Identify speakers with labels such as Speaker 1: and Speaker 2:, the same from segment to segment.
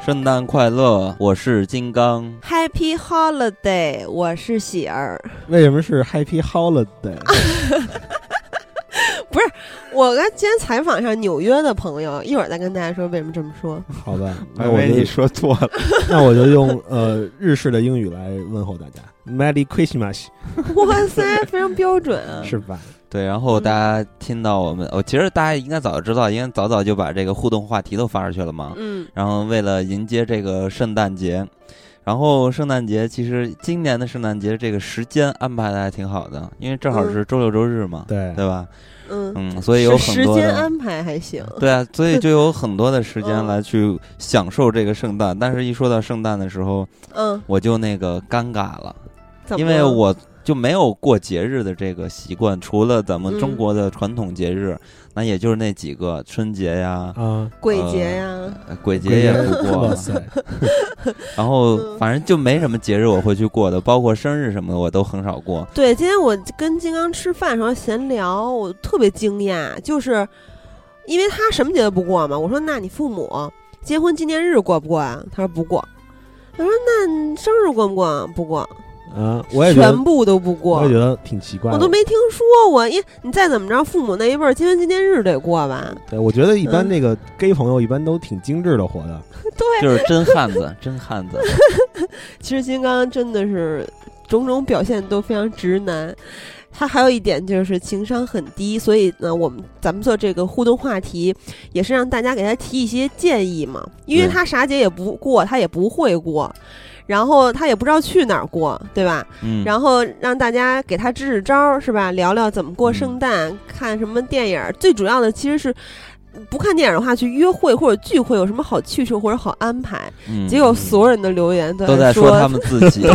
Speaker 1: 圣诞快乐！我是金刚。
Speaker 2: Happy Holiday，我是喜儿。
Speaker 3: 为什么是 Happy Holiday？
Speaker 2: 我刚今天采访上纽约的朋友，一会儿再跟大家说为什么这么 说。
Speaker 3: 好吧，那
Speaker 1: 哎
Speaker 4: 因
Speaker 3: 我
Speaker 4: 为你
Speaker 3: 就
Speaker 4: 说错了，
Speaker 3: 那我就用呃日式的英语来问候大家，Merry Christmas，
Speaker 2: 哇塞，非常标准
Speaker 1: 嗯
Speaker 2: 啊！
Speaker 3: 是吧？
Speaker 1: 对，然后大家听到我们，
Speaker 2: 嗯
Speaker 1: 哦，其实大家应该早就知道，因为早早就把这个互动话题都发出去了嘛。
Speaker 2: 嗯，
Speaker 1: 然后为了迎接这个圣诞节，然后圣诞节其实今年的圣诞节这个时间安排的还挺好的，因为正好是周六周日嘛，
Speaker 3: 对
Speaker 1: 对吧？
Speaker 2: 嗯
Speaker 1: 嗯，所以有
Speaker 2: 是时
Speaker 1: 很多
Speaker 2: 间
Speaker 1: 的。
Speaker 2: 安排还行。
Speaker 1: 对啊，所以就 有很多的时间
Speaker 2: 嗯
Speaker 1: 来去享受这个圣诞，但是一说到圣诞的时候，
Speaker 2: 嗯，
Speaker 1: 我就那个尴尬了。
Speaker 2: 怎么
Speaker 1: 因为
Speaker 2: 了
Speaker 1: 我就没有过节日的这个习惯，除了咱们中国的传统节
Speaker 2: 嗯
Speaker 1: 日，那也就是那几个春节呀、
Speaker 3: 啊，
Speaker 2: 鬼节呀，
Speaker 1: 呃鬼节也不过
Speaker 3: 哇，塞，
Speaker 1: 然后
Speaker 2: 嗯
Speaker 1: 反正就没什么节日我会去过的，包括生日什么的我都很少过。
Speaker 2: 对，今天我跟金刚吃饭的时候闲聊，我特别惊讶，就是因为他什么节都不过嘛。我说：“那你父母结婚纪念日过不过啊？”他说：“不过。”我说：“那你生日过不过啊？”不过，
Speaker 3: 啊，我也觉
Speaker 2: 全
Speaker 3: 得，
Speaker 2: 部都不过
Speaker 3: 我也。觉得挺奇怪的，
Speaker 2: 我都没听说过，因你再怎么着，父母那一辈儿结婚纪念日得过吧？
Speaker 3: 对，我觉得一般
Speaker 2: 嗯
Speaker 3: 那个 gay 朋友一般都挺精致的活的，
Speaker 2: 对，
Speaker 1: 就是真汉子， 真汉子。
Speaker 2: 其实金刚真的是种种表现都非常直男。他还有一点就是情商很低，所以呢，我们咱们做这个互动话题，也是让大家给他提一些建议嘛。因为
Speaker 1: 对
Speaker 2: 他啥节也不过，他也不会过，然后他也不知道去哪儿过，对吧？
Speaker 1: 嗯，
Speaker 2: 然后让大家给他支支招儿，是吧？聊聊怎么过圣
Speaker 1: 嗯
Speaker 2: 诞，看什么电影儿。最主要的其实是，不看电影儿的话，去约会或者聚会有什么好去处或者好安排。
Speaker 1: 嗯
Speaker 2: 结果所有人的留言都
Speaker 1: 都在
Speaker 2: 说
Speaker 1: 说他们自 己，都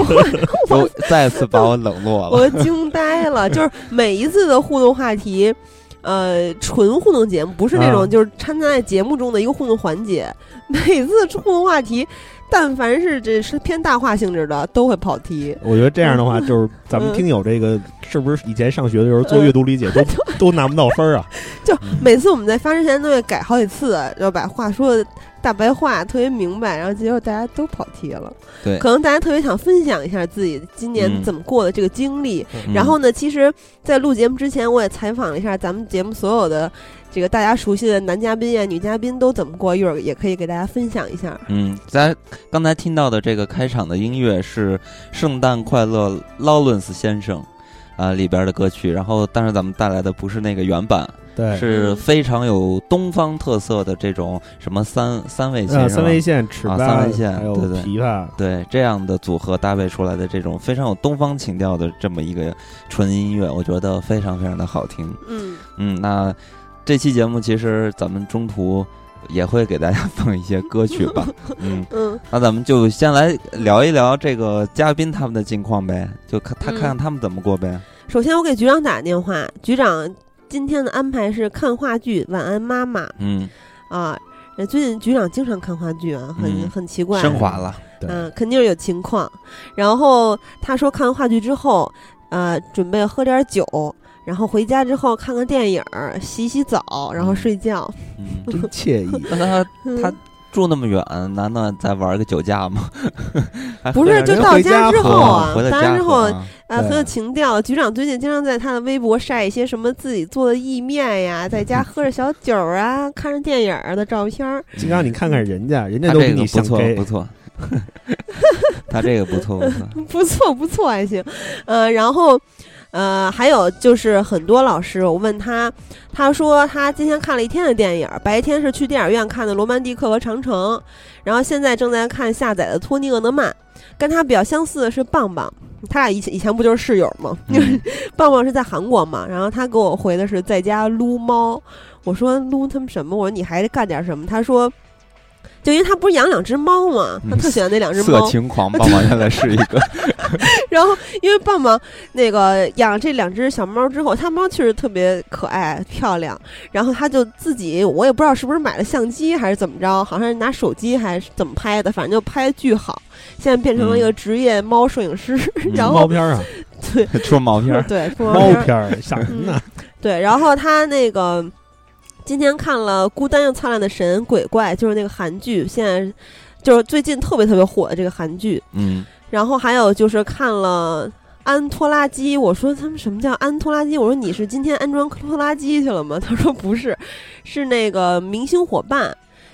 Speaker 2: 我
Speaker 1: 再次把我冷落了。
Speaker 2: 我惊 呆了，就是每一次的互动话题。呃，纯互动节目不是那种
Speaker 3: 啊
Speaker 2: 就是掺杂在节目中的一个互动环节。 每次互动话题，但凡是这是偏大话性质的，都会跑题。
Speaker 3: 我觉得这样的话，
Speaker 1: 嗯
Speaker 3: 就是咱们听友这个是不是以前上学的时候做阅读理 解都都拿不到分儿啊？
Speaker 2: 就
Speaker 1: 嗯
Speaker 2: 每次我们在发之前都会改好几次，然后把话说的大白话特别明白，然后结果大家都跑题了。
Speaker 1: 对
Speaker 2: 可能大家特别想分享一下自己今年
Speaker 1: 嗯
Speaker 2: 怎么过的这个经历。
Speaker 1: 嗯
Speaker 2: 然后呢，其实，在录节目之前，我也采访了一下咱们节目所有的这个大家熟悉的男嘉宾啊呀、女嘉宾都怎么过，一会儿也可以给大家分享一下。
Speaker 1: 嗯，咱刚才听到的这个开场的音乐是《圣诞快乐，劳伦斯先生》啊、里边的歌曲，然后但是咱们带来的不是那个原版，
Speaker 3: 对，
Speaker 1: 是
Speaker 2: 嗯
Speaker 1: 非常有东方特色的这种什么三三位先
Speaker 3: 呃，
Speaker 1: 生、
Speaker 3: 三味线、尺
Speaker 1: 啊
Speaker 3: 八、
Speaker 1: 三味线
Speaker 3: 还有
Speaker 1: 对对
Speaker 3: 琵琶，
Speaker 1: 对这样的组合搭配出来的这种非常有东方情调的这么一个纯音乐，我觉得非常非常的好听。
Speaker 2: 嗯，
Speaker 1: 嗯，那这期节目其实咱们中途也会给大家放一些歌曲吧，嗯。
Speaker 2: 嗯，
Speaker 1: 那咱们就先来聊一聊这个嘉宾他们的近况呗，就看他
Speaker 2: 嗯
Speaker 1: 看看他们怎么过呗。
Speaker 2: 首先我给局长打电话，局长今天的安排是看话剧《晚安妈妈》
Speaker 1: 嗯，
Speaker 2: 啊。那最近局长经常看话剧啊，很、
Speaker 1: 嗯
Speaker 2: 很奇怪。
Speaker 1: 升华了，
Speaker 3: 对，
Speaker 2: 嗯，肯定是有情况。然后他说看完话剧之后，呃，准备喝点酒，然后回家之后看个电影儿，洗洗澡，然后睡觉。
Speaker 1: 嗯，
Speaker 3: 真 惬意。
Speaker 1: 那他
Speaker 2: 嗯
Speaker 1: 他住那么远，难道再玩个酒驾吗？ 还
Speaker 2: 不是
Speaker 1: 回来
Speaker 2: 就
Speaker 1: 之
Speaker 3: 人
Speaker 1: 后
Speaker 2: 到
Speaker 3: 回
Speaker 2: 家
Speaker 3: 家
Speaker 2: 之
Speaker 3: 喝
Speaker 2: 后啊，
Speaker 1: 回到
Speaker 2: 到
Speaker 1: 家
Speaker 2: 家之
Speaker 1: 喝
Speaker 2: 后，
Speaker 1: 啊
Speaker 2: 呃，很有
Speaker 3: 对
Speaker 2: 情调。局长最近经常在他的微博晒一些什么自己做的意面呀，在家喝着小酒儿啊，看着电影儿的照片儿。
Speaker 3: 金刚，你看看人家，人
Speaker 1: 嗯
Speaker 3: 家
Speaker 1: 他
Speaker 3: 都
Speaker 1: 这
Speaker 3: 比
Speaker 1: 个
Speaker 3: 你
Speaker 1: 不
Speaker 3: 像
Speaker 1: 错
Speaker 3: gay
Speaker 1: 不。错，他这个不错不错，
Speaker 2: 不错，不错，还行。呃，然后，呃，还有就是很多老师，我问他，他说他今天看了一天的电影，白天是去电影院看的《罗曼蒂克和长城》，然后现在正在看下载的《托尼·厄德曼》。跟他比较相似的是棒棒，他俩以前以前不就是室友吗？
Speaker 1: 嗯
Speaker 2: 棒棒是在韩国嘛，然后他给我回的是在家撸猫。我说撸他们什么？我说你还干点什么？他说，就因为他不是养两只猫嘛，他特喜欢那两只
Speaker 1: 嗯色
Speaker 2: 猫。
Speaker 1: 情狂棒棒原来是一 个，
Speaker 2: 然后因为棒棒那个养了这两只小猫之后，他猫确实特别可爱漂亮，然后他就自己我也不知道是不是买了相机还是怎么着，好像是拿手机还是怎么拍的，反正就拍得巨好，现在变成了一个职业猫摄影师，
Speaker 1: 嗯
Speaker 2: 然
Speaker 3: 嗯猫
Speaker 2: 后
Speaker 3: 片儿啊，
Speaker 2: 对
Speaker 1: 出毛片 儿，
Speaker 2: 对出
Speaker 3: 猫
Speaker 2: 片儿
Speaker 3: 片儿，吓
Speaker 2: 嗯
Speaker 3: 人呐！
Speaker 2: 对，然后他那个今天看了《孤单又灿烂的神》鬼怪，就是那个韩剧，现在就是最近特别特别火的这个韩剧。
Speaker 1: 嗯
Speaker 2: 然后还有就是看了安托拉基，我说他们什么叫安托拉基？我说你是今天安装托拉基去了吗？他说不是， 是那个明星伙伴，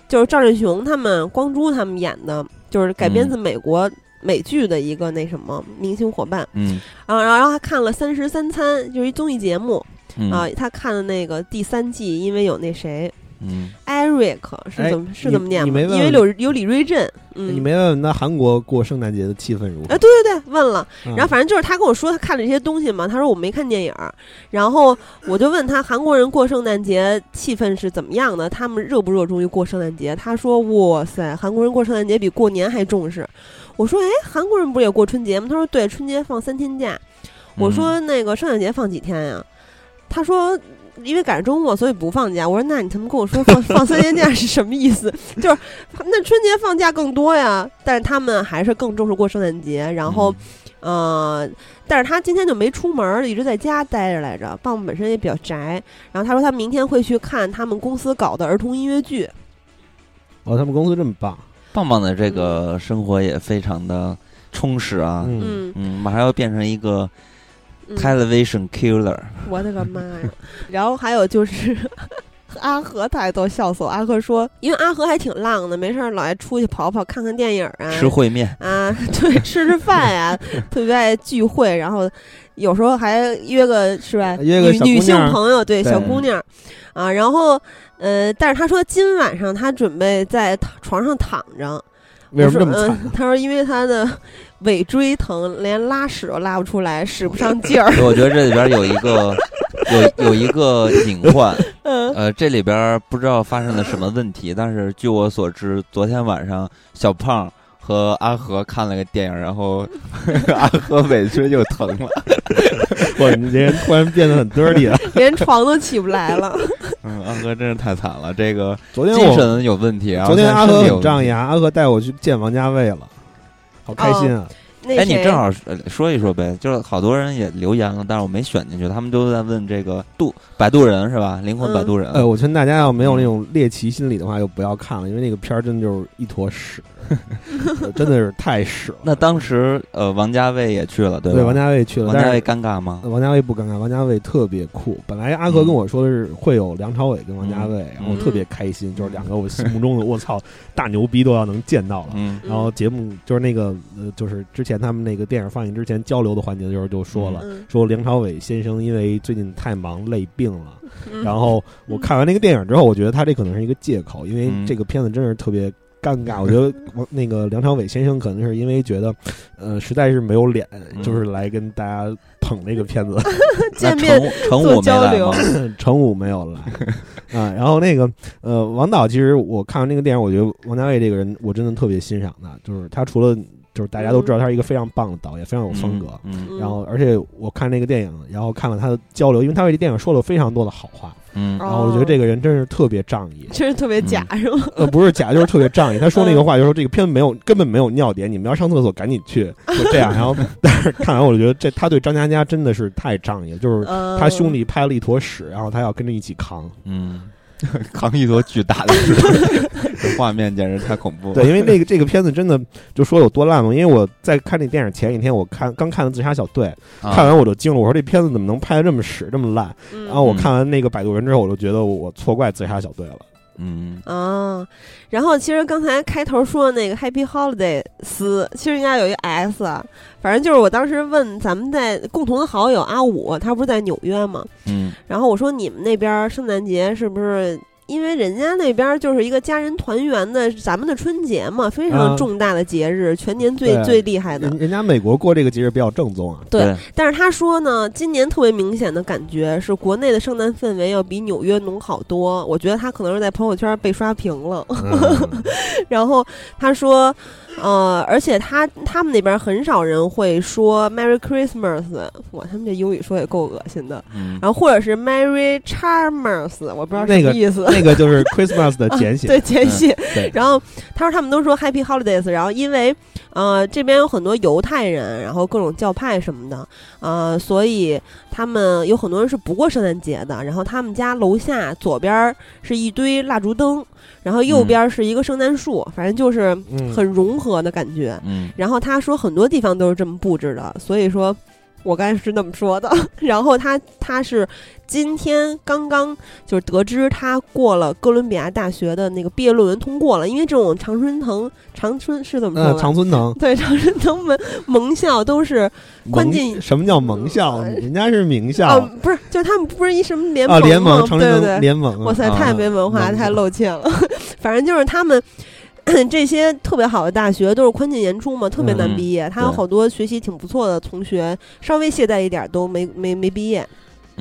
Speaker 2: 就是赵振雄他们、光洙他们演的，就是改编自美国美剧的一个那什么明星伙伴。
Speaker 1: 嗯
Speaker 2: 然后，然后然后还看了《三十三餐》，就是一综艺节目
Speaker 1: 嗯
Speaker 2: 啊、他看的那个第三季，因为有那谁
Speaker 1: 嗯
Speaker 2: Eric 是
Speaker 3: 哎
Speaker 2: 怎么是
Speaker 3: 你
Speaker 2: 怎么念
Speaker 3: 你
Speaker 2: 吗？
Speaker 3: 没问
Speaker 2: 因为有有李瑞镇，嗯，
Speaker 3: 你没问问他韩国过圣诞节的气氛如何
Speaker 2: 哎，？对对对，问了。
Speaker 3: 嗯
Speaker 2: 然后反正就是他跟我说他看了这些东西嘛，他说我没看电影儿，然后我就问他韩国人过圣诞节气氛是怎么样的，他们热不热衷于过圣诞节？他说哇塞，韩国人过圣诞节比过年还重视。我说哎，韩国人不是也过春节吗？他说对，春节放三天假。我说那个圣诞节放几天呀、他说。因为赶上周末，所以不放假。我说，那你他妈跟我说放 放三天假是什么意思？就是那春节放假更多呀，但是他们还是更重视过圣诞节。然后呃，但是他今天就没出门儿，一直在家待着来着。棒棒本身也比较宅，然后他说他明天会去看他们公司搞的儿童音乐剧。
Speaker 3: 哦，他们公司这么棒，
Speaker 1: 棒棒的这个生活也非常的充实啊，
Speaker 3: 嗯，
Speaker 2: 嗯，
Speaker 1: 嗯，马上要变成一个
Speaker 2: 嗯
Speaker 1: television killer，
Speaker 2: 我的个妈呀！然后还有就是。 阿和太逗，笑死我！阿和说，因为阿和还挺浪的，没事儿老爱出去跑跑，看看电影儿啊，
Speaker 1: 吃烩面，
Speaker 2: 啊， 对，吃吃饭呀、特别爱聚会，然后有时候还约个是吧？
Speaker 3: 约个
Speaker 2: 女
Speaker 3: 小
Speaker 2: 女
Speaker 3: 姑
Speaker 2: 性
Speaker 3: 娘儿
Speaker 2: 朋友，对小
Speaker 3: 对
Speaker 2: 姑娘儿啊，然后呃，但是他说今晚上他准备在躺床上躺着，
Speaker 3: 为
Speaker 2: 我
Speaker 3: 什
Speaker 2: 说
Speaker 3: 么这么惨？
Speaker 2: 嗯，他说因为他的尾椎疼，连拉屎都拉不出来，使不上劲儿。
Speaker 1: 所以我觉得这里边有一个有有一个隐患，
Speaker 2: 嗯，
Speaker 1: 呃，这里边不知道发生了什么问题，但是据我所知，昨天晚上小胖。和阿和看了个电影，然后 阿和尾椎就疼了。
Speaker 3: 哇，你这人突然变得很 dirty 啊了。
Speaker 2: 连床都起不来了。
Speaker 1: 嗯，阿和真是太惨了，这个
Speaker 3: 昨天
Speaker 1: 精
Speaker 3: 我，
Speaker 1: 神有问题啊。
Speaker 3: 昨天阿
Speaker 1: 和
Speaker 3: 和很张扬，阿和带我去见王家卫了，好开心啊！
Speaker 2: 那
Speaker 1: 哎，你
Speaker 2: 谁
Speaker 1: 正好呃说一说呗，就是好多人也留言了，但是我没选进去，他们都在问这个渡摆渡人是吧？灵魂摆渡人，
Speaker 3: 呃，我劝大家要没有那种猎奇心理的话，就不要看了，因为那个片儿真就是一坨 屎，呃真的是太屎了。
Speaker 1: 那当时呃，王家卫也去了，对吧？
Speaker 3: 对王家卫去了，
Speaker 1: 王家
Speaker 3: 但
Speaker 1: 卫
Speaker 3: 是
Speaker 1: 尴尬吗？
Speaker 3: 王家卫不尴尬，王家卫特别酷。本来阿和跟我说的是会有梁朝伟跟王家卫，然后我特别开心，就是两个我心目中的我操大牛逼都要能见到了。
Speaker 1: 嗯
Speaker 3: 然后节目就是那个呃，就是之前他们那个电影放映之前交流的环节的时候就说了，
Speaker 2: 嗯
Speaker 3: 说梁朝伟先生因为最近太忙累病了，
Speaker 2: 嗯
Speaker 3: 然后我看完那个电影之后，我觉得他这可能是一个借口，因为
Speaker 1: 嗯
Speaker 3: 这个片子真是特别尴尬。我觉得王那个梁朝伟先生可能是因为觉得，呃，实在是没有脸，
Speaker 1: 嗯
Speaker 3: 就是来跟大家捧这个片子。
Speaker 1: 那
Speaker 2: 见面
Speaker 1: 成成武
Speaker 2: 做
Speaker 1: 没
Speaker 2: 交
Speaker 1: 来
Speaker 2: 流
Speaker 1: 吗？
Speaker 3: 成武没有来啊，然后那个呃，王导其实我看完那个电影，我觉得王家卫这个人我真的特别欣赏他，就是他除了就是大家都知道他是一个非常棒的导演，非常有风格。
Speaker 1: 嗯
Speaker 2: 嗯
Speaker 3: 然后，而且我看那个电影，然后看了他的交流，因为他为这电影说了非常多的好话，
Speaker 1: 嗯
Speaker 2: 哦
Speaker 3: 然后我觉得这个人真是特别仗义，
Speaker 2: 真是特别假，是 吗？
Speaker 3: 呃，不是假，就是特别仗义。他说那
Speaker 2: 嗯
Speaker 3: 个话，就说这个片子没有根本没有尿点，你们要上厕所赶紧 去，就这样。然后，但是看完我就觉得这他对张嘉佳真的是太仗义了，就是
Speaker 2: 嗯，
Speaker 3: 他兄弟拍了一坨屎，然后他要跟着一起扛。
Speaker 1: 嗯， 扛一坨巨大的纸， 这画面简直太恐怖了。
Speaker 3: 对，因为那个这个片子真的就说有多烂嘛，因为我在看那电影前几天，我看刚看了《自杀小队》，
Speaker 1: 啊
Speaker 3: 看完我就惊了，我说这片子怎么能拍的这么屎这么烂？
Speaker 2: 嗯，
Speaker 3: 然后我
Speaker 1: 嗯
Speaker 3: 看完那个《摆渡人》之后，我就觉得我我错怪《自杀小队》了。
Speaker 1: 嗯
Speaker 2: 啊，然后其实刚才开头说的那个 Happy Holiday 丝，其实应该有一 S，啊反正就是我当时问咱们在共同的好友阿五，他不是在纽约吗？
Speaker 1: 嗯
Speaker 2: 然后我说你们那边儿圣诞节是不是？因为人家那边儿就是一个家人团圆的，咱们的春节嘛，非常
Speaker 3: 啊
Speaker 2: 重大的节日，全年最、
Speaker 3: 对嗯
Speaker 2: 最厉害的
Speaker 3: 人。人家美国过这个节日比较正 宗啊，
Speaker 2: 对，但是他说呢，今年特别明显的感觉是国内的圣诞氛围要比纽约浓好多。我觉得他可能是在朋友圈被刷屏了。
Speaker 3: 嗯
Speaker 2: 然后他说，呃，而且他他们那边很少人会说 Merry Christmas，哇，他们这英语说也够恶心的。
Speaker 1: 嗯
Speaker 2: 然后或者是 Merry Charmers，我不知道
Speaker 3: 那
Speaker 2: 什么
Speaker 3: 个
Speaker 2: 意思。
Speaker 3: 那那个就是 Christmas 的 简写，嗯
Speaker 2: 对简写。
Speaker 3: 对
Speaker 2: 然后他说他们都说 Happy Holidays，然后因为呃这边有很多犹太人，然后各种教派什么的，呃，所以他们有很多人是不过圣诞节的。然后他们家楼下左边儿是一堆蜡烛灯，然后右
Speaker 1: 嗯
Speaker 2: 边儿是一个圣诞树，反正就是
Speaker 3: 嗯
Speaker 2: 很融合的感觉。
Speaker 1: 嗯，
Speaker 2: 然后他说很多地方都是这么布置的，所以说我刚才是那么说的。 然后他他是今天刚刚就是得知他过了哥伦比亚大学的那个毕业论文通过了，因为这种常春藤常春是怎么说
Speaker 3: 嗯，
Speaker 2: 的？
Speaker 3: 常春藤
Speaker 2: 对常春藤盟盟校都是关
Speaker 3: 盟
Speaker 2: 键
Speaker 3: 什么叫盟校？
Speaker 2: 嗯
Speaker 3: 人家是名
Speaker 2: 啊、
Speaker 3: 校
Speaker 2: 不是，就是他们不是一什呃么联盟
Speaker 3: 啊，
Speaker 2: 吗？
Speaker 3: 联盟常
Speaker 2: 对
Speaker 3: 春
Speaker 2: 对
Speaker 3: 藤
Speaker 2: 对，
Speaker 3: 联盟啊。
Speaker 2: 哇塞，
Speaker 1: 啊
Speaker 2: 太没文化，
Speaker 3: 能
Speaker 2: 太露怯了。 反正就是他们 这些特别好的大学都是宽进严出嘛，特别难
Speaker 1: 嗯
Speaker 2: 毕业。他有
Speaker 1: 对
Speaker 2: 好多学习挺不错的同学，稍微懈怠一点儿都没没没毕业。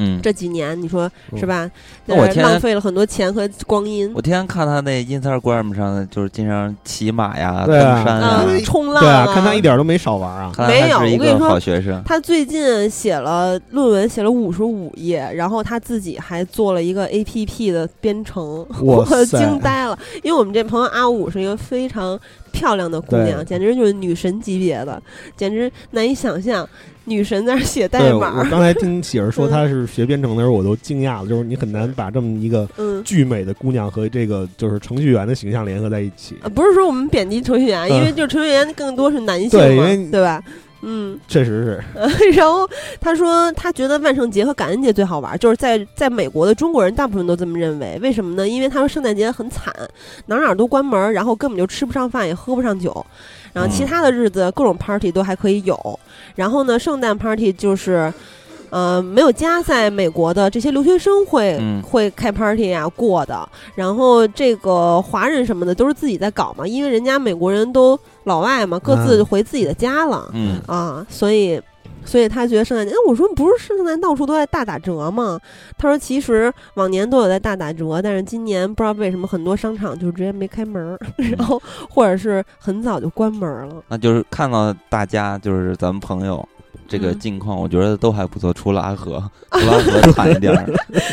Speaker 1: 嗯，
Speaker 2: 这几年你说是吧？
Speaker 1: 那我
Speaker 2: 呃
Speaker 1: 天
Speaker 2: 浪费了很多钱和光阴
Speaker 1: 我。天天看他那 Instagram 上的，就是经常骑马呀、登
Speaker 3: 对啊
Speaker 1: 山呀，
Speaker 2: 嗯，冲浪
Speaker 3: 对啊，看他一点都没少玩啊。
Speaker 1: 看来他是一
Speaker 2: 没
Speaker 1: 个
Speaker 2: 有我跟你说
Speaker 1: 好学生。
Speaker 2: 他最近写了论文，写了五十五页，然后他自己还做了一个 A P P 的编程，
Speaker 3: 哇
Speaker 2: 我
Speaker 3: 塞
Speaker 2: 惊呆了。因为我们这朋友阿五是一个非常漂亮的姑娘，
Speaker 3: 对
Speaker 2: 简直就是女神级别的，简直难以想象女神在那儿写代
Speaker 3: 对，我
Speaker 2: 码
Speaker 3: 我
Speaker 2: 儿。
Speaker 3: 刚才听喜儿说
Speaker 2: 嗯
Speaker 3: 她是学编程的时候，我都惊讶了，就是你很难把这么一个
Speaker 2: 嗯。
Speaker 3: 巨美的姑娘和这个就是程序员的形象联合在一起，
Speaker 2: 啊不是说我们贬低程序员，
Speaker 3: 嗯
Speaker 2: 因为就是程序员更多是男性
Speaker 3: 对
Speaker 2: 嘛，
Speaker 3: 因为
Speaker 2: 对吧？嗯，
Speaker 3: 确实是。
Speaker 2: 然后他说，他觉得万圣节和感恩节最好玩，就是在在美国的中国人大部分都这么认为。为什么呢？因为他说圣诞节很惨，哪儿哪儿都关门儿，然后根本就吃不上饭，也喝不上酒。然后其
Speaker 1: 嗯
Speaker 2: 他的日子各种 party 都还可以有。然后呢，圣诞 party 就是。呃，没有家在美国的这些留学生会、
Speaker 1: 嗯
Speaker 2: 会开 party 啊，过的。然后这个华人什么的都是自己在搞嘛，因为人家美国人都老外嘛，各自
Speaker 3: 嗯
Speaker 2: 回自己的家了。
Speaker 1: 嗯，
Speaker 2: 啊，所以，所以他觉得圣诞节，哎，我说不是圣诞到处都在大打折吗？他说其实往年都有在大打折，但是今年不知道为什么很多商场就直接没开门儿，然后或者是很早就关门儿了。
Speaker 1: 那就是看到大家就是咱们朋友这个
Speaker 2: 嗯
Speaker 1: 近况，我觉得都还不错，除了阿和，除了阿和惨一点 儿，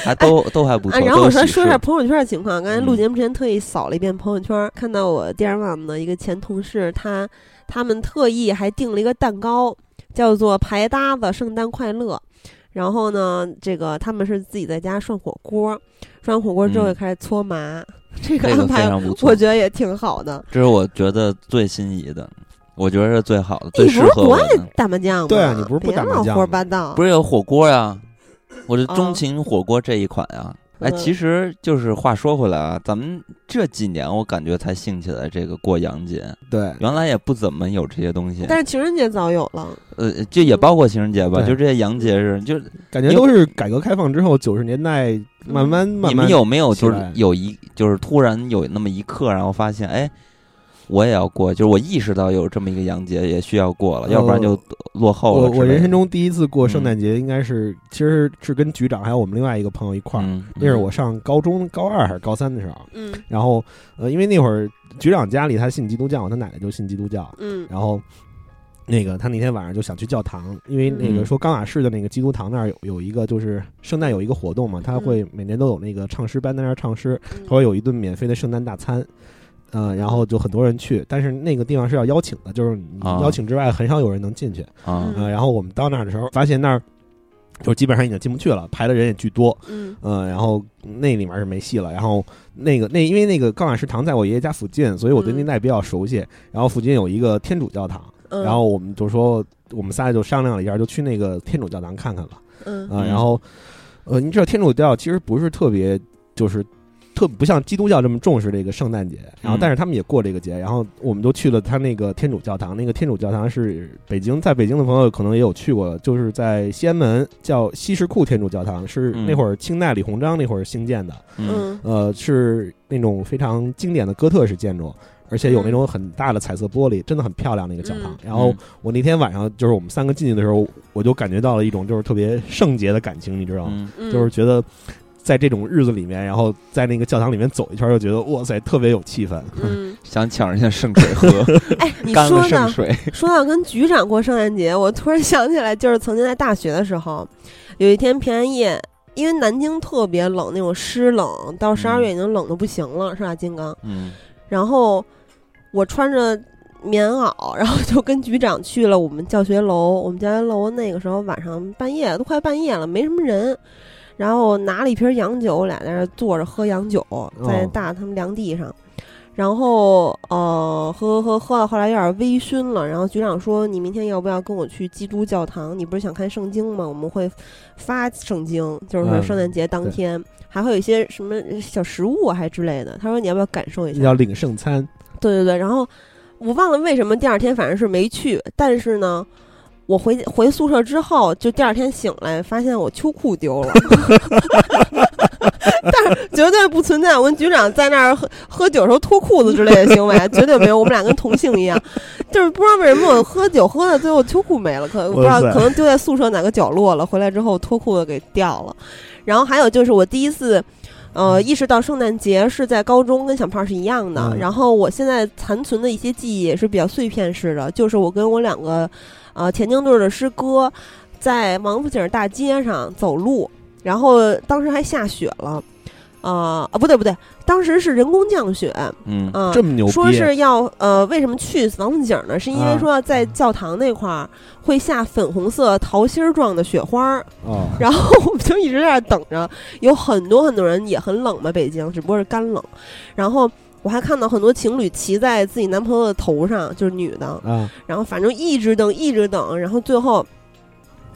Speaker 1: 还都都还不
Speaker 2: 啊，
Speaker 1: 错。
Speaker 2: 然后我
Speaker 1: 都是
Speaker 2: 说
Speaker 1: 喜
Speaker 2: 说一
Speaker 1: 事
Speaker 2: 下朋友圈的情况。刚才录
Speaker 1: 嗯
Speaker 2: 节目之前特意扫了一遍朋友圈，看到我电视网的一个前同事，他他们特意还订了一个蛋糕，叫做“牌搭子圣诞快乐”。然后呢，这个他们是自己在家涮火锅，涮完火锅之后
Speaker 1: 嗯
Speaker 2: 就开始搓麻，这个
Speaker 1: 这
Speaker 2: 安
Speaker 1: 个非
Speaker 2: 排
Speaker 1: 常不错
Speaker 2: 我，觉得也挺好的。
Speaker 1: 这是我觉得最心仪的，我觉得是最好的，
Speaker 2: 你
Speaker 1: 最
Speaker 2: 不是
Speaker 1: 适合
Speaker 2: 不
Speaker 1: 我的。
Speaker 2: 打麻将吗？
Speaker 3: 对啊你不是不打
Speaker 2: 别
Speaker 3: 麻将
Speaker 2: 老胡
Speaker 3: 吗
Speaker 2: 说八道，
Speaker 1: 不是有火锅呀、我是
Speaker 2: 啊
Speaker 1: 钟情火锅这一款啊。哎，
Speaker 2: 嗯
Speaker 1: 其实就是话说回来啊，咱们这几年我感觉才兴起来这个过洋节，
Speaker 3: 对，
Speaker 1: 原来也不怎么有这些东西。
Speaker 2: 但是情人节早有了。
Speaker 1: 呃，就也包括情人节吧，
Speaker 3: 对
Speaker 1: 就这些洋节日，就是
Speaker 3: 感觉都是改革开放之后九十年代
Speaker 2: 嗯
Speaker 3: 慢慢慢慢。
Speaker 1: 你们有没有
Speaker 3: 起
Speaker 1: 就
Speaker 3: 来
Speaker 1: 是有一就是突然有那么一刻，然后发现哎，我也要过，就是我意识到有这么一个洋节也需要过了，
Speaker 3: 呃
Speaker 1: 要不然就落后
Speaker 3: 我
Speaker 1: 了之类的。嗯
Speaker 3: 我人生中第一次过圣诞节，应该是、其实是跟局长还有我们另外一个朋友一块儿，
Speaker 1: 嗯，
Speaker 3: 那是我上高中高二还是高三的时候。
Speaker 2: 嗯
Speaker 3: 然后呃，因为那会儿局长家里他信基督教，他奶奶就信基督教，
Speaker 2: 嗯
Speaker 3: 然后。那个，他那天晚上就想去教堂，因为那个
Speaker 1: 嗯
Speaker 3: 说冈瓦市的那个基督堂那儿有有一个，就是圣诞有一个活动嘛，他会每年都有那个唱诗班在那儿唱诗，
Speaker 2: 嗯
Speaker 3: 他会有一顿免费的圣诞大餐，嗯、然后就很多人去，但是那个地方是要邀请的，就是你
Speaker 1: 啊
Speaker 3: 邀请之外很少有人能进去。
Speaker 1: 啊
Speaker 2: 嗯，
Speaker 3: 呃，然后我们到那儿的时候，发现那儿就基本上已经进不去了，排的人也巨多，
Speaker 2: 嗯
Speaker 3: 呃，然后那里面是没戏了。然后那个那因为那个高瓦食堂在我爷爷家附近，所以我对那
Speaker 2: 嗯
Speaker 3: 带比较熟悉。然后附近有一个天主教堂，
Speaker 2: 嗯，
Speaker 3: 然后我们就说我们仨就商量了一下，就去那个天主教堂看看吧。
Speaker 2: 嗯
Speaker 3: 啊、
Speaker 1: 嗯
Speaker 3: 然后呃，你知道天主教其实不是特别就是。特不像基督教这么重视这个圣诞节，然后
Speaker 1: 嗯
Speaker 3: 但是他们也过这个节，然后我们就去了他那个天主教堂。那个天主教堂是北京，在北京的朋友可能也有去过，就是在西安门叫西什库天主教堂，是
Speaker 1: 嗯
Speaker 3: 那会儿清代李鸿章那会儿兴建的，
Speaker 1: 嗯
Speaker 2: 嗯
Speaker 3: 呃，是那种非常经典的哥特式建筑，而且有那种很大的彩色玻璃，真的很漂亮那个教堂
Speaker 2: 嗯。
Speaker 3: 然后我那天晚上就是我们三个进去的时候，我就感觉到了一种就是特别圣洁的感情，你知道吗？
Speaker 1: 嗯
Speaker 2: 嗯，
Speaker 3: 就是觉得在这种日子里面，然后在那个教堂里面走一圈，就觉得哇塞，特别有气氛。
Speaker 2: 嗯，
Speaker 1: 想抢人家圣水喝，
Speaker 2: 哎，你
Speaker 1: 嗯干
Speaker 2: 说
Speaker 1: 了
Speaker 2: 呢
Speaker 1: 圣？水，
Speaker 2: 说到跟局长过圣诞节，我突然想起来，就是曾经在大学的时候，有一天平安夜，因为南京特别冷，那种湿冷，到十二
Speaker 1: 嗯
Speaker 2: 月已经冷的不行了，是吧，金刚？
Speaker 1: 嗯
Speaker 2: 然后我穿着棉袄，然后就跟局长去了我们教学楼。我们教学楼那个时候晚上半夜都快半夜了，没什么人。然后拿了一瓶洋酒，俩在那儿坐着喝洋酒，在大他们凉地上。然后呃，喝喝喝喝到后来有点微醺了。然后局长说：“你明天要不要跟我去基督教堂？你不是想看圣经吗？我们会发圣经，就是说
Speaker 3: 嗯
Speaker 2: 圣诞节当
Speaker 3: 对
Speaker 2: 天、还会有一些什么小食物啊还之类的。”他说：“你要不要感受一下
Speaker 3: 那？”叫领圣餐，
Speaker 2: 对对对，然后我忘了为什么第二天反正是没去，但是呢，我回回宿舍之后，就第二天醒来发现我秋裤丢了， 但是绝对不存在我跟局长在那儿喝喝酒时候脱裤子之类的行为，绝对没有。我们俩跟同性一样，就是不知道为什么我喝酒喝到最后秋裤没了，可不知道
Speaker 3: 哇塞
Speaker 2: 可能丢在宿舍哪个角落了，回来之后脱裤子给掉了。然后还有就是我第一次。呃，意识到圣诞节是在高中跟小胖是一样的。
Speaker 3: 嗯
Speaker 2: 然后我现在残存的一些记忆也是比较碎片式的，就是我跟我两个，呃，前进队的师哥，在王府井大街上走路，然后当时还下雪了，呃，啊不对不对，当时是人工降雪，
Speaker 1: 嗯
Speaker 2: 嗯、
Speaker 3: 这么牛逼，
Speaker 2: 说是要呃，为什么去王府井呢？是因为
Speaker 3: 啊
Speaker 2: 说要在教堂那块儿会下粉红色桃心儿状的雪花儿，
Speaker 3: 哦，
Speaker 2: 然后我们就一直在那儿等着，有很多很多人也很冷嘛，北京只不过是干冷。然后我还看到很多情侣骑在自己男朋友的头上，就是女的，
Speaker 3: 啊，
Speaker 2: 然后反正一直等，一直等，然后最后。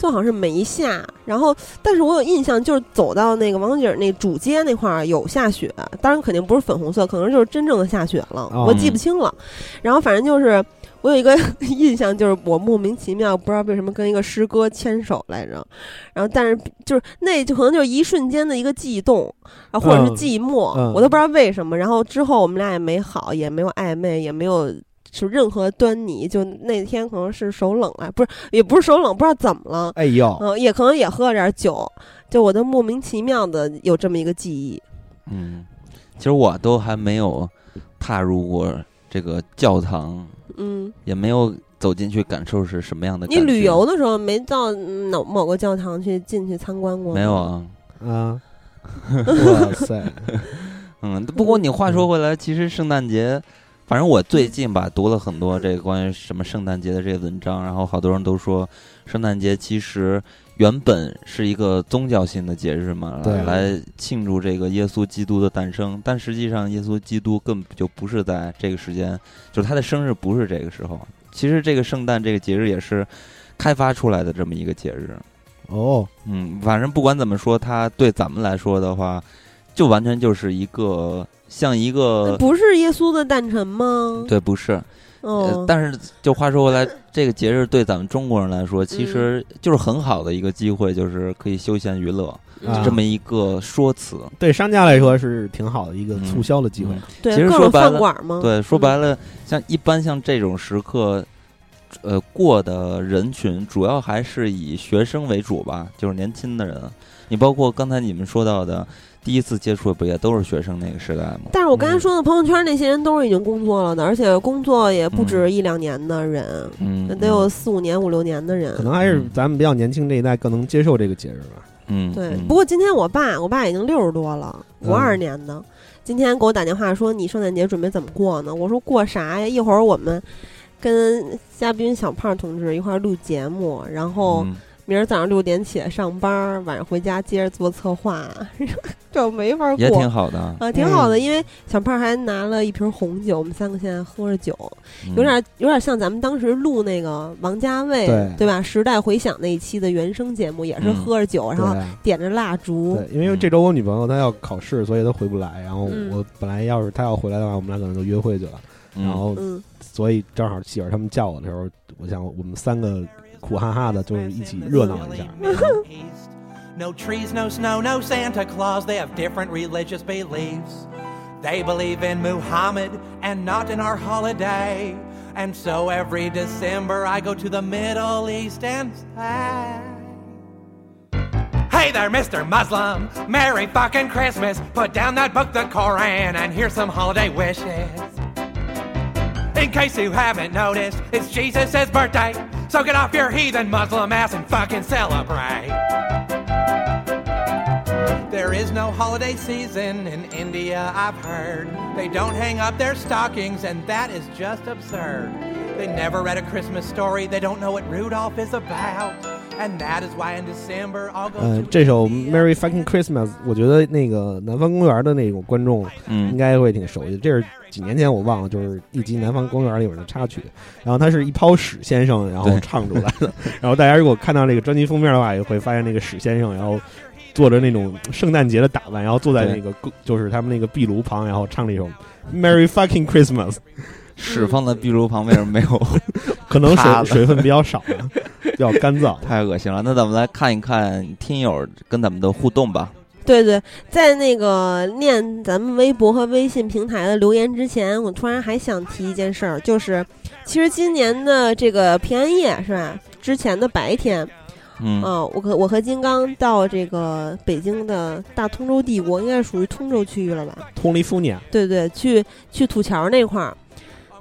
Speaker 2: 最好是没下，然后，但是我有印象，就是走到那个王府井那主街那块儿有下雪，当然肯定不是粉红色，可能就是真正的下雪了，
Speaker 3: 哦
Speaker 2: 我记不清了。然后反正就是我有一个 印象，就是我莫名其妙不知道为什么跟一个师哥牵手来着，然后但是就是那就可能就是一瞬间的一个悸动啊，或者是
Speaker 3: 嗯
Speaker 2: 寂寞，
Speaker 3: 嗯
Speaker 2: 我都不知道为什么。然后之后我们俩也没好，也没有暧昧，也没有是任何端倪，就那天可能是手冷啊了，不是也不是手冷，不知道怎么了，
Speaker 3: 哎
Speaker 1: 哦
Speaker 3: 呦，
Speaker 2: 嗯、也可能也喝了点酒，就我都莫名其妙的有这么一个记忆。
Speaker 1: 嗯，其实我都还没有踏入过这个教堂，
Speaker 2: 嗯，
Speaker 1: 也没有走进去感受是什么样的感
Speaker 2: 你
Speaker 1: 觉。
Speaker 2: 旅游的时候没到某某个教堂去进去参观过吗？
Speaker 1: 没有啊？
Speaker 3: 啊，哇塞，
Speaker 1: 嗯，不过你话说回来，其实圣诞节，反正我最近吧读了很多这个关于什么圣诞节的这些文章，然后好多人都说，圣诞节其实原本是一个宗教性的节日嘛，
Speaker 3: 对
Speaker 1: 来庆祝这个耶稣基督的诞生，但实际上耶稣基督根本就不是在这个时间，就是他的生日不是这个时候。其实这个圣诞这个节日也是开发出来的这么一个节日，
Speaker 3: 哦，
Speaker 1: 嗯，反正不管怎么说，它对咱们来说的话，就完全就是一个像一
Speaker 2: 那
Speaker 1: 个
Speaker 2: 不是耶稣的诞辰吗？
Speaker 1: 呃对，不是。呃
Speaker 2: 嗯，
Speaker 1: 但是就话说回来，这个节日对咱们中国人来说，其实就是很好的一个机会，就是可以休闲娱乐
Speaker 2: 嗯
Speaker 3: 啊
Speaker 1: 这么一个说辞。
Speaker 3: 对商家来说是挺好的一个
Speaker 1: 嗯
Speaker 3: 促销的机会
Speaker 1: 嗯，
Speaker 2: 对
Speaker 1: 其实
Speaker 2: 各
Speaker 1: 说
Speaker 2: 种
Speaker 1: 白
Speaker 2: 饭
Speaker 1: 了
Speaker 2: 馆吗？嗯
Speaker 1: 对，说白了，像一般像这种时刻。呃，过的人群主要还是以学生为主吧，就是年轻的人。你包括刚才你们说到的，第一次接触不也都是学生那个时代吗？
Speaker 2: 但是我刚才
Speaker 3: 嗯
Speaker 2: 说的朋友圈那些人都是已经工作了的，而且工作也不止一两年的人，
Speaker 1: 嗯，
Speaker 2: 得有四五年、五六年的人
Speaker 3: 可。能还是咱们比较年轻这一代更能接受这个节日吧。
Speaker 1: 嗯，
Speaker 2: 对，
Speaker 1: 嗯
Speaker 2: 不过今天我爸，我爸已经六十多了，
Speaker 3: 嗯
Speaker 2: 五二年的，今天给我打电话说你圣诞节准备怎么过呢？我说过啥呀？一会儿我们跟嘉宾小胖同志一块儿录节目，然后
Speaker 1: 嗯
Speaker 2: 明儿早上六点起来上班，晚上回家接着做策划， 这没法
Speaker 1: 也
Speaker 2: 过
Speaker 1: 挺。嗯好的，
Speaker 2: 啊，挺好的，因为小胖还拿了一瓶红酒，我们三个现在喝着酒，
Speaker 1: 嗯
Speaker 2: 有点有点像咱们当时录那个王家卫
Speaker 3: 对
Speaker 2: 对吧？时代回响那一期的原声节目，也是
Speaker 1: 嗯
Speaker 2: 喝着酒，然后
Speaker 3: 对。
Speaker 2: 点着蜡烛
Speaker 3: 对，，因为这周我女朋友她要考试，所以她回不来。然后
Speaker 2: 嗯
Speaker 3: 我本来要是她要回来的话，我们俩可能就约会去了。
Speaker 1: 嗯
Speaker 3: 然后
Speaker 2: 嗯，
Speaker 3: 所以正好媳妇儿他们叫我的时候，我想我们三个苦哈哈的，就是一起热闹一下。
Speaker 4: No trees, no snow, no Santa Claus. They have different religious beliefs. They believe in Muhammad and not in our holiday. And so every December I go to the Middle East and say, Hey there, Mr. Muslim. Merry fucking Christmas. Put down that book, the Koran, and here's some holiday wishes. In case you haven't noticed, it's Jesus' birthday. So get off your heathen Muslim ass and fucking celebrate. There is no holiday season in India, I've heard. They don't hang up their stockings, and that is just absurd. They never read a Christmas story, they don't know what Rudolph is about. And that is why in December I'll go
Speaker 3: 嗯
Speaker 4: to，
Speaker 3: 这首《
Speaker 4: India.
Speaker 3: Merry Fucking Christmas》，我觉得那个南方公园的那种观众
Speaker 1: 嗯
Speaker 3: 应该会挺熟悉。这是几年前我忘了，就是一集《南方公园》里边的插曲。然后它是一泡屎先生，然后
Speaker 1: 对
Speaker 3: 唱出来的。然后大家如果看到这个专辑封面的话，也会发现那个屎先生，然后做着那种圣诞节的打扮，然后坐在
Speaker 1: 对
Speaker 3: 那个公就是他们那个壁炉旁，然后唱了一首《Merry Fucking Christmas》。
Speaker 1: 屎放在壁炉旁为什么没 有？
Speaker 3: 可能
Speaker 1: 塌了
Speaker 3: 水水分比较少啊，比较干燥。
Speaker 1: 太恶心了。那咱们来看一看听友跟咱们的互动吧。
Speaker 2: 对对，在那个念咱们微博和微信平台的留言之前，我突然还想提一件事儿，就是其实今年的这个平安夜是吧？之前的白天，
Speaker 1: 嗯，
Speaker 2: 嗯，我和我和金刚到这个北京的大通州帝国，应该属于通州区域了吧？
Speaker 3: 通利夫尼亚，
Speaker 2: 对对，去去土桥那块儿，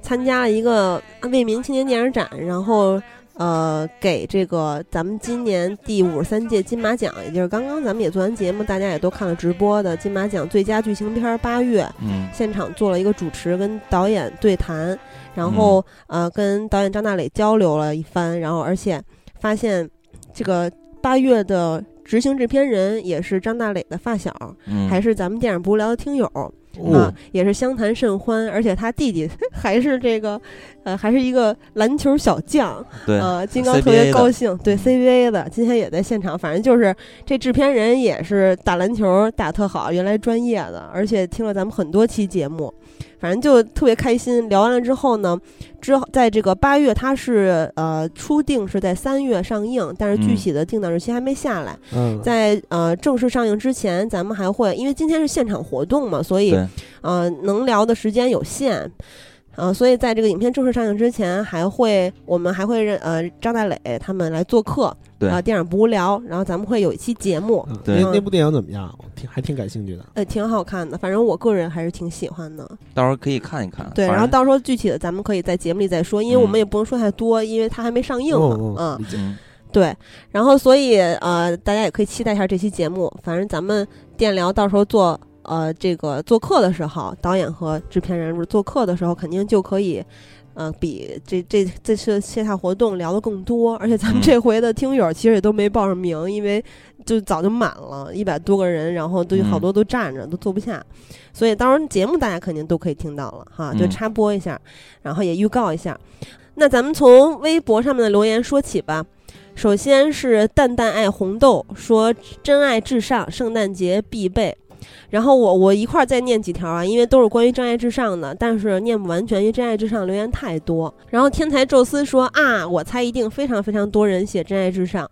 Speaker 2: 参加了一个为民青年电影展，然后呃，给这个咱们今年第五十三届金马奖，也就是刚刚咱们也做完节目，大家也都看了直播的金马奖最佳剧情片儿八月，
Speaker 1: 嗯
Speaker 2: 现场做了一个主持跟导演对谈，然后、呃跟导演张大磊交流了一番，然后而且发现这个八月的执行制片人也是张大磊的发小，
Speaker 1: 嗯，
Speaker 2: 还是咱们电影不无聊的听友。啊
Speaker 3: 哦，，
Speaker 2: 也是相谈甚欢，而且他弟弟 还是这个，呃，还是一个篮球小将，
Speaker 1: 对，
Speaker 2: 呃，金刚
Speaker 1: CBA
Speaker 2: 特别
Speaker 1: 的
Speaker 2: 高兴，对 CBA 的，今天也在现场，反正就是这制片人也是打篮球打特好，原来专业的，而且听了咱们很多期节目，反正就特别开心。聊完了之后呢，之后在这个八月，他是呃初定是在三月上映，但是具
Speaker 1: 嗯
Speaker 2: 体的定档日期还没下来，
Speaker 3: 嗯，
Speaker 2: 在呃正式上映之前，咱们还会因为今天是现场活动嘛，所以
Speaker 1: 对
Speaker 2: 呃能聊的时间有限。呃，所以在这个影片正式上映之前，还会我们还会让呃张大磊他们来做客，
Speaker 1: 对
Speaker 2: 啊，电影不无聊，然后咱们会有一期节目，
Speaker 3: 嗯
Speaker 1: 对
Speaker 3: 那那部电影怎么样？我挺还挺感兴趣的。
Speaker 2: 呃，挺好看的，反正我个人还是挺喜欢的。
Speaker 1: 到时候可以看一看。嗯
Speaker 2: 对，
Speaker 1: 反
Speaker 2: 然后
Speaker 1: 正
Speaker 2: 到时候具体的咱们可以在节目里再说，因为我们
Speaker 1: 嗯
Speaker 2: 也不能说太多，因为它还没上映嘛，
Speaker 3: 哦
Speaker 2: 嗯
Speaker 3: 哦，理解
Speaker 1: 嗯
Speaker 2: 对，然后所以呃，大家也可以期待一下这期节目。反正咱们电聊到时候做呃这个做客的时候，导演和制片人做客的时候，肯定就可以。呃，比这这这次线下活动聊的更多，而且咱们
Speaker 1: 嗯
Speaker 2: 这回的听友其实也都没报上名，因为就早就满了，一百多个人，然后都有好
Speaker 1: 嗯
Speaker 2: 多都站着，都坐不下，所以到时候节目大家肯定都可以听到了哈，就
Speaker 1: 嗯
Speaker 2: 插播一下，然后也预告一下。那咱们从微博上面的留言说起吧。首先是蛋蛋爱红豆说真爱至上，圣诞节必备。然后我我一块儿再念几条啊，因为都是关于真爱至上的，但是念不完全，因为真爱至上留言太多。然后天才宙斯说啊，我猜一定非常非常多人写真爱至上。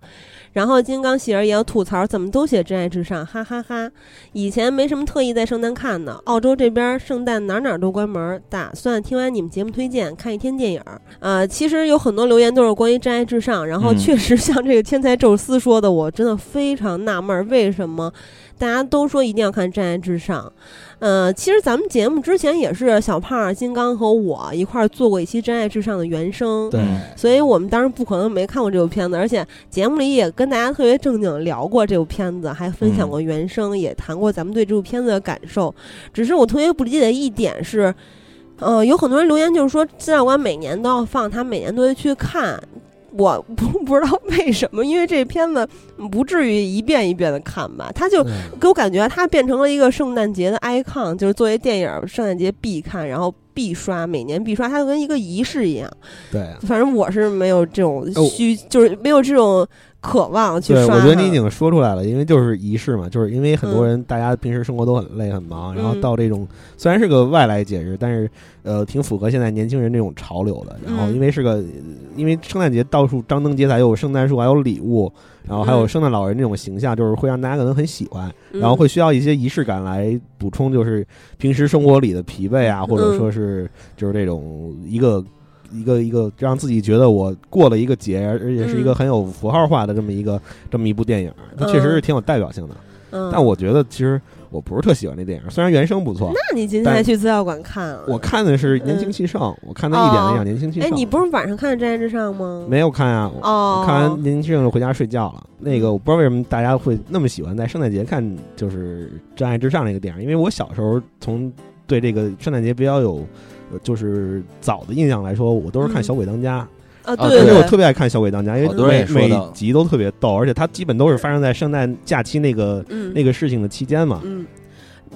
Speaker 2: 然后金刚喜儿也有吐槽，怎么都写真爱至上，哈哈哈以前没什么特意在圣诞看的，澳洲这边圣诞哪哪都关门，打算听完你们节目推荐看一天电影儿。呃，其实有很多留言都是关于真爱至上，然后
Speaker 1: 嗯
Speaker 2: 确实像这个天才宙斯说的，我真的非常纳闷儿，为什么大家都说一定要看真爱至上？呃，其实咱们节目之前也是小胖儿、金刚和我一块儿做过一期《真爱至上》的原声，
Speaker 3: 对
Speaker 1: 嗯
Speaker 2: 所以我们当时不可能没看过这部片子，而且节目里也跟大家特别正经地聊过这部片子，还分享过原声，也谈过咱们对这部片子的感受。只是我特别不理解的一点是，呃，有很多人留言就是说，资料馆每年都要放，他每年都会去看。我不不知道为什么，因为这片子不至于一遍一遍的看吧，他就
Speaker 3: 嗯
Speaker 2: 给我感觉啊它变成了一个圣诞节的 icon，就是作为电影儿圣诞节必看，然后必刷，每年必刷，它就跟一个仪式一样。
Speaker 3: 对。
Speaker 2: 反正我是没有这种
Speaker 3: 哦
Speaker 2: 需，就是没有这种渴望去
Speaker 3: 对，
Speaker 2: 刷它。
Speaker 3: 我觉得你已经说出来了，因为就是仪式嘛，就是因为很多
Speaker 2: 嗯
Speaker 3: 人大家平时生活都很累很忙，然后
Speaker 2: 嗯
Speaker 3: 到这种虽然是个外来节日，但是呃挺符合现在年轻人这种潮流的。然后
Speaker 2: 嗯
Speaker 3: 因为是个，因为圣诞节到处张灯结彩，又有圣诞树，还有礼物，然后还有
Speaker 2: 嗯
Speaker 3: 圣诞老人这种形象，就是会让大家可能很喜欢，
Speaker 2: 嗯，
Speaker 3: 然后会需要一些仪式感来补充，就是平时生活里的疲惫
Speaker 2: 嗯
Speaker 3: 啊，或者说是就是这种一个。一个一个让自己觉得我过了一个节，而且是一个
Speaker 2: 嗯
Speaker 3: 很有符号化的这么一个这么一部电影，
Speaker 2: 嗯
Speaker 3: 它确实是挺有代表性的。
Speaker 2: 嗯，
Speaker 3: 但我觉得其实我不是特喜欢这电影，虽然原声不错。
Speaker 2: 那你今天
Speaker 3: 但
Speaker 2: 还去资料馆看了？
Speaker 3: 我看的是年轻气盛，我看他一点没
Speaker 2: 哦
Speaker 3: 讲年轻气盛。
Speaker 2: 哎，你不是晚上看《真爱至上》吗？
Speaker 3: 没有看啊？我
Speaker 2: 哦，
Speaker 3: 看完年轻气盛就回家睡觉了。那个我不知道为什么大家会那么喜欢在圣诞节看，就是《真爱至上》这个电影，因为我小时候从对这个圣诞节比较有。呃就是早的印象来说，我都是看
Speaker 2: 嗯
Speaker 3: 《小鬼当家》
Speaker 2: 啊，
Speaker 1: 啊
Speaker 2: 对
Speaker 1: 对
Speaker 3: 而且我
Speaker 2: 对
Speaker 3: 特别爱看《小鬼当家》，因
Speaker 1: 好多人
Speaker 3: 为
Speaker 1: 也说
Speaker 3: 每
Speaker 1: 到
Speaker 3: 每集都特别逗，而且它基本都是发生在圣诞假期那个
Speaker 2: 嗯
Speaker 3: 那个事情的期间嘛。
Speaker 2: 嗯，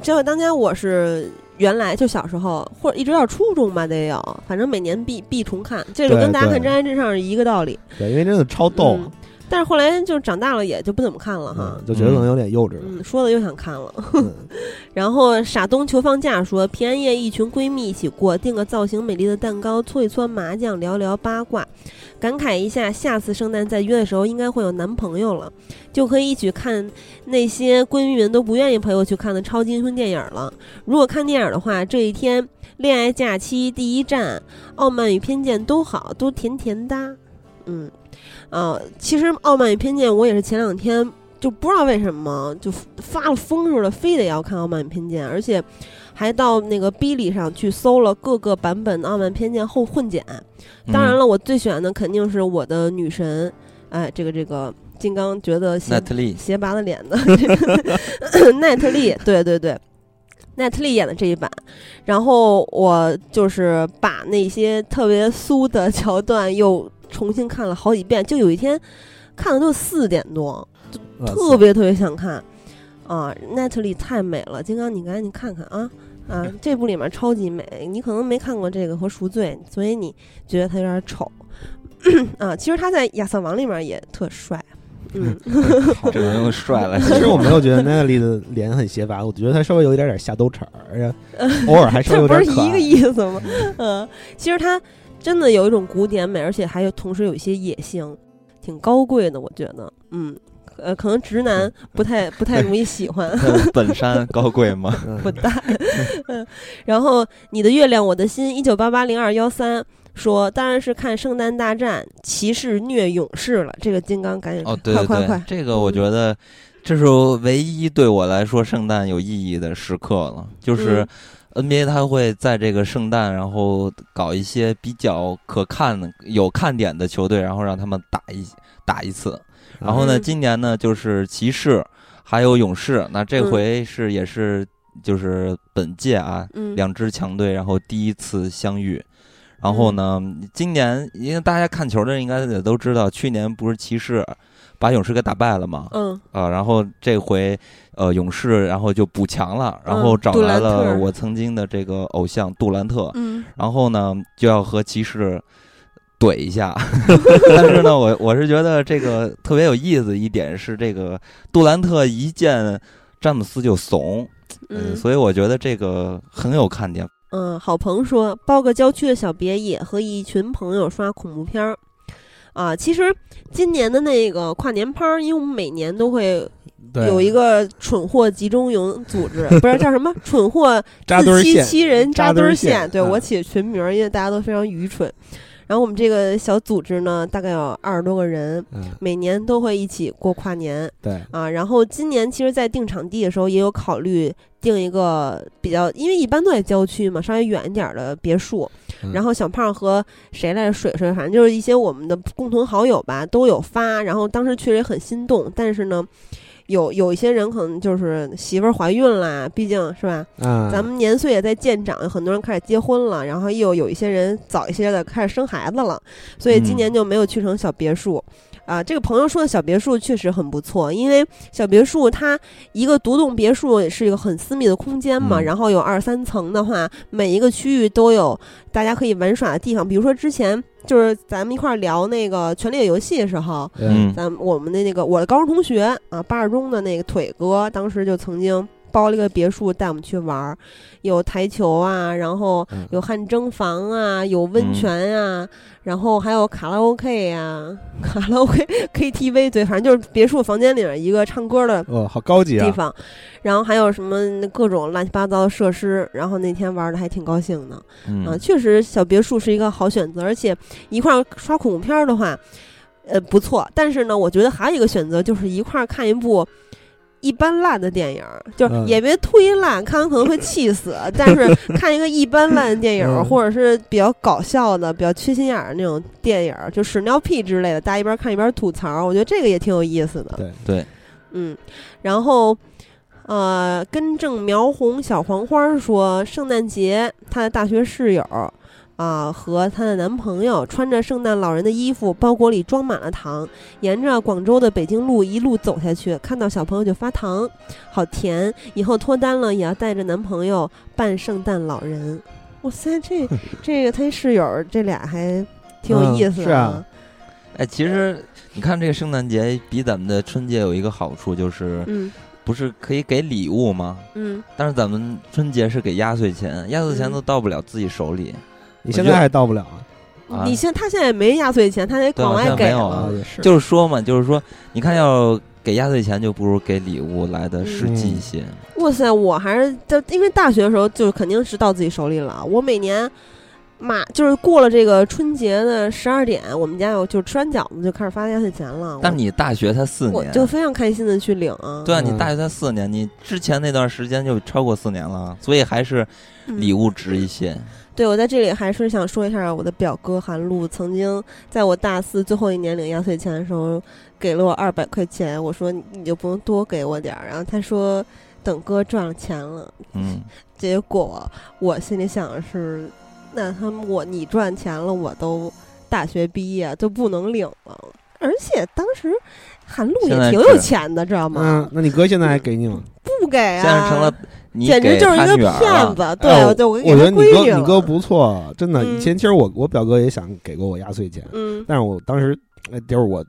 Speaker 2: 这个当家我是原来就小时候，或者一直到初中吧，得有，反正每年必必重看，这就
Speaker 3: 对
Speaker 2: 跟大家
Speaker 3: 对
Speaker 2: 看《真爱至上》是一个道理。
Speaker 3: 对，因为真的超逗
Speaker 2: 嗯，但是后来就长大了，也就不怎么看了哈
Speaker 3: 嗯。就觉得可能有点幼稚。
Speaker 2: 嗯，说的又想看了。
Speaker 3: 嗯
Speaker 2: 然后傻东求放假说，平安夜一群闺蜜一起过，订个造型美丽的蛋糕，搓一搓麻将，聊聊八卦，感慨一下，下次圣诞再约的时候应该会有男朋友了，就可以一起看那些闺蜜们都不愿意陪我去看的超级英雄电影了。如果看电影的话，这一天恋爱假期第一站，《傲慢与偏见》都好，都甜甜哒。嗯，呃，其实《傲慢与偏见》我也是前两天就不知道为什么就发了疯似的，非得要看《傲慢与偏见》，而且还到那个哔哩上去搜了各个版本的《傲慢与偏见》后混剪。当
Speaker 1: 嗯
Speaker 2: 然了，我最喜欢的肯定是我的女神，哎，这个这个金刚觉得
Speaker 1: 奈
Speaker 2: 邪
Speaker 1: 特利，
Speaker 2: 斜拔的脸的 奈特利，对对对。奈特利演的这一版，然后我就是把那些特别酥的 桥段又重新看了好几遍，就有一天看了都四点多，
Speaker 3: 嗯呃
Speaker 2: 特别特别想看啊！奈特利太美了，金刚你赶紧看看啊 啊！这部里面超级美，你可能没看过这个和赎罪，所以你觉得他有点丑啊。其实他在亚瑟王里面也特帅，嗯，
Speaker 3: 好
Speaker 1: 这能用帅来
Speaker 3: 其
Speaker 1: 形
Speaker 3: 实我
Speaker 1: 容。
Speaker 3: 没有觉得奈特利的脸很邪拔，我觉得他稍微有一点点下兜齿儿，而且 偶尔还 稍
Speaker 2: 这不
Speaker 3: 微有点
Speaker 2: 是
Speaker 3: 可
Speaker 2: 一个
Speaker 3: 爱。
Speaker 2: 意思吗？嗯，其实他真的有一种古典美，而且还有同时有一些野性，挺高贵的，我觉得，嗯。呃，可能直
Speaker 3: 嗯
Speaker 2: 男不太不太容易喜 欢，
Speaker 1: 那本山高贵吗？
Speaker 3: 嗯
Speaker 2: 滚蛋。嗯，然后你的月亮，我的心，一九八八零二幺三说，当然是看《圣诞大战》骑士虐勇士了。这个金刚赶紧
Speaker 1: 哦，对
Speaker 2: 快
Speaker 1: 对
Speaker 2: 快
Speaker 1: 对
Speaker 2: 快，，
Speaker 1: 这个我觉得这是唯一对我来说圣诞有意义的时刻了，就是
Speaker 2: 嗯
Speaker 1: NBA 它会在这个圣诞，然后搞一些比较可看、有看点的球队，然后让他们打一打一次。然后呢，
Speaker 2: 嗯
Speaker 1: 今年呢就是骑士还有勇士，那这
Speaker 2: 嗯
Speaker 1: 回是也是就是本届啊
Speaker 2: 嗯，
Speaker 1: 两支强队，然后第一次相遇。然后呢，
Speaker 2: 嗯
Speaker 1: 今年因为大家看球的人应该也都知道，去年不是骑士把勇士给打败了嘛？
Speaker 2: 嗯
Speaker 1: 啊，然后这回呃勇士然后就补强了，然后
Speaker 2: 嗯
Speaker 1: 找
Speaker 2: 杜
Speaker 1: 来
Speaker 2: 兰特
Speaker 1: 了我曾经的这个偶像杜兰特，
Speaker 2: 嗯
Speaker 1: 然后呢就要和骑士怼一 下。但是呢，我我是觉得这个特别有意思的一点是，这个杜兰特一见詹姆斯就怂，嗯，
Speaker 2: 嗯。
Speaker 1: 所以我觉得这个很有看点。
Speaker 2: 嗯，好朋说包个郊区的小别野，和一群朋友刷恐怖片儿。啊，其实今年的那个跨年趴儿，因为我们每年都会
Speaker 3: 对
Speaker 2: 有一个蠢货集中营组织，不是叫什么 蠢货
Speaker 3: 扎堆
Speaker 2: 自
Speaker 3: 儿
Speaker 2: 欺
Speaker 3: 线，
Speaker 2: 欺人扎
Speaker 3: 扎堆
Speaker 2: 堆
Speaker 3: 儿
Speaker 2: 儿
Speaker 3: 线
Speaker 2: 线。对
Speaker 3: 嗯
Speaker 2: 我起群名儿，因为大家都非常愚蠢。然后我们这个小组织呢，大概有二十多个人，
Speaker 3: 嗯，
Speaker 2: 每年都会一起过跨年。
Speaker 3: 对，
Speaker 2: 啊，然后今年其实，在定场地的时候也有考虑定一个比较，因为一般都在郊区嘛，稍微远一点儿的别墅。
Speaker 3: 嗯
Speaker 2: 然后小胖和谁来着，水水，反正就是一些我们的共同好友吧，都有发。然后当时确实也很心动，但是呢，有有一些人可能就是媳妇儿怀孕啦，毕竟是吧，
Speaker 3: 啊，
Speaker 2: 咱们年岁也在渐长，有很多人开始结婚了，然后又有一些人早一些的开始生孩子了，所以今年就没有去成小别墅。啊，这个朋友说的小别墅确实很不错，因为小别墅它一个独栋别墅是一个很私密的空间嘛，
Speaker 1: 嗯
Speaker 2: 然后有二三层的话，每一个区域都有大家可以玩耍的地方。比如说之前就是咱们一块儿聊那个《权力的游戏》的时候，
Speaker 1: 嗯，
Speaker 2: 咱们我们的那个我的高中同学啊，八二中的那个腿哥，当时就曾经包了一个别墅带我们去玩儿，有台球啊，然后
Speaker 3: 嗯
Speaker 2: 有汗蒸房啊，有温泉啊，然后还有卡拉 OK 啊， 卡拉 OK KTV 对，反正就是别墅房间里面一个唱歌的
Speaker 3: 哦，好高级
Speaker 2: 地
Speaker 3: 啊！
Speaker 2: 方，然后还有什么各种乱七八糟的设施，然后那天玩的还挺高兴的。啊，
Speaker 1: 嗯，
Speaker 2: 确实小别墅是一个好选择，而且一块儿刷恐怖片儿的话，呃，不错。但是呢，我觉得还有一个选择就是一块儿看一部一般烂的电影儿，就是
Speaker 3: 嗯
Speaker 2: 也别忒烂，看完可能会气死。但是看一个一般烂的电影儿，
Speaker 3: 嗯
Speaker 2: 或者是比较搞笑的、比较缺心眼儿的那种电影儿，就屎尿屁之类的，大家一边看一边吐槽，我觉得这个也挺有意思的。
Speaker 3: 对
Speaker 1: 对，
Speaker 2: 嗯，然后。呃，根正苗红小黄花说，圣诞节她的大学室友啊、和她的男朋友穿着圣诞老人的衣服，包裹里装满了糖，沿着广州的北京路一路走下去，看到小朋友就发糖，好甜。以后脱单了也要带着男朋友扮圣诞老人。哇塞，这这个她室友这俩还挺有
Speaker 3: 嗯
Speaker 2: 意思
Speaker 3: 是
Speaker 2: 的、
Speaker 3: 啊
Speaker 1: 哎，其实你看这个圣诞节比咱们的春节有一个好处，就是
Speaker 2: 嗯
Speaker 1: 不是可以给礼物吗？
Speaker 2: 嗯，
Speaker 1: 但是咱们春节是给压岁钱，压岁钱
Speaker 2: 嗯
Speaker 1: 都到不了自己手里。
Speaker 3: 你
Speaker 1: 我
Speaker 3: 现
Speaker 1: 觉
Speaker 3: 在
Speaker 1: 得
Speaker 3: 还到不了啊
Speaker 1: 啊
Speaker 2: 哦你现她现在没压岁钱，她得
Speaker 1: 对我
Speaker 2: 往外
Speaker 1: 现在
Speaker 2: 给
Speaker 1: 没有
Speaker 2: 了
Speaker 1: 啊
Speaker 3: 也是
Speaker 1: 就是说嘛，就是说，你看要给压岁钱，就不如给礼物来的实际一些。
Speaker 2: 哇塞，我还是就因为大学的时候就肯定是到自己手里了。我每年马就是过了这个春节的十二点，我们家有就吃完饺子就开始发压岁钱了。
Speaker 1: 但你大学才四
Speaker 2: 我我
Speaker 1: 年，
Speaker 2: 就非常开心的去领啊。
Speaker 1: 对啊，你
Speaker 3: 嗯
Speaker 1: 大学才四年，你之前那段时间就超过四年了，所以还是
Speaker 2: 嗯
Speaker 1: 礼物值一些。
Speaker 2: 对，我在这里还是想说一下，我的表哥韩露曾经在我大四最后一年领压岁钱的时候，给了我二百块钱。我说你你就不能多给我点儿，然后他说等哥赚了钱了。
Speaker 1: 嗯，
Speaker 2: 结果我心里想的是，那他们我你赚钱了，我都大学毕业就不能领了。而且当时韩露
Speaker 1: 现在
Speaker 2: 也挺
Speaker 1: 是
Speaker 2: 有钱的，知道吗
Speaker 3: 嗯？，那你哥现在还给你吗？
Speaker 2: 不给啊，
Speaker 1: 现在成了你
Speaker 2: 简直
Speaker 1: 给
Speaker 2: 就是
Speaker 1: 他
Speaker 2: 一个
Speaker 1: 女儿啊
Speaker 2: 骗
Speaker 1: 了。
Speaker 2: 子。
Speaker 3: 哎
Speaker 2: 对，
Speaker 3: 我
Speaker 2: 对我给
Speaker 3: 觉得
Speaker 2: 他
Speaker 3: 你
Speaker 2: 闺女
Speaker 3: 哥
Speaker 2: 了。
Speaker 3: 你哥不错，真的。
Speaker 2: 嗯
Speaker 3: 以前其实我我表哥也想给过我压岁钱，
Speaker 2: 嗯
Speaker 3: 但是我当时哎就是我。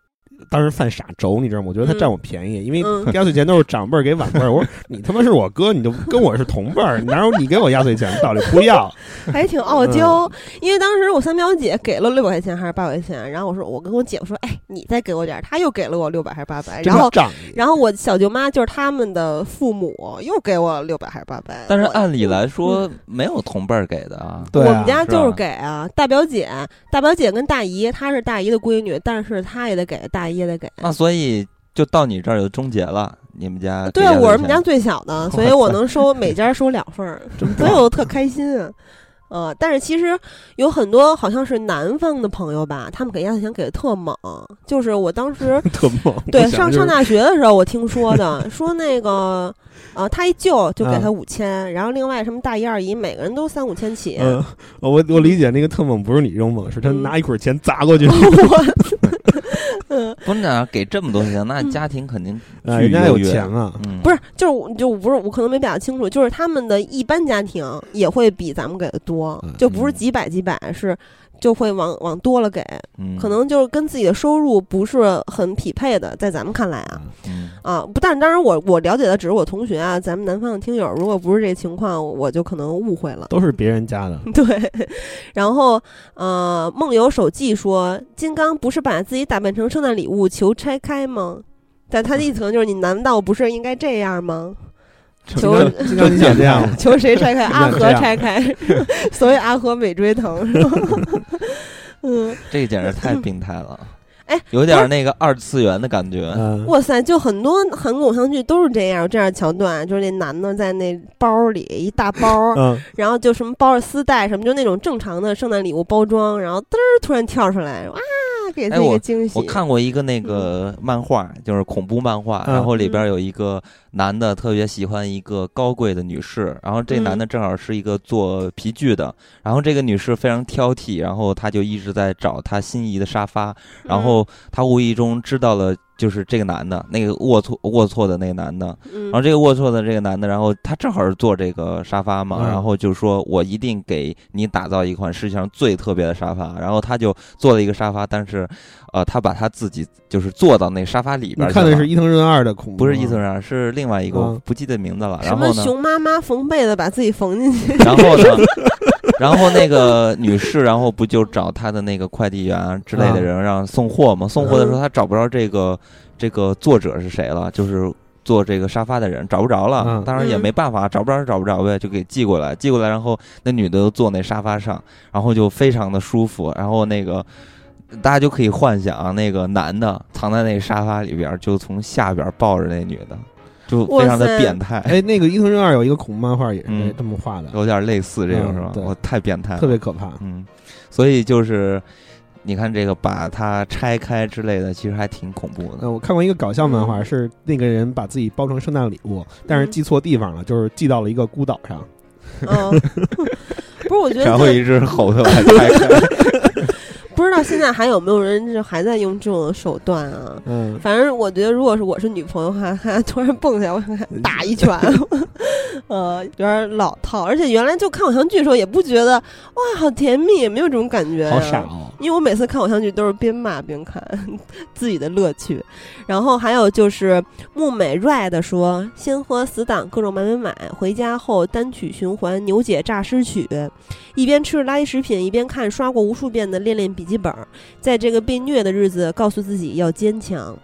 Speaker 3: 当时犯傻轴，你知道吗？我觉得他
Speaker 2: 嗯
Speaker 3: 占我便宜，因为
Speaker 2: 嗯
Speaker 3: 压岁钱都是长辈儿给晚辈儿。我说 你他妈是我哥，你就跟我是同辈儿，哪有你给我压岁钱的道理？不要，
Speaker 2: 还挺傲娇，
Speaker 3: 嗯
Speaker 2: 因为当时我三表姐给了六百块钱还是八百块钱，然后我说我跟我姐夫说，哎，你再给我点儿，她又给了我六百还是八百，
Speaker 3: 真
Speaker 2: 哎然后
Speaker 3: 仗义。
Speaker 2: 然后我小舅妈就是他们的父母又给我六百还是八百，
Speaker 1: 但是哎
Speaker 2: 我
Speaker 1: 按理来说，
Speaker 2: 嗯
Speaker 1: 没有同辈儿给的啊。
Speaker 3: 对啊
Speaker 2: 我们家
Speaker 1: 是
Speaker 2: 就
Speaker 1: 吧
Speaker 2: 是给啊，大表姐、大表姐跟大姨，她是大姨的闺女，但是她也得给，大姨也得给。
Speaker 3: 啊
Speaker 1: 那所以就到你这儿就终结了，你们家给
Speaker 2: 对
Speaker 1: 压
Speaker 2: 啊，
Speaker 1: 岁
Speaker 2: 我是我们
Speaker 1: 钱
Speaker 2: 家最小 的，所以我能收每家收两份儿，所以我特开心啊。呃，但是其实有很多好像是南方的朋友吧，他们给压岁钱给的特猛，就是我当 时
Speaker 3: 特猛。
Speaker 2: 对
Speaker 3: 我想
Speaker 2: 上
Speaker 3: 就是
Speaker 2: 上大学的时候我听说 的，说那个呃他一舅就给
Speaker 3: 嗯
Speaker 2: 他五千，然后另外什么大姨二姨每个人都三五千起，
Speaker 3: 嗯，我我理解那个特猛不是你这种猛，是他
Speaker 2: 嗯
Speaker 3: 拿一捆钱砸过去，
Speaker 1: 不是啊给这么多钱，那家庭肯定
Speaker 3: 啊，
Speaker 1: 巨
Speaker 3: 人家
Speaker 1: 优
Speaker 3: 有
Speaker 1: 越
Speaker 3: 钱啊，
Speaker 1: 嗯
Speaker 2: 嗯不是，就是我就不是我可能没表达清楚，就是他们的一般家庭也会比咱们给的多
Speaker 3: 嗯，
Speaker 2: 就不是几百几百，是就会往往多了给，
Speaker 1: 嗯
Speaker 2: 可能就是跟自己的收入不是很匹配的，在咱们看来啊
Speaker 1: 嗯
Speaker 2: 啊，不，但当然我我了解的只是我同学啊，咱们南方的听友如果不是这情况，我就可能误会了。
Speaker 3: 都是别人家的。
Speaker 2: 对，然后呃，梦游手记说，金刚不是把自己打扮成圣诞礼物求拆开吗？但他的意思可能就是，你难道不是应该这样吗？求
Speaker 3: 金刚，你想这 样吗？
Speaker 2: 求谁 拆开？阿
Speaker 3: 这
Speaker 2: 和
Speaker 3: 样
Speaker 2: 拆开， 所以阿和美追疼。 是吧嗯，
Speaker 1: 这简直太病态了。
Speaker 2: 哎，
Speaker 1: 有点那个二次元的感觉。
Speaker 3: 嗯，
Speaker 2: 哇塞，就很多韩国偶像剧都是这样，有这样的桥段，就是那男的在那包里一大 包，
Speaker 3: 嗯，
Speaker 2: 然后就什么包着丝带什么，就那种正常的圣诞礼物包装，然后嘚儿突然跳出来，哇，给自己
Speaker 1: 哎
Speaker 2: 一
Speaker 1: 我
Speaker 2: 个惊喜。
Speaker 1: 我看过一个那个漫画，就是恐怖漫画，
Speaker 3: 嗯
Speaker 1: 然后里边有一个男的特别喜欢一个高贵的女士，然后这
Speaker 2: 嗯
Speaker 1: 男的正好是一个做皮具的，然后这个女士非常挑剔，然后他就一直在找他心仪的沙发，然后他无意中知道了就是这个男的，那个龌龊龌龊的那个男的，
Speaker 2: 嗯，
Speaker 1: 然后这个龌龊的这个男的，然后他正好是坐这个沙发嘛，
Speaker 3: 嗯
Speaker 1: 然后就说我一定给你打造一款世界上最特别的沙发。然后他就做了一个沙发，但是，呃，他把他自己就是坐到那沙发里
Speaker 3: 你
Speaker 1: 边去
Speaker 3: 看
Speaker 1: 了。
Speaker 3: 的是伊藤润二的恐怖吗，
Speaker 1: 不是伊藤润二，是另外一个，
Speaker 3: 嗯
Speaker 1: 我不记得名字了。
Speaker 2: 什
Speaker 1: 然
Speaker 2: 么
Speaker 1: 后呢？
Speaker 2: 熊妈妈缝被子把自己缝进去，
Speaker 1: 然后呢？然后那个女士，然后不就找她的那个快递员啊之类的人让送货吗？送货
Speaker 3: 嗯
Speaker 1: 的时候，她找不着这个这个作者是谁了，就是做这个沙发的人找不着了
Speaker 3: 嗯。
Speaker 1: 当然也没办法，找不着找不着呗，就给寄过来。寄过来，然后那女的就坐那沙发上，然后就非常的舒服。然后那个大家就可以幻想啊，那个男的藏在那沙发里边，就从下边抱着那女的。就非常的
Speaker 2: 哇塞
Speaker 1: 变态，
Speaker 3: 哎，那个《伊藤润二》有一个恐怖漫画也是
Speaker 1: 嗯
Speaker 3: 这么画的，
Speaker 1: 有点类似这种
Speaker 3: 嗯
Speaker 1: 是吧？
Speaker 3: 对
Speaker 1: 我太变态了，
Speaker 3: 特别可怕。
Speaker 1: 嗯，所以就是你看这个把它拆开之类的，其实还挺恐怖的。
Speaker 3: 呃，我看过一个搞笑漫画，
Speaker 2: 嗯
Speaker 3: 是那个人把自己包成圣诞礼物，但是寄错地方了，就是寄到了一个孤岛上。
Speaker 2: 嗯，不是，我觉
Speaker 1: 然
Speaker 2: 得
Speaker 1: 后
Speaker 2: 就
Speaker 1: 一只猴子把它拆开，
Speaker 2: 不知道现在还有没有人就还在用这种手段啊？
Speaker 3: 嗯，
Speaker 2: 反正我觉得，如果是我是女朋友的话，她突然蹦起来，我想打 一拳，呃，有点老套。而且原来就看偶像剧的时候，也不觉得哇，好甜蜜，没有这种感觉、 啊
Speaker 3: 好傻。哦。
Speaker 2: 因为我每次看偶像剧都是边骂边看，自己的乐趣。然后还有就是木美 Red 说，先喝死党各种买买买，回家后单曲循环《牛姐诈尸曲》，一边吃着垃圾食品，一边看刷过无数遍的《恋恋笔记本》。在这个被虐的日子，告诉自己要坚强。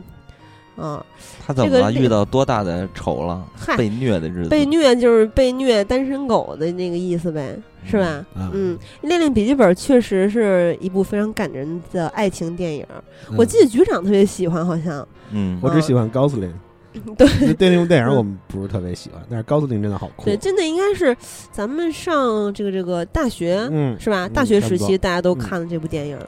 Speaker 2: 啊，
Speaker 1: 他怎么
Speaker 2: 这个
Speaker 1: 了？
Speaker 2: 那
Speaker 1: 遇到多大的仇了？
Speaker 2: 嗨，
Speaker 1: 被虐的日子，
Speaker 2: 被虐就是被虐单身狗的那个意思呗，是吧？
Speaker 3: 啊
Speaker 2: 嗯，《恋恋笔记本》确实是一部非常感人的爱情电影，我记
Speaker 3: 得
Speaker 2: 得局长特别喜欢，好像
Speaker 1: 嗯，
Speaker 3: 嗯我只喜欢高 司令，
Speaker 2: 对
Speaker 3: 对那种电影我们不是特别喜欢，但是高司令真的好
Speaker 2: 嗯
Speaker 3: 酷
Speaker 2: 对，。真的应该是咱们上这个这个大学
Speaker 3: 嗯，
Speaker 2: 是吧？
Speaker 3: 嗯
Speaker 2: 大学
Speaker 3: 差不
Speaker 2: 时
Speaker 3: 多
Speaker 2: 期大家都
Speaker 3: 嗯
Speaker 2: 看了这部电影，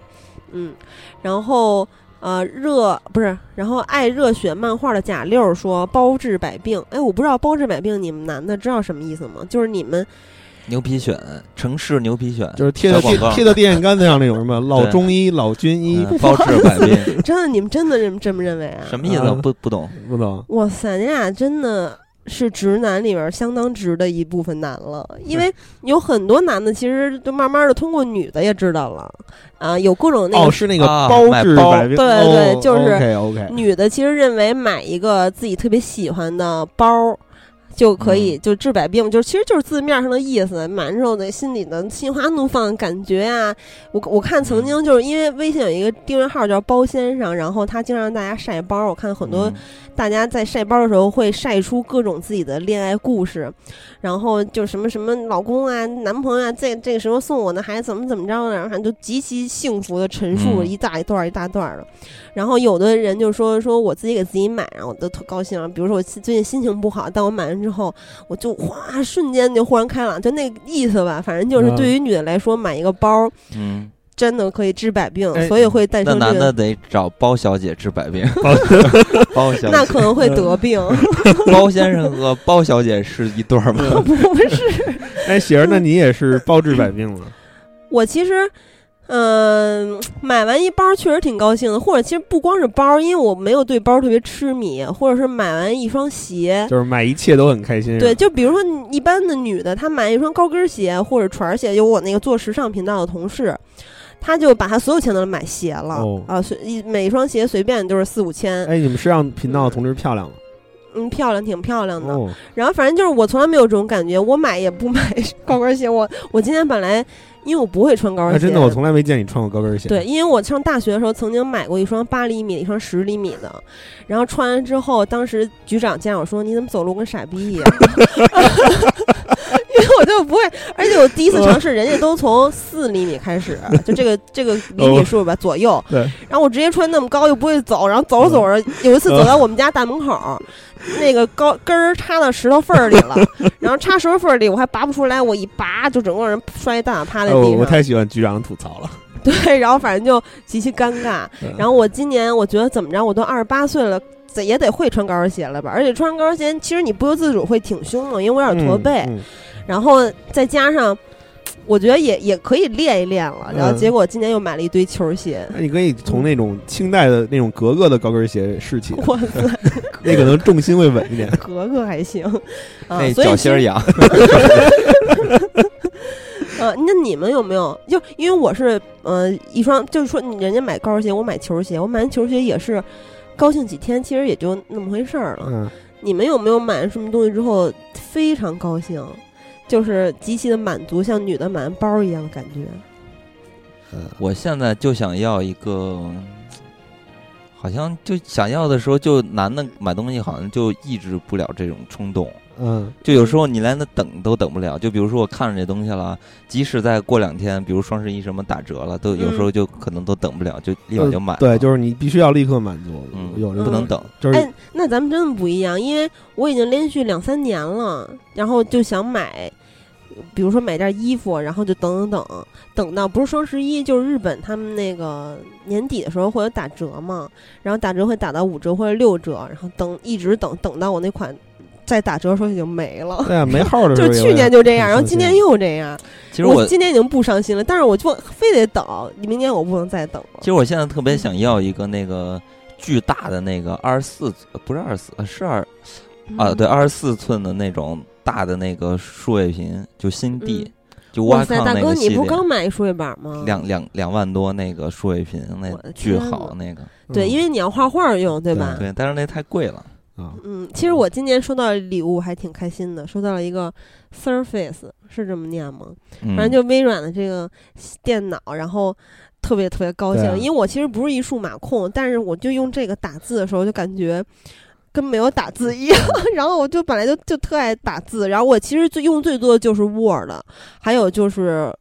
Speaker 2: 嗯，然后呃热不是，然后爱热血漫画的贾六说包治百病，哎，我不知道包治百病你们男的知道什么意思吗？就是你 们
Speaker 1: 牛皮癣，城市牛皮癣，
Speaker 3: 就是贴
Speaker 1: 小
Speaker 3: 到
Speaker 1: 广告
Speaker 3: 贴贴到电线杆子上那种什 么老中医、老军医，
Speaker 1: 嗯包治百 病，
Speaker 2: 真的你们真的这么这么认为啊？
Speaker 1: 什么意思？
Speaker 3: 啊
Speaker 1: 我不不懂。
Speaker 3: 不懂。
Speaker 2: 哇塞，你俩真的是直男里边相当直的一部分男了，因为有很多男的其实就慢慢的通过女的也知道了，啊，有各种那
Speaker 3: 哦，
Speaker 2: 个
Speaker 3: 是那个
Speaker 1: 啊
Speaker 3: 包
Speaker 1: 买
Speaker 3: 治
Speaker 1: 包
Speaker 3: 百病，哦
Speaker 2: 对对就是
Speaker 3: OK OK，
Speaker 2: 女的其实认为买一个自己特别喜欢的包。就可以就治百病，就其实就是字面上的意思，买完之后的心里的心花怒放的感觉啊。我我看曾经就是因为微信有一个订阅号叫包先生，然后他经常让大家晒包，我看很多
Speaker 1: 嗯
Speaker 2: 大家在晒包的时候会晒出各种自己的恋爱故事，然后就什么什么老公啊、男朋友啊，这这个时候送我呢，还怎么怎么着呢，反正就极其幸福的陈述
Speaker 1: 嗯
Speaker 2: 一大一段儿一大段儿的。然后有的人就说说我自己给自己买，然后我都特高兴啊。比如说我最近心情不好，但我买完之后，我就哗瞬间就豁然开朗，就那个意思吧。反正就是
Speaker 3: 嗯
Speaker 2: 对于女的来说，买一个包
Speaker 1: 嗯，
Speaker 2: 真的可以治百病，
Speaker 3: 哎
Speaker 2: 所以会诞
Speaker 1: 那
Speaker 2: 生这
Speaker 1: 男的
Speaker 2: 个，
Speaker 1: 得找包小姐治百病， 包小
Speaker 2: 那
Speaker 1: 姐，
Speaker 2: 可能会得
Speaker 3: 嗯
Speaker 2: 病，
Speaker 1: 包先生和包小姐是一对儿吗？
Speaker 2: 不是。
Speaker 3: 哎，喜儿，那你也是包治百病了？
Speaker 2: 我其实，嗯、买完一包确实挺高兴的，或者其实不光是包，因为我没有对包特别痴迷，或者是买完一双鞋。
Speaker 3: 就是买一切都很开心。
Speaker 2: 对，，就比如说你一般的女的，她买一双高跟鞋或者船鞋，有我那个做时尚频道的同事，她就把她所有钱都买鞋了、
Speaker 3: 哦
Speaker 2: 啊，随一每一双鞋随便就是四五千，
Speaker 3: 哎，你们时尚频道的同志漂亮吗？
Speaker 2: 嗯，漂亮，挺漂亮的。
Speaker 3: 哦，
Speaker 2: 然后反正就是我从来没有这种感觉，我买也不买 高跟鞋，我我今天本来因为我不会穿高跟
Speaker 3: 哎，
Speaker 2: 鞋，
Speaker 3: 真的，我从来没见你穿过高跟鞋。
Speaker 2: 哦对，因为我上大学的时候曾经买过一双八厘米的，一双十厘米的，然后穿完之后，当时局长见我说：“你怎么走路跟傻逼一样？” 因为我就不会，而且我第一次尝试，人家都从四厘米开始，就这个这个厘米数吧左右。
Speaker 3: 哦对
Speaker 2: 然后我直接穿那么高又不会走，然后走着走着，有一次走到
Speaker 3: 嗯
Speaker 2: 我们家大门口，那个高跟儿插到石头缝儿里 了，然后插石头缝儿里我还拔不出来，我一拔就整个人摔一蛋趴在
Speaker 3: 哎，
Speaker 2: 地
Speaker 3: 我
Speaker 2: 上。
Speaker 3: 我太喜欢局长的吐槽了。
Speaker 2: 对，然后反正就极其尴尬
Speaker 3: 嗯。
Speaker 2: 然后我今年我觉得怎么着，我都二十八岁了，怎也得会穿高跟鞋了吧？而且穿高跟鞋，其实你不由自主会挺胸的，因 为我有点驼背，
Speaker 3: 嗯嗯
Speaker 2: 然后再加上。我觉得也也可以练一练了，然后
Speaker 3: 嗯
Speaker 2: 结果今年又买了一堆球鞋，
Speaker 3: 那你可以从那种清代的那种格格的高跟鞋 试起，啊
Speaker 2: 哇塞，
Speaker 3: 那可能重心会稳一点。
Speaker 2: 格格还行啊
Speaker 1: 那，
Speaker 2: 所以
Speaker 1: 脚
Speaker 2: 其
Speaker 1: 心儿
Speaker 2: 实
Speaker 1: 痒，
Speaker 2: 呃，那你们有没有就因为我是呃一双，就是说你人家买高跟鞋，我买球鞋，我买完球鞋也是高兴几天，其实也就那么回事儿了。
Speaker 3: 嗯，
Speaker 2: 你们有没有买完什么东西之后非常高兴，就是极其的满足，像女的买完包一样的感觉？
Speaker 1: 我现在就想要一个，好像就想要的时候，就男的买东西好像就抑制不了这种冲动，
Speaker 3: 嗯
Speaker 1: 就有时候你连那等都等不了。就比如说我看上这东西了，即使再过两天，比如双十一什么打折了，都有时
Speaker 2: 嗯
Speaker 1: 候就可能都等不了，就立马就买了。
Speaker 3: 呃对，就是你必须要立刻满足，
Speaker 1: 嗯
Speaker 3: 有人
Speaker 1: 不能
Speaker 2: 嗯
Speaker 1: 等。
Speaker 3: 就是
Speaker 2: 哎，那咱们真的不一样，因为我已经连续两三年了，然后就想买，比如说买件衣服，然后就等等等，等到不是双十一，就是日本他们那个年底的时候会有打折嘛，然后打折会打到五折或者六折，然后等一直等等到我那款在打折的时候已经没了。
Speaker 3: 对啊，没号的时
Speaker 2: 就
Speaker 3: 候
Speaker 2: 是
Speaker 3: 也
Speaker 2: 去
Speaker 3: 会
Speaker 2: 年就这样，
Speaker 3: 很
Speaker 2: 然后
Speaker 3: 伤
Speaker 2: 今年
Speaker 3: 心
Speaker 2: 又这样。
Speaker 1: 其实
Speaker 2: 我
Speaker 1: 我
Speaker 2: 今年已经不伤心了，但是我就非得等，明年我不能再等了
Speaker 1: 其。实我现在特别想要一个那个巨大的那个二十四，不是二十四，呃是二啊，
Speaker 2: 嗯
Speaker 1: 对，，二十四寸的那种大的那个数位屏，就新地，
Speaker 2: 嗯
Speaker 1: 就
Speaker 2: 哇
Speaker 1: 挖
Speaker 2: 塞，
Speaker 1: 矿
Speaker 2: 大
Speaker 1: 那
Speaker 2: 哥，
Speaker 1: 个
Speaker 2: 你
Speaker 1: 系
Speaker 2: 不是
Speaker 1: 列，
Speaker 2: 刚买一数位板吗？
Speaker 1: 两两两万多那个数位屏，那
Speaker 2: 我的
Speaker 1: 巨
Speaker 2: 天
Speaker 1: 好那个，
Speaker 2: 对，
Speaker 3: 嗯
Speaker 2: 因为你要画画用，对吧？
Speaker 1: 对，但是那太贵了。
Speaker 3: 啊，
Speaker 2: 嗯，其实我今年收到的礼物还挺开心的，收到了一个 Surface，是这么念吗？
Speaker 1: 嗯、
Speaker 2: 反正就微软的这个电脑，然后特别特别高兴，
Speaker 3: 对啊
Speaker 2: 因为我其实不是一数码控，但是我就用这个打字的时候就感觉。跟没有打字一样，
Speaker 3: 嗯
Speaker 2: 然后我就本来就就特爱打字，然后我其实最用最多的就是 Word，还有就是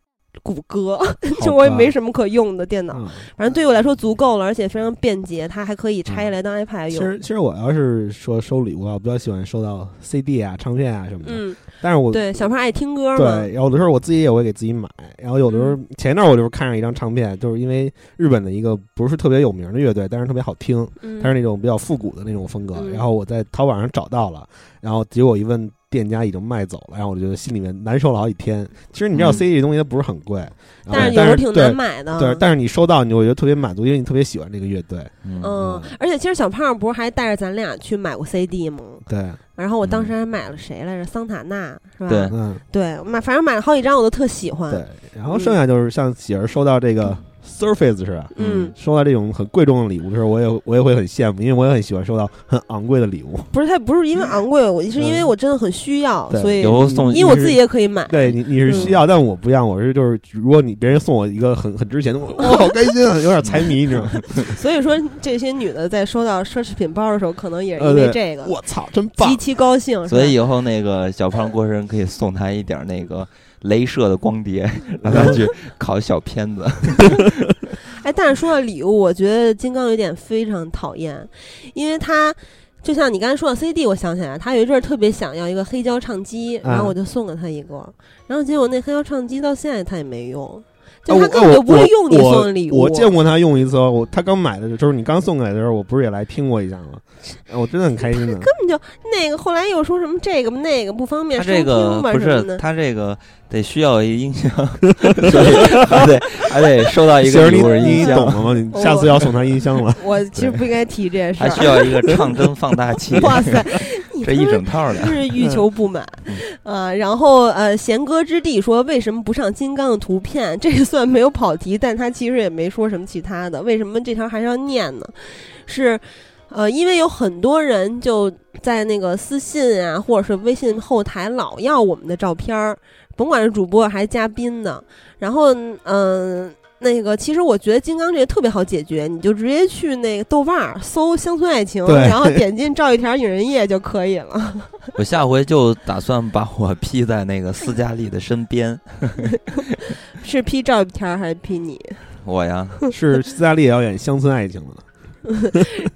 Speaker 2: 谷歌，就我也没什么可用的电脑，
Speaker 3: 么。
Speaker 2: 反正对我来说足够了，而且非常便捷，它还可以拆下来当 iPad
Speaker 3: 嗯其
Speaker 2: 用。
Speaker 3: 实，其实我要是说收礼物啊，我比较喜欢收到 CD 啊、唱片啊什么的。
Speaker 2: 嗯，
Speaker 3: 但是我
Speaker 2: 对，小胖爱听歌嘛，
Speaker 3: 对，有的时候我自己也会给自己买，然后有的时候
Speaker 2: 嗯
Speaker 3: 前一段我就是看上一张唱片，就是因为日本的一个不是特别有名的乐队，但是特别好听，
Speaker 2: 嗯，
Speaker 3: 它是那种比较复古的那种风格。
Speaker 2: 嗯
Speaker 3: 然后我在淘宝上找到了，然后结果一问店家已经卖走了，然后我就觉得心里面难受了好几天。其实你知道
Speaker 1: 嗯
Speaker 3: CD 这东西它不是很贵，然后
Speaker 2: 但是有
Speaker 3: 哎但
Speaker 2: 时
Speaker 3: 是
Speaker 2: 候挺
Speaker 3: 对
Speaker 2: 难买的。
Speaker 3: 对，但是你收到你就会觉得特别满足，因为你特别喜欢这个乐队。
Speaker 1: 嗯
Speaker 2: 嗯
Speaker 3: 嗯，
Speaker 2: 而且其实小胖不是还带着咱俩去买过 CD 吗？
Speaker 3: 对，
Speaker 2: 然后我当时还买了谁来着？桑塔纳是吧？
Speaker 1: 对
Speaker 3: 嗯，
Speaker 2: 对，我买反正买了好几张，我都特喜欢。
Speaker 3: 对。然后剩下就是像喜儿收到这个 Surface 是吧？
Speaker 2: 嗯，
Speaker 3: 收到这种很贵重的礼物的时候，我也我也会很羡慕，因为我也很喜欢收到很昂贵的礼物。
Speaker 2: 不是，它不是因为昂贵， 我是因为我真的很需要，
Speaker 3: 嗯对
Speaker 2: 所以
Speaker 1: 有送，
Speaker 2: 因为我自己也可以买。
Speaker 3: 对你，你是需要，但我不一样，我是就是，如果你别人送我一个很很值钱 的，我我好开心啊，有点财迷，你知道吗？
Speaker 2: 所以说，这些女的在收到奢侈品包的时候，可能也是
Speaker 3: 呃
Speaker 2: 因为
Speaker 3: 对
Speaker 2: 这个
Speaker 3: 我操，真棒
Speaker 2: 极！其高兴。 是吧
Speaker 1: 所以以后那个小胖过生日可以送他一点那个镭射的光碟，让他去烤小片子。
Speaker 2: 哎，但是说到礼物，我觉得金刚有点非常讨厌，因为他就像你刚才说的 CD，我想起来，他有一阵儿特别想要一个黑胶唱机，然后
Speaker 3: 嗯
Speaker 2: 我就送了他一个，然后结果那黑胶唱机到现在他也没用，就
Speaker 3: 啊
Speaker 2: 他
Speaker 3: 我
Speaker 2: 根本就不会用你
Speaker 3: 我
Speaker 2: 送的礼物。
Speaker 3: 我见过他用一次哦，我他刚买的时候，就是你刚送给的时候，我不是也来听过一下 吗？啊我真的很开心的。
Speaker 2: 根本就那个，后来又说什么这个那个不方便
Speaker 1: 他
Speaker 2: 收
Speaker 1: 这个
Speaker 2: 听吧
Speaker 1: 不
Speaker 2: 什么
Speaker 1: 是
Speaker 2: 的。
Speaker 1: 他这个得需要一音 箱，所以还得还得收到一
Speaker 3: 喜儿，
Speaker 1: 个礼
Speaker 3: 你
Speaker 1: 物是
Speaker 3: 你
Speaker 1: 音
Speaker 3: 懂了
Speaker 1: 箱，
Speaker 3: 吗？你下次要送他音箱 了。
Speaker 2: 我其实不应该提这事
Speaker 1: 还
Speaker 2: 儿。，
Speaker 1: 需要一个唱针放大器
Speaker 2: 哇塞，你
Speaker 1: 这一整套
Speaker 2: 真
Speaker 1: 的。
Speaker 2: 是欲求不满。呃，然后呃，弦歌之地说为什么不上金刚的图片？这算没有跑题，但他其实也没说什么其他的。为什么这条还是要念呢？是。呃，因为有很多人就在那个私信啊，或者是微信后台老要我们的照片儿，甭管是主播还是嘉宾呢。然后，嗯、那个其实我觉得金刚这个特别好解决，你就直接去那个豆瓣儿搜“乡村爱情”，
Speaker 3: 对
Speaker 2: 然后点进照一条影人页就可以了。
Speaker 1: 我下回就打算把我 P 在那个斯嘉丽的身边，
Speaker 2: 是 P 照片儿还是 P 你？
Speaker 1: 我呀，
Speaker 3: 是斯嘉丽也要演乡村爱情了呢。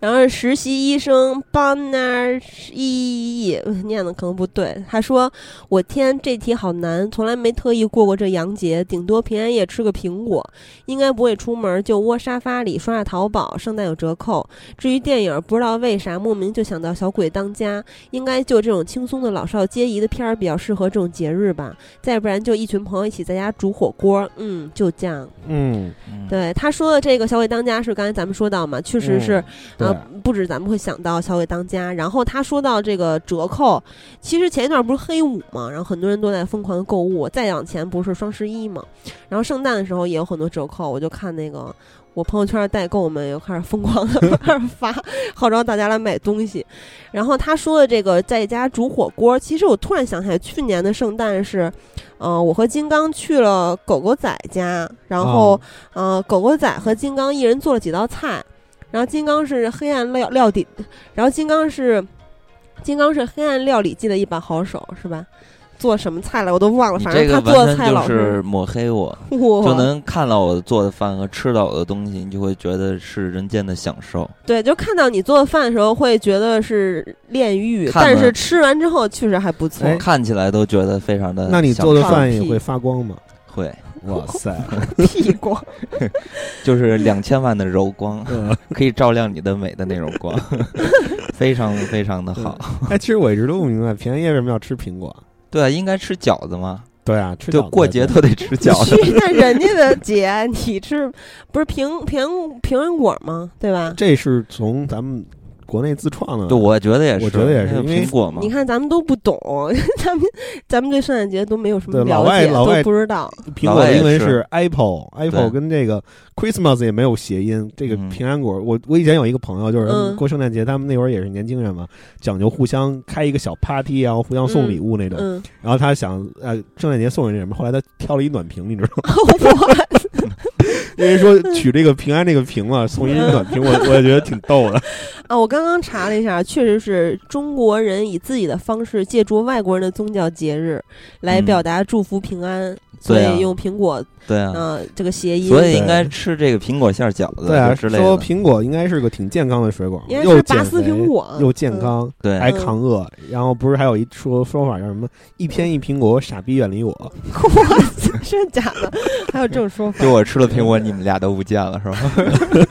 Speaker 2: 然后实习医生邦纳伊，念的可能不对。他说：“我天，这题好难，从来没特意过过这洋节，顶多平安夜吃个苹果，应该不会出门，就窝沙发里刷刷淘宝，圣诞有折扣。至于电影，不知道为啥莫名就想到《小鬼当家》，应该就这种轻松的老少皆宜的片儿比较适合这种节日吧。再不然就一群朋友一起在家煮火锅，嗯，就这样。”
Speaker 3: 嗯，
Speaker 1: 嗯
Speaker 2: 对他说的这个“小鬼当家”是刚才咱们说到嘛，确实是啊、
Speaker 3: 对
Speaker 2: 不止咱们会想到“小鬼当家”。然后他说到这个折扣，其实前一段不是黑五嘛，然后很多人都在疯狂的购物。再往前不是双十一嘛，然后圣诞的时候也有很多折扣，我就看那个。我朋友圈的代购们又开始疯狂的 开始发，号召大家来买东西。然后他说的这个在家煮火锅，其实我突然想起来，去年的圣诞是，呃，我和金刚去了狗狗仔家，然后、
Speaker 1: 哦
Speaker 2: 呃，狗狗仔和金刚一人做了几道菜，然后金刚是黑暗料料理，然后金刚是金刚是黑暗料理界的一把好手，是吧？做什么菜来我都忘了，
Speaker 1: 你
Speaker 2: 反
Speaker 1: 这
Speaker 2: 正
Speaker 1: 个
Speaker 2: 他做
Speaker 1: 完
Speaker 2: 的
Speaker 1: 全
Speaker 2: 菜
Speaker 1: 就
Speaker 2: 老
Speaker 1: 是
Speaker 2: 是
Speaker 1: 抹黑我，
Speaker 2: 哇，
Speaker 1: 就能看到我做的饭和吃到我的东西，你就会觉得是人间的享受。
Speaker 2: 对，就看到你做的饭的时候会觉得是炼狱，
Speaker 1: 看
Speaker 2: 但
Speaker 1: 了
Speaker 2: 是吃完之后确实还不错。
Speaker 3: 哎
Speaker 1: 看起来都觉得非常的享受。
Speaker 3: 那你做的
Speaker 2: 放
Speaker 3: 饭也
Speaker 2: 屁
Speaker 3: 会发光吗？
Speaker 1: 会
Speaker 3: 哇塞，
Speaker 2: 屁股，
Speaker 1: 就是两千万的柔光，
Speaker 3: 嗯
Speaker 1: 可以照亮你的美的那种 光，非常非常的好。
Speaker 3: 哎，其实我一直都不明白，平安夜为什么要吃苹果？
Speaker 1: 对啊，应该吃饺子嘛，
Speaker 3: 对啊，吃
Speaker 1: 就
Speaker 3: 饺子
Speaker 1: 过节
Speaker 3: 对
Speaker 1: 都得吃饺子。
Speaker 2: 去那人家的姐，你吃不是平平平安果吗？对吧？
Speaker 3: 这是从咱们国内自创的，
Speaker 1: 对，我觉得也是，
Speaker 3: 我觉得也是
Speaker 1: 那个
Speaker 3: 因为
Speaker 1: 苹果嘛
Speaker 2: 你。看咱们都不懂， 咱们咱们对圣诞节都没有什么
Speaker 3: 对老
Speaker 2: 了
Speaker 3: 外
Speaker 2: 解，
Speaker 3: 老外
Speaker 2: 都不知道。
Speaker 3: 苹果
Speaker 1: 老外
Speaker 3: 的
Speaker 1: 也
Speaker 3: 英文
Speaker 1: 是
Speaker 3: 是
Speaker 1: 对
Speaker 3: apple，apple 跟这个 Christmas 也没有谐音。这个
Speaker 1: 嗯
Speaker 3: 平安果，我我以前有一个朋友，就是他们
Speaker 2: 嗯
Speaker 3: 过圣诞节，他们那会儿也是年轻人嘛，讲究互相开一个小 party，然后互相送
Speaker 2: 嗯
Speaker 3: 礼物那种。
Speaker 2: 嗯，
Speaker 3: 然后他想，呃，圣诞节送人什么？后来他挑了一暖瓶，你知道 吗？
Speaker 2: 我
Speaker 3: 因为说取这个平安这个瓶嘛，送一暖 瓶，我我也觉得挺 逗的。
Speaker 2: 啊，我刚刚查了一下，确实是中国人以自己的方式借助外国人的宗教节日来
Speaker 1: 嗯
Speaker 2: 表达祝福平安，所
Speaker 1: 对啊
Speaker 2: 以用苹果
Speaker 1: 对
Speaker 3: 嗯
Speaker 1: 啊，
Speaker 2: 呃这个谐音。
Speaker 1: 所以应该吃这个苹果馅儿饺子
Speaker 3: 对啊，
Speaker 1: 之类的
Speaker 3: 说。苹果应该是个挺健康的水果，
Speaker 2: 应该
Speaker 3: 又
Speaker 2: 是
Speaker 3: 减
Speaker 2: 拔
Speaker 3: 肥
Speaker 2: 丝苹果，嗯
Speaker 3: 又健康，
Speaker 1: 对，啊
Speaker 3: 还抗饿。然后不是还有一说说法叫什么“一天一苹果，傻逼远离我
Speaker 2: 嗯。 哇塞，真的假的？还有这种说法
Speaker 1: 就？我吃了苹果，你们俩都不见了是吧？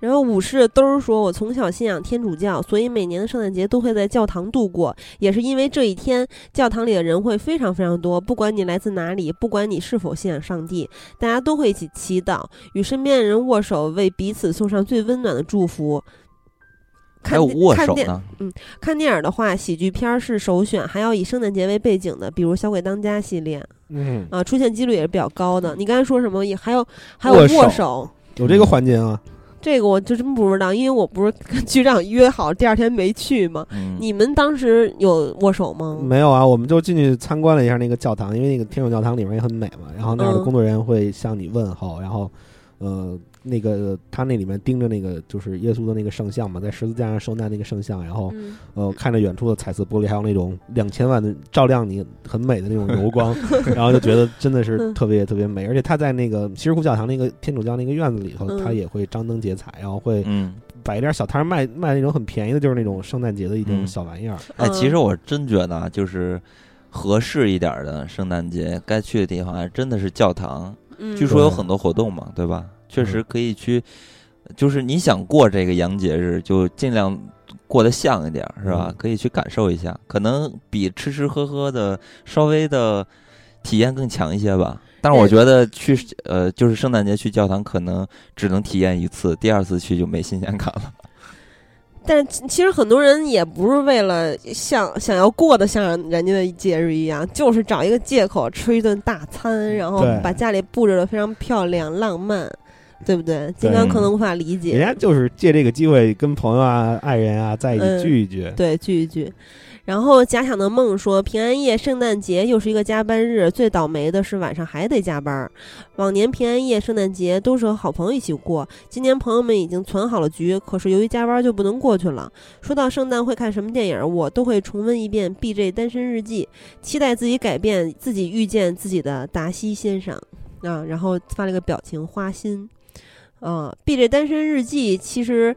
Speaker 2: 然后武士都是说，我从小信仰天主教，所以每年的圣诞节都会在教堂度过。也是因为这一天，教堂里的人会非常非常多，不管你来自哪里，不管你是否信仰上帝，大家都会一起祈祷，与身边的人握手，为彼此送上最温暖的祝福。
Speaker 1: 还有
Speaker 2: 看电
Speaker 1: 握
Speaker 2: 看
Speaker 1: 手
Speaker 2: 电
Speaker 1: 呢，
Speaker 2: 看电影的话，喜剧片儿是首选，还要以圣诞节为背景的，比如《小鬼当家》系列”。
Speaker 3: 嗯，
Speaker 2: 啊，出现几率也是比较高的。你刚才说什么？也还有还有
Speaker 3: 握
Speaker 2: 握
Speaker 3: 手有这个环节啊。
Speaker 2: 这个我就真不知道，因为我不是跟 局长约好第二天没去吗？
Speaker 1: 嗯，
Speaker 2: 你们当时有握手吗？
Speaker 3: 没有啊，我们就进去参观了一下那个教堂，因为那个天主教堂里面也很美嘛。然后那儿的
Speaker 2: 嗯
Speaker 3: 工作人员会向你问候，然后，呃，那个他那里面盯着那个就是耶稣的那个圣像嘛，在十字架上受难那个圣像，然后
Speaker 2: 嗯，
Speaker 3: 呃看着远处的彩色玻璃，还有那种两千万的照亮你很美的那种 柔光，然后就觉得真的是
Speaker 2: 嗯
Speaker 3: 特别特别美。而且他在那个西什库教堂那个天主教那个院子里头，
Speaker 2: 嗯
Speaker 3: 他也会张灯结彩，然后会
Speaker 1: 嗯，
Speaker 3: 摆一点小摊儿卖卖那种很便宜的，就是那种圣诞节的一种
Speaker 1: 嗯
Speaker 3: 小玩意儿。
Speaker 1: 哎，
Speaker 2: 嗯
Speaker 1: 其实我真觉得啊，就是合适一点儿的圣诞节该去的地方，还真的是教堂。
Speaker 2: 嗯
Speaker 1: 据说有很多活动嘛，对吧？确实可以去，就是你想过这个洋节日，就尽量过得像一点儿，是吧
Speaker 3: 嗯？
Speaker 1: 可以去感受一下，可能比吃吃喝喝的稍微的体验更强一些吧。但是我
Speaker 2: 对
Speaker 1: 觉得去呃，就是圣诞节去教堂，可能只能体验一次，第二次去就没新鲜感了。
Speaker 2: 但是其其实很多人也不是为了想想要过得像人家的节日一样，就是找一个借口吃一顿大餐，然后
Speaker 3: 对
Speaker 2: 把家里布置的非常漂亮浪漫，对不对？金刚可能无法理
Speaker 3: 人
Speaker 2: 解，
Speaker 3: 家就是借这个机会跟朋友啊、爱人啊在一起
Speaker 2: 嗯
Speaker 3: 聚一聚。
Speaker 2: 对，聚一聚。然后假想的梦说，平安夜、圣诞节又是一个加班日，最倒霉的是晚上还得加班儿。往年平安夜、圣诞节都是和好朋友一起过，今年朋友们已经攒好了局，可是由于加班就不能过去了。说到圣诞会看什么电影，我都会重温一遍《BJ 单身日记》，期待自己改变、自己遇见自己的达西先生啊。然后发了一个表情花心，啊，《BJ 单身日记》其实。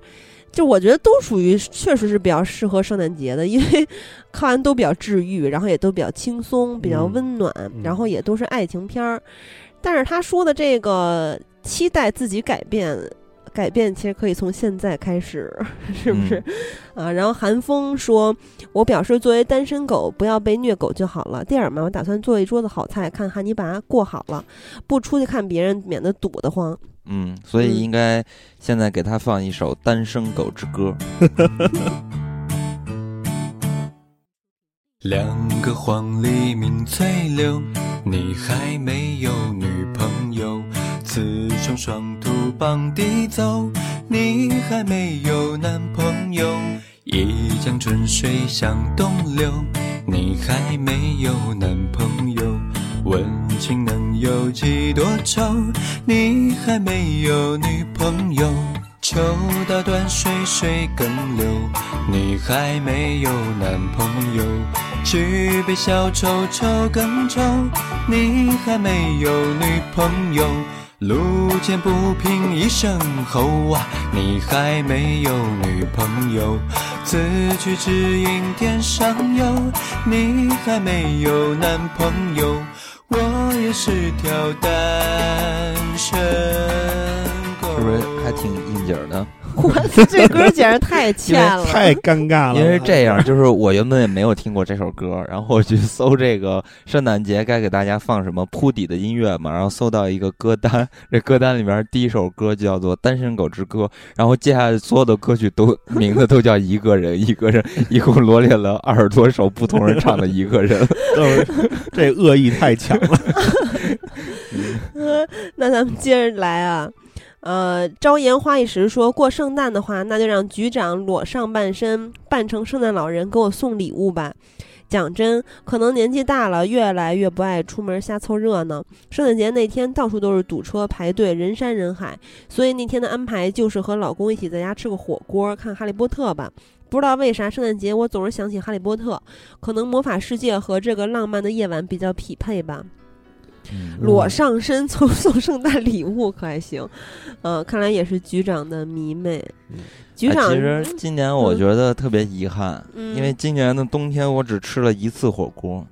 Speaker 2: 就我觉得都属于确实是比较适合圣诞节的，因为看完都比较治愈，然后也都比较轻松，比较
Speaker 3: 嗯
Speaker 2: 温暖，
Speaker 3: 嗯
Speaker 2: 然后也都是爱情片儿。但是他说的这个期待自己改变，改变其实可以从现在开始， 是不是？啊，然后韩风说，我表示作为单身狗，不要被虐狗就好了。电影嘛，我打算做一桌子好菜，看《汉尼拔》过好了，不出去看别人，免得堵得慌。
Speaker 1: 嗯，所以
Speaker 2: 嗯
Speaker 1: 应该现在给他放一首《单身狗之歌》。
Speaker 5: 两个黄鹂鸣翠柳，你还没有女朋友。雌雄双兔傍地走，你还没有男朋友。一江春水向东流，你还没有男朋友。问情能有几多愁，你还没有女朋友。秋到断水水更流，你还没有男朋友。举杯消愁愁更愁，你还没有女朋友。路见不平一声吼啊，你还没有女朋友。此去只应天上有，你还没有男朋友。我也是条单身狗。
Speaker 1: 是不是还挺应景儿的？
Speaker 2: 我操，这歌简直太欠了，
Speaker 3: 太尴尬了。
Speaker 1: 因为是这样，就是我原本也没有听过这首歌，然后我去搜这个圣诞节该给大家放什么铺底的音乐嘛，然后搜到一个歌单，这歌单里面第一首歌就叫做《单身狗之歌》，然后接下来所有的歌曲都名字都叫一个人，一个人，一共罗列了二十多首不同人唱的一个人。
Speaker 3: 这这恶意太强了。
Speaker 2: 嗯， 那咱们接着来啊。呃，朝颜花一时说过圣诞的话，那就让局长裸上半身扮成圣诞老人给我送礼物吧。讲真，可能年纪大了，越来越不爱出门瞎凑热闹。圣诞节那天到处都是堵车排队，人山人海，所以那天的安排就是和老公一起在家吃个火锅，看《哈利波特》吧。不知道为啥，圣诞节我总是想起《哈利波特》，可能魔法世界和这个浪漫的夜晚比较匹配吧。裸
Speaker 1: 嗯
Speaker 2: 上身 送送圣诞礼物可还行，呃，看来也是局长的迷妹。局
Speaker 1: 哎
Speaker 2: 长，
Speaker 1: 其实今年我觉得特别遗憾，
Speaker 2: 嗯
Speaker 1: 因为今年的冬天我只吃了一次火锅，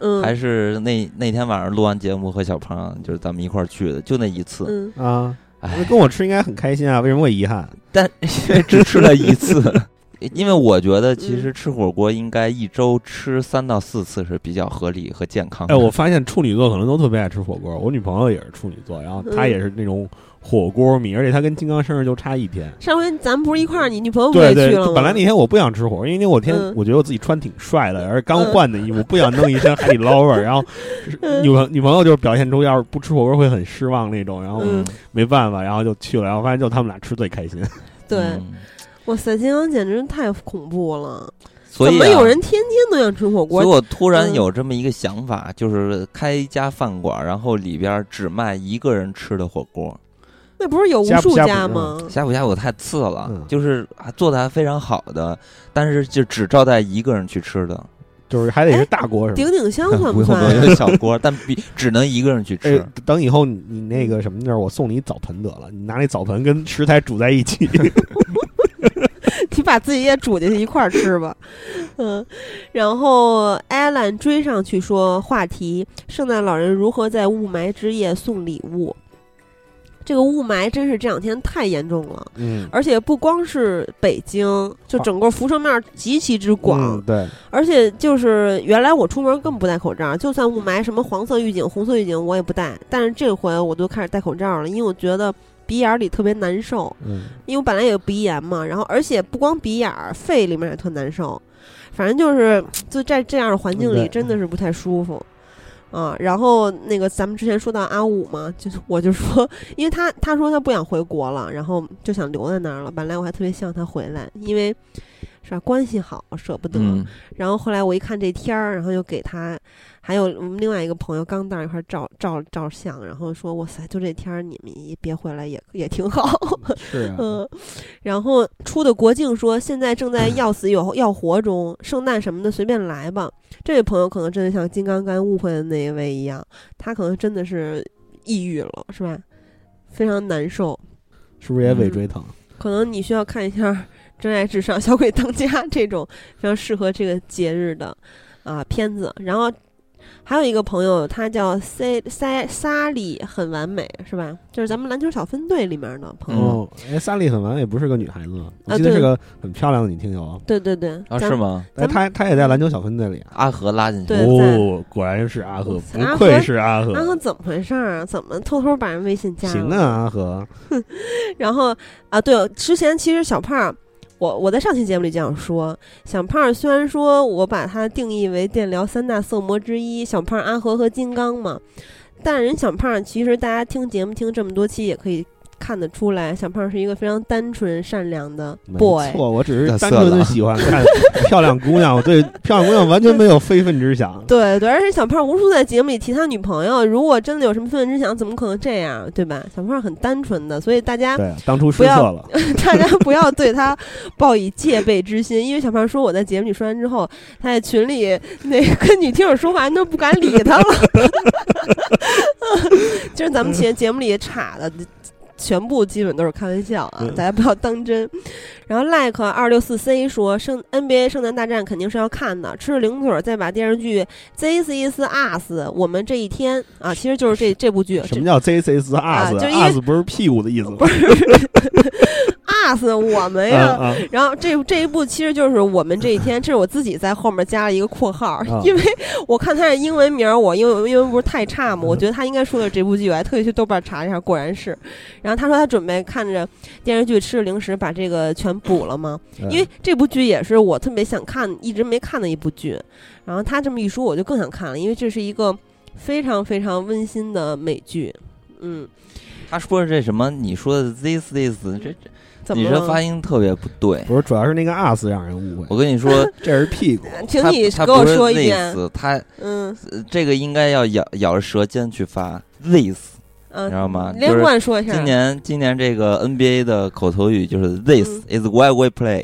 Speaker 2: 嗯
Speaker 1: 还是那那天晚上录完节目和小胖就是咱们一块儿去的，就那一次。
Speaker 2: 嗯，
Speaker 3: 啊，
Speaker 1: 哎，
Speaker 3: 跟我吃应该很开心啊，为什么会遗憾？
Speaker 1: 但因为只吃了一次， 因为我觉得其
Speaker 2: 嗯
Speaker 1: 实吃火锅应该一周吃三到四次是比较合理和健康的。
Speaker 3: 哎，我发现处女座可能都特别爱吃火锅，我女朋友也是处女座，然后她
Speaker 2: 嗯
Speaker 3: 也是那种火锅迷，而且她跟金刚生日就差一天。
Speaker 2: 上回咱不是一块儿，你女朋友不
Speaker 3: 对
Speaker 2: 也
Speaker 3: 对
Speaker 2: 去了，吗？
Speaker 3: 本来那天我不想吃火锅，因为我天、
Speaker 2: 嗯
Speaker 3: 我觉得我自己穿挺 帅的，而刚换的衣服，不想弄一身海底捞味儿。然后
Speaker 2: 嗯
Speaker 3: 女朋女朋友就是表现出要是不吃火锅会很失望那种，然后
Speaker 1: 嗯
Speaker 2: 嗯，
Speaker 3: 没办法，然后就去了，然后发现就他们俩吃最开心。
Speaker 2: 对，
Speaker 1: 嗯
Speaker 2: 哇塞，金刚简直太恐怖了，
Speaker 1: 所以、啊
Speaker 2: 怎么有人？天天都想吃火
Speaker 1: 所以
Speaker 2: 锅？
Speaker 1: 我突然
Speaker 2: 嗯
Speaker 1: 有这么一个想法，就是开一家饭馆，然后里边只卖一个人吃的火锅。
Speaker 2: 那不是有无
Speaker 3: 呷哺
Speaker 2: 数
Speaker 3: 呷哺
Speaker 2: 家
Speaker 3: 嗯
Speaker 2: 吗？
Speaker 1: 呷哺呷哺太次了，
Speaker 3: 嗯
Speaker 1: 就是还做的还非常好的，但是就只招待一个人去吃的，
Speaker 3: 就是还得是大锅是吧？
Speaker 2: 哎顶顶香 算
Speaker 1: 不用
Speaker 2: 算
Speaker 1: 不
Speaker 2: 呀？
Speaker 1: 用小锅，但比只能一个人去
Speaker 3: 哎
Speaker 1: 吃。，
Speaker 3: 等以后你你那个什么那儿，我送你一澡盆得了，你拿那澡盆跟食材煮在 一起。
Speaker 2: 你把自己也煮进去一块儿吃吧。 嗯，然后艾兰追上去说：“话题：圣诞老人如何在雾霾之夜送礼物？”这个雾霾真是这两天太严重了，
Speaker 3: 嗯，
Speaker 2: 而且不光是北京，就整个辐射面极其之广，
Speaker 3: 嗯对，
Speaker 2: 而且就是原来我出门更不戴口罩，就算雾霾什么黄色预警、红色预警我也不戴，但是这回我都开始戴口罩了，因为我觉得鼻眼里特别难受。
Speaker 3: 嗯，
Speaker 2: 因为我本来也有鼻炎嘛，然后而且不光鼻眼儿，肺里面也特难受，反正就是就在这样的环境
Speaker 3: 对
Speaker 2: 里真的是不太舒服。啊，然后那个咱们之前说到阿五嘛，就是 我就说，因为他他说他不想回国了，然后就想留在那儿了。本来我还特别希望他回来，因为是吧，关系好，舍不得。
Speaker 1: 嗯，
Speaker 2: 然后后来我一看这天儿，然后又给他，还有我们另外一个朋友刚到一块儿照照照相，然后说哇塞，就这天儿你们也别回来也也挺好。
Speaker 3: 是
Speaker 2: 嗯，然后出的国境说现在正在要死有要活中，圣诞什么的随便来吧。这位朋友可能真的像金刚刚误会的那一位一样，他可能真的是抑郁了，是吧？非常难受，
Speaker 3: 是不是也尾椎疼？
Speaker 2: 可能你需要看一下《真爱至上》《小鬼当家》这种非常适合这个节日的啊、片子。然后还有一个朋友，他叫 C 塞萨里，很完美，是吧？就是咱们篮球小分队里面的朋友。
Speaker 1: 嗯
Speaker 3: 哦，哎，萨利很完也不是个女孩子，我
Speaker 2: 啊
Speaker 3: 记得
Speaker 2: 对
Speaker 3: 是个很漂亮的女听友。
Speaker 2: 对对对，
Speaker 1: 啊
Speaker 2: 咱
Speaker 1: 是吗？
Speaker 3: 哎，
Speaker 2: 咱们
Speaker 3: 她她也在篮球小分队里啊。
Speaker 1: 阿和拉进去
Speaker 2: 对在，
Speaker 3: 果然是阿和，
Speaker 2: 阿
Speaker 3: 不
Speaker 2: 和
Speaker 3: 愧是阿和。
Speaker 2: 阿和怎么回事儿啊？怎么偷偷把人微信加了？
Speaker 3: 行啊，！阿和，
Speaker 2: 然后啊，对，之前其实小胖儿，我我在上期节目里就想说，小胖儿虽然说我把它定义为电疗三大色魔之一，小胖儿、阿和和金刚嘛，但人小胖儿其实大家听节目听这么多期也可以。看得出来，小胖是一个非常单纯善良的
Speaker 3: 没
Speaker 2: boy。
Speaker 3: 错，我只是
Speaker 1: 太
Speaker 3: 单
Speaker 1: 色
Speaker 3: 纯的
Speaker 1: 了
Speaker 3: 喜 欢看漂亮姑娘，我对漂亮姑娘完全没有非分之想。
Speaker 2: 对对，而且小胖无数在节目里提他女朋友，如果真的有什么非分之想，怎么可能这样，啊对吧？小胖很单纯的，所以大 家
Speaker 3: 对，当初失
Speaker 2: 不要
Speaker 3: 策 了，
Speaker 2: 大家不要对他抱以戒备之心， 因为小胖说我在节目里说完之后，他在群里那个跟女听友说话，人都不敢理他了。 就是咱们节节目里插的，全部基本都是开玩笑啊，
Speaker 3: 嗯
Speaker 2: 大家不要当真。然后 like 二六四 C 说，圣 NBA 圣诞大战肯定是要看的，吃着零嘴儿再把电视剧《This Is Us》我们这一天啊，其实就是这这部剧，这
Speaker 3: 什么叫 Z C S
Speaker 2: 啊
Speaker 3: us
Speaker 2: 就因为
Speaker 3: us 不是屁股的意思吗？
Speaker 2: 不是 Us 我们呀。
Speaker 3: 啊啊
Speaker 2: 然后这这一步其实就是我们这一天，这是我自己在后面加了一个括号
Speaker 3: 啊，
Speaker 2: 因为我看他的英文名儿，我因为我英文不是太差嘛，我
Speaker 1: 嗯
Speaker 2: 觉得他应该说的是这部剧，我还特意去豆瓣查了一下，果然是。然后他说他准备看着电视剧吃着零食把这个全补了嘛，
Speaker 3: 嗯
Speaker 2: 因为这部剧也是我特别想看，一直没看的一部剧。然后他这么一说，我就更想看了，因为这是一个非常非常温馨的美剧。嗯，
Speaker 1: 他说这什么？你说的 this this，这这，
Speaker 2: 怎
Speaker 1: 你
Speaker 2: 么
Speaker 1: 这发
Speaker 2: 了？
Speaker 1: 音特别不对。
Speaker 3: 不是，主要是那个 us 让人误
Speaker 1: 我
Speaker 3: 会，
Speaker 1: 跟你 说，
Speaker 3: 这是屁股。
Speaker 2: 请
Speaker 1: 他
Speaker 2: 你
Speaker 1: 他
Speaker 2: 给我
Speaker 1: 不是
Speaker 2: 说一
Speaker 1: this，
Speaker 2: 遍。
Speaker 1: 他
Speaker 2: 嗯
Speaker 1: 呃这个应该要咬咬着舌尖去发 this。
Speaker 2: 嗯，
Speaker 1: 你知道吗
Speaker 2: 连
Speaker 1: 就是
Speaker 2: 贯说一下。
Speaker 1: 今年今年这个 NBA 的口头语就是
Speaker 2: 嗯
Speaker 1: this is why we play，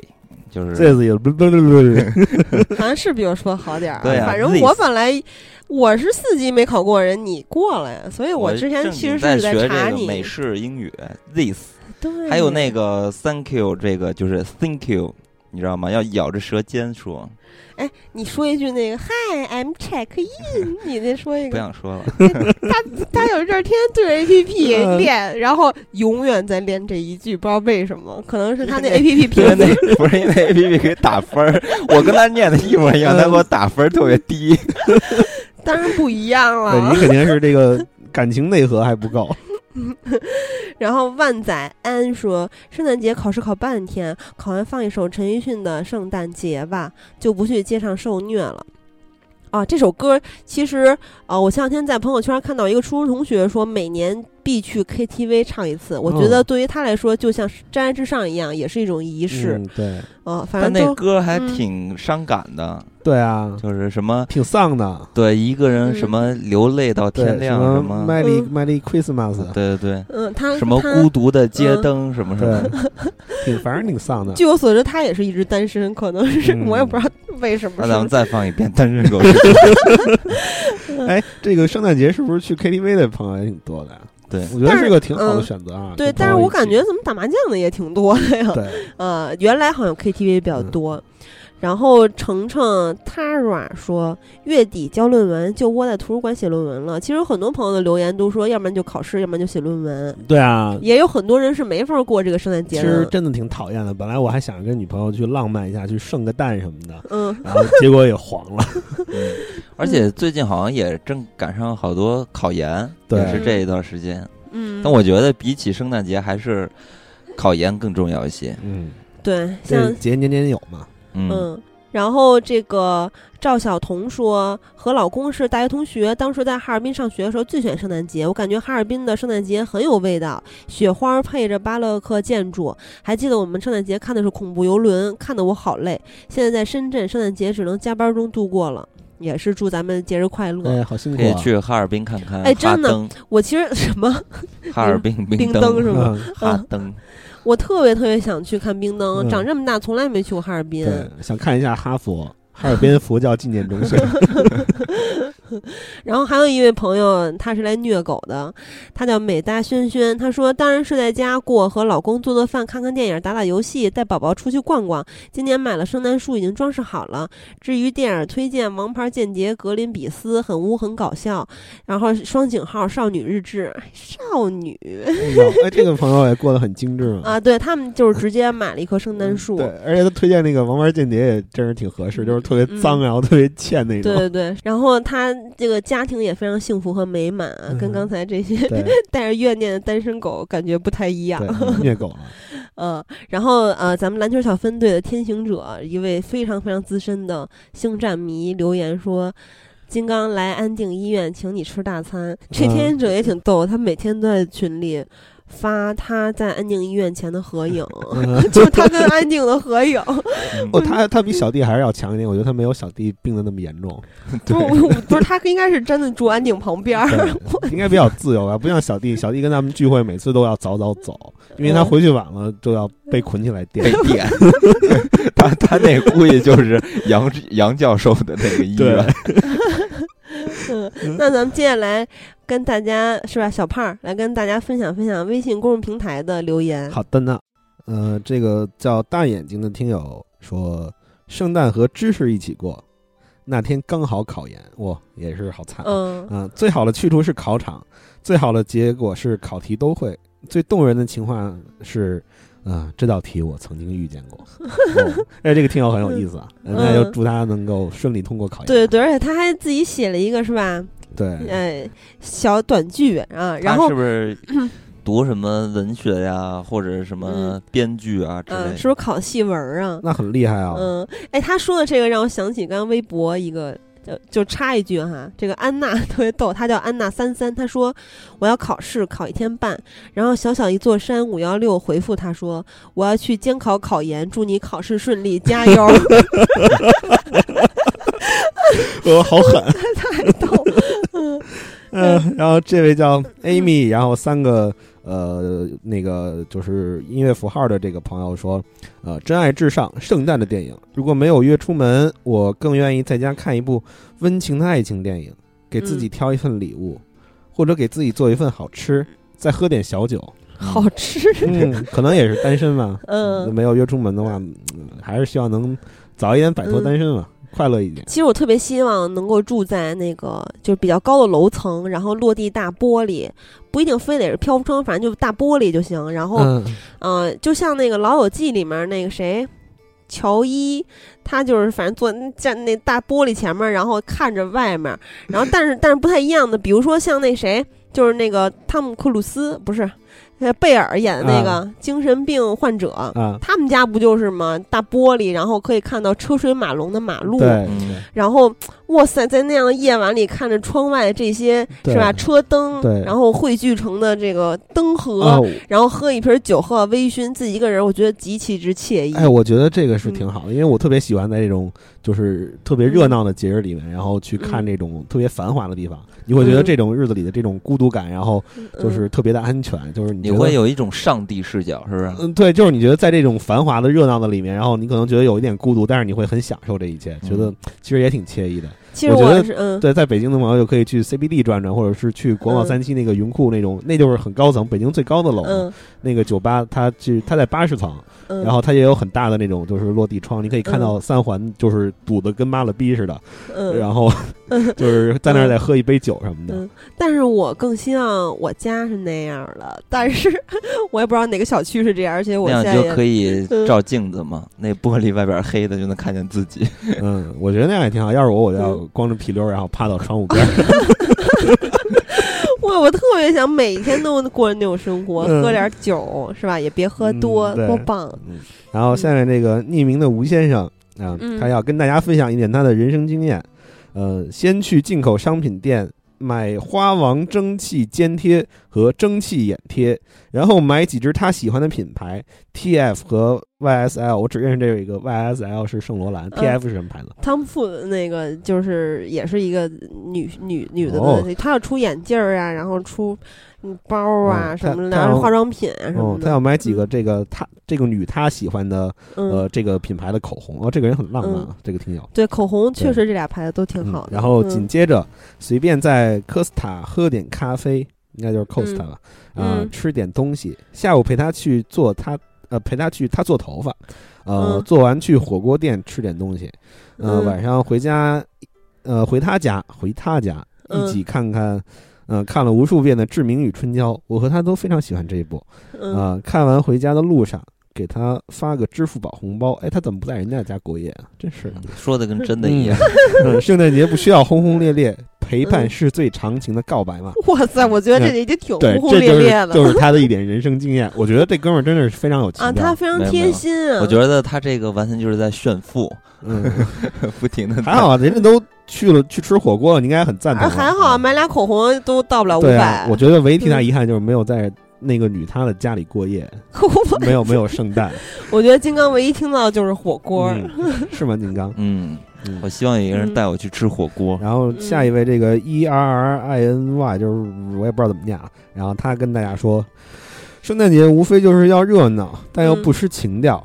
Speaker 1: 就是
Speaker 2: 呃
Speaker 3: 这次也不不不不，
Speaker 2: 好像是比我说的好点儿、
Speaker 1: 对啊
Speaker 2: 反正
Speaker 1: Lis
Speaker 2: 我本来我是四级没考过人，你过了呀，所以
Speaker 1: 我
Speaker 2: 之前
Speaker 1: 正
Speaker 2: 其
Speaker 1: 经
Speaker 2: 实
Speaker 1: 在
Speaker 2: 是
Speaker 1: 学这个
Speaker 2: 查你。
Speaker 1: 美式英语 this，
Speaker 2: 对，
Speaker 1: 还有那个 thank you，这个就是 thank you，你知道吗？要咬着舌尖说，
Speaker 2: 哎，你说一句那个 Hi I'm check in，你那说一
Speaker 1: 不
Speaker 2: 个。
Speaker 1: 想说了。
Speaker 2: 他有一阵儿天天对着 A P P
Speaker 3: 嗯
Speaker 2: 练，然后永远在练这一句，不知道为什么，可能是 他那 A
Speaker 1: 因
Speaker 2: P P
Speaker 1: 因为
Speaker 2: 评分
Speaker 1: 那不是 因为 A P P 给打分儿，我跟他念的一模一样，
Speaker 2: 嗯
Speaker 1: 他给我打分儿特别低。
Speaker 2: 当然不一样
Speaker 3: 对
Speaker 2: 了
Speaker 3: 你。肯定是这个感情内核还不够。
Speaker 2: 然后万载安说：“圣诞节考试考半天，考完放一首陈奕迅的《圣诞节》吧，就不去街上受虐了。”啊，这首歌其实，呃，我前两天在朋友圈看到一个初中同学说，每年必去 KTV 唱一次。我觉得
Speaker 3: 哦
Speaker 2: 对于他来说，就像是瞻爱至上一样，也 是一种仪式。
Speaker 3: 嗯对
Speaker 2: 啊，反
Speaker 1: 但
Speaker 2: 正
Speaker 1: 那
Speaker 2: 都
Speaker 1: 歌还
Speaker 2: 嗯
Speaker 1: 挺伤感的，
Speaker 3: 对啊，
Speaker 1: 就是什么
Speaker 3: 挺丧的。
Speaker 1: 对一个人
Speaker 2: 嗯
Speaker 1: 什么流泪到
Speaker 3: 对，
Speaker 1: 天亮
Speaker 3: 什
Speaker 1: 什
Speaker 3: 么
Speaker 1: 么，
Speaker 3: Merry
Speaker 2: 嗯
Speaker 3: Merry Christmas，
Speaker 1: 对对对，
Speaker 2: 嗯，他
Speaker 1: 什么
Speaker 2: 他
Speaker 1: 孤独的街
Speaker 2: 嗯
Speaker 1: 灯什么什么
Speaker 3: 对，，挺反正挺丧的。
Speaker 2: 据我所知，他也是一直单身，可能是、
Speaker 3: 嗯
Speaker 2: 我也不知道为什么
Speaker 1: 那
Speaker 2: 是。
Speaker 1: 咱们再放一遍《单 身狗》。
Speaker 3: 哎，这个圣诞节是不是去 KTV 的朋友也挺多的呀？
Speaker 1: 对
Speaker 3: 我觉得
Speaker 2: 但是
Speaker 3: 是个挺好的
Speaker 2: 嗯
Speaker 3: 选择啊。
Speaker 2: 对，
Speaker 3: 跟
Speaker 2: 但是
Speaker 3: 朋友
Speaker 2: 我
Speaker 3: 一
Speaker 2: 感
Speaker 3: 起
Speaker 2: 觉怎么打麻将的也挺多的呀。
Speaker 3: 对，
Speaker 2: 呃，原来好像 KTV 比较
Speaker 3: 嗯
Speaker 2: 多。然后程程 Tara 说，月底交论文就窝在图书馆写论文了。其实有很多朋友的留言都说，要不然就考试，要不然就写论文。
Speaker 3: 对啊，
Speaker 2: 也有很多人是没法过这个圣诞
Speaker 3: 其
Speaker 2: 节
Speaker 3: 实
Speaker 2: 的。
Speaker 3: 真的挺讨厌的。本来我还想着跟女朋友去浪漫一下，去圣个诞什么的，
Speaker 2: 嗯，
Speaker 3: 然后结果也黄 了。
Speaker 1: 嗯，而且最近好像也正赶上好多考研，
Speaker 3: 对
Speaker 1: 也是这一段时间。
Speaker 2: 嗯，
Speaker 1: 但我觉得比起圣诞节，还是考研更重要一些。
Speaker 3: 嗯，
Speaker 2: 对，
Speaker 3: 这
Speaker 2: 像
Speaker 3: 节年年有嘛。
Speaker 1: 嗯，
Speaker 2: 嗯，然后这个赵晓彤说，和老公是大学同学，当时在哈尔滨上学的时候最喜欢圣诞节，我感觉哈尔滨的圣诞节很有味道，雪花配着巴洛克建筑。还记得我们圣诞节看的是恐怖游轮，看得我好累。现在在深圳，圣诞节只能加班中度过了。也是祝咱们节日快乐。
Speaker 3: 哎，好辛
Speaker 1: 可
Speaker 3: 苦
Speaker 1: 以
Speaker 3: 啊。
Speaker 1: 去哈尔滨看看
Speaker 2: 哎
Speaker 1: 哈
Speaker 2: 真的
Speaker 1: 登，
Speaker 2: 我其实什么，
Speaker 1: 哈尔滨
Speaker 2: 冰灯
Speaker 1: 灯
Speaker 2: 是吗？
Speaker 3: 嗯，
Speaker 1: 哈登，
Speaker 2: 我特别特别想去看冰灯，
Speaker 3: 嗯
Speaker 2: 长这么大从来没去过哈尔滨。
Speaker 3: 对，想看一下哈佛。哈尔滨佛教纪念 中心，
Speaker 2: 然后还有一位朋友，他是来虐狗的，他叫美大轩轩，他说当然是在家过，和老公做做饭、看看电影、打打游戏，带宝宝出去逛逛。今年买了圣诞树，已经装饰好了。至于电影推荐，《王牌间谍》格林比斯很污很搞笑，然后双井号少女日志，哎少女
Speaker 3: 哎呦哎，这个朋友也过得很精致嘛。
Speaker 2: 啊，对他们就是直接买了一棵圣诞树。
Speaker 3: 对，而且他推荐那个《王牌间谍》也真是挺合适，就是特
Speaker 2: 嗯
Speaker 3: 别脏，然后特别欠那种
Speaker 2: 对。对对，然后他这个家庭也非常幸福和美满啊，跟
Speaker 3: 嗯
Speaker 2: 刚才这些
Speaker 3: 对
Speaker 2: 带着怨念的单身狗感觉不太一样。
Speaker 3: 对，虐狗了。啊
Speaker 2: 嗯，然后呃，咱们篮球小分队的天行者，一位非常非常资深的星战迷留言说。金刚来安定医院，请你吃大餐。这
Speaker 3: 嗯
Speaker 2: 天行者也挺逗，他每天都在群里发他在安定医院前的合影，
Speaker 3: 嗯
Speaker 2: 就是他跟安定的合 影。
Speaker 3: 哦，他他比小弟还是要强一点，我觉得他没有小弟病的那么严重，
Speaker 2: 不是，我不是，他应该是真的住安定旁边儿。
Speaker 3: 对应该比较自由吧，不像小弟，小弟跟他们聚会每次都要早早走，因为他
Speaker 2: 嗯
Speaker 3: 回去晚了就要被捆起来 电
Speaker 1: 被。 点，他他那估计就是杨杨教授的那个医
Speaker 3: 对
Speaker 1: 院，
Speaker 2: 嗯，那咱们接下来跟大家是吧，小胖儿来跟大家分享分享微信公众平台的留言。
Speaker 3: 好的呢，呃，这个叫大眼睛的听友说，圣诞和芝士一起过，那天刚好考研，哇，也是好惨啊。
Speaker 2: 嗯，
Speaker 3: 嗯，最好的去处是考场，最好的结果是考题都会，最动人的情况是，啊、这道题我曾经遇见 过。哦哎、这个听友很有意思啊，
Speaker 2: 嗯
Speaker 3: 那就祝他能够顺利通过考研。
Speaker 2: 对对，而且他还自己写了一个是吧？
Speaker 3: 对，
Speaker 2: 呃，小短剧啊，然后
Speaker 1: 嗯他是不是 读什么文学呀，或者什么
Speaker 2: 嗯
Speaker 1: 编剧啊之
Speaker 2: 嗯、
Speaker 1: 类
Speaker 2: 是
Speaker 1: 的？哦
Speaker 2: 不是考戏文儿啊？
Speaker 3: 那很厉害啊。
Speaker 2: 嗯，哎，他说的这个让我想起刚刚微博一个，就就插一句哈，这个安娜特别逗，她叫安娜三三，她说我要考试，考一天半，然后小小一座山五幺六回复她说我要去监考考研，祝你考试顺利，加 油，
Speaker 3: 呃，好 狠。
Speaker 2: 太逗了，嗯
Speaker 3: 嗯，然后这位叫 Amy，然后三个呃那个就是音乐符号的这个朋友说，呃，真爱至上，圣诞的电影。如果没有约出门，我更愿意在家看一部温情的爱情电影，给自己
Speaker 2: 嗯
Speaker 3: 挑一份礼物，或者给自己做一份好吃，再喝点 小酒。
Speaker 2: 好吃，
Speaker 3: 嗯，可能也是单身吧。
Speaker 2: 嗯
Speaker 3: 没有约出门的话，嗯还是希望能早一点摆脱
Speaker 2: 嗯
Speaker 3: 单身嘛，快乐一点。
Speaker 2: 其实我特别希望能够住在那个就是比较高的楼层，然后落地大玻璃，不一定非得是飘窗，反正就大玻璃就行。然后，
Speaker 3: 嗯，
Speaker 2: 嗯、就像那个《老友记》里面那个谁，乔伊，他就是反正坐站那大玻璃前面，然后看着外面，然后但是但是不太一样的，比如说像那谁，就是那个汤姆克鲁斯，不是，呃贝尔演的那个
Speaker 3: 嗯
Speaker 2: 精神病患者。
Speaker 3: 啊，
Speaker 2: 他们家不就是吗？大玻璃，然后可以看到车水马龙的马路，
Speaker 3: 对
Speaker 1: 嗯
Speaker 2: 然后，哇塞，在那样的夜晚里，看着窗外这些
Speaker 3: 对
Speaker 2: 是吧？车灯
Speaker 3: 对，
Speaker 2: 然后汇聚成的这个灯河，
Speaker 3: 啊，
Speaker 2: 然后喝一瓶酒，喝到微醺，自己一个人，我觉得极其之惬意。
Speaker 3: 哎，我觉得这个是
Speaker 2: 嗯
Speaker 3: 挺好的，因为我特别喜欢在这种就是特别热闹的节日里面，然后去
Speaker 2: 嗯
Speaker 3: 看这种特别繁华的地方，你会觉得这种日子里的这种孤独感，然后
Speaker 2: 嗯
Speaker 3: 就是特别的安全，就是你
Speaker 1: 你
Speaker 3: 觉得
Speaker 1: 会有一种上帝视角，是不是？
Speaker 2: 呃
Speaker 3: 嗯，对，就是你觉得在这种繁华的热闹的里面，然后你可能觉得有一点孤独，但是你会很享受这一切，
Speaker 1: 嗯
Speaker 3: 觉得其实也挺惬意的。
Speaker 2: 嗯其实
Speaker 3: 我觉得
Speaker 2: 是嗯，
Speaker 3: 对，在北京的朋友就可以去 CBD 转转，或者是去国贸三期那个云库那种，那就是很高层，北京最高的楼，
Speaker 2: 嗯
Speaker 3: 那个酒吧，它去它在八十层，
Speaker 2: 嗯，
Speaker 3: 然后它也有很大的那种就是落地窗，你可以看到三环就是堵得跟妈了逼似的，
Speaker 2: 嗯，
Speaker 3: 然后就是在那儿再喝一杯酒什么的
Speaker 2: 嗯。但是我更希望我家是那样的，但是 我也不知道哪个小区是这样，而且我
Speaker 1: 那
Speaker 2: 现在
Speaker 1: 样就
Speaker 2: 也
Speaker 1: 可以
Speaker 2: 嗯
Speaker 1: 照镜子嘛，那玻璃外边黑的就能看见自己。
Speaker 3: 嗯，我觉得那样也挺好。要是我，我就要
Speaker 2: 嗯
Speaker 3: 光着屁溜儿，然后趴到窗户边儿。
Speaker 2: 我我特别想每天都过那种生活，
Speaker 3: 嗯
Speaker 2: 喝点酒是吧？也别喝
Speaker 3: 嗯
Speaker 2: 多，
Speaker 3: 对
Speaker 2: 多棒！
Speaker 3: 然后下面这个匿名的吴先生啊，
Speaker 2: 嗯
Speaker 3: 他要跟大家分享一点他的人生经验。呃，先去进口商品店买花王蒸汽肩贴和蒸汽眼贴，然后买几只他喜欢的品牌 TF 和 YSL。我只认识这有一个 YSL 是圣罗
Speaker 2: 嗯
Speaker 3: 兰、t f 是什么牌子？
Speaker 2: 汤姆·福的那个就是也是一个女女女的
Speaker 3: 哦
Speaker 2: 东西，她要出眼镜儿啊，然后出嗯包啊、
Speaker 3: 嗯
Speaker 2: 什么的，
Speaker 3: 她她
Speaker 2: 然
Speaker 3: 要
Speaker 2: 后化妆品啊什
Speaker 3: 哦
Speaker 2: 么，
Speaker 3: 他
Speaker 2: 的。
Speaker 3: 要买几个这个他这个女他喜欢的呃
Speaker 2: 嗯，
Speaker 3: 这个品牌的口红哦，这个人很浪漫啊，这个听友。
Speaker 2: 对，口红确实这俩牌子都挺
Speaker 3: 嗯
Speaker 2: 好的。
Speaker 3: 然后
Speaker 2: 嗯
Speaker 3: 紧接着随便在 Costa 喝点咖啡，应该就是 Costa 吧，啊、
Speaker 2: 嗯
Speaker 3: 吃点东西。下午陪他去做他呃陪他去他做头发，呃、
Speaker 2: 嗯
Speaker 3: 做完去火锅店吃点东西，呃、
Speaker 2: 嗯
Speaker 3: 晚上回家，呃回他家回他家
Speaker 2: 嗯
Speaker 3: 一起看看。嗯、看了无数遍的《志明与春娇》，我和他都非常喜欢这一部。
Speaker 2: 嗯，
Speaker 3: 啊、看完回家的路上，给他发个支付宝红包。哎，他怎么不在人家家过夜啊？真是的。
Speaker 1: 说的跟真的一样，
Speaker 3: 嗯，圣诞节不需要轰轰烈烈，
Speaker 2: 嗯
Speaker 3: 陪伴是最长情的告白嘛。
Speaker 2: 哇塞，我觉得这已经挺
Speaker 3: 对
Speaker 2: 轰，轰
Speaker 3: 这
Speaker 2: 烈
Speaker 3: 就是
Speaker 2: 烈的
Speaker 3: 就是他的一点人生经验。我觉得这哥们儿真的是非常有情
Speaker 2: 啊，
Speaker 3: 调。
Speaker 2: 她非常
Speaker 1: 没有没有
Speaker 2: 贴心 啊。
Speaker 1: 我觉得他这个完全就是在炫富，
Speaker 3: 嗯，
Speaker 1: 不停的
Speaker 3: 还好啊，人家都去了去吃火锅了，你应该很赞同
Speaker 2: 啊
Speaker 3: 啊。
Speaker 2: 还好啊，买俩口红都到不了五
Speaker 3: 对啊
Speaker 2: 百，。嗯
Speaker 3: 我觉得唯一替他遗憾就是没有在那个女她的家里过夜，
Speaker 2: 我
Speaker 3: 没有没有 圣诞，
Speaker 2: 我觉得金刚唯一听到就是火锅，
Speaker 3: 嗯是吗？金刚，
Speaker 1: 嗯，
Speaker 3: 嗯
Speaker 1: 我希望有一个人带我去吃火 锅。
Speaker 3: 然后下一位这个 E R R I N Y，就是我也不知道怎么念啊。然后他跟大家说，圣诞节无非就是要热闹，但又不失情调。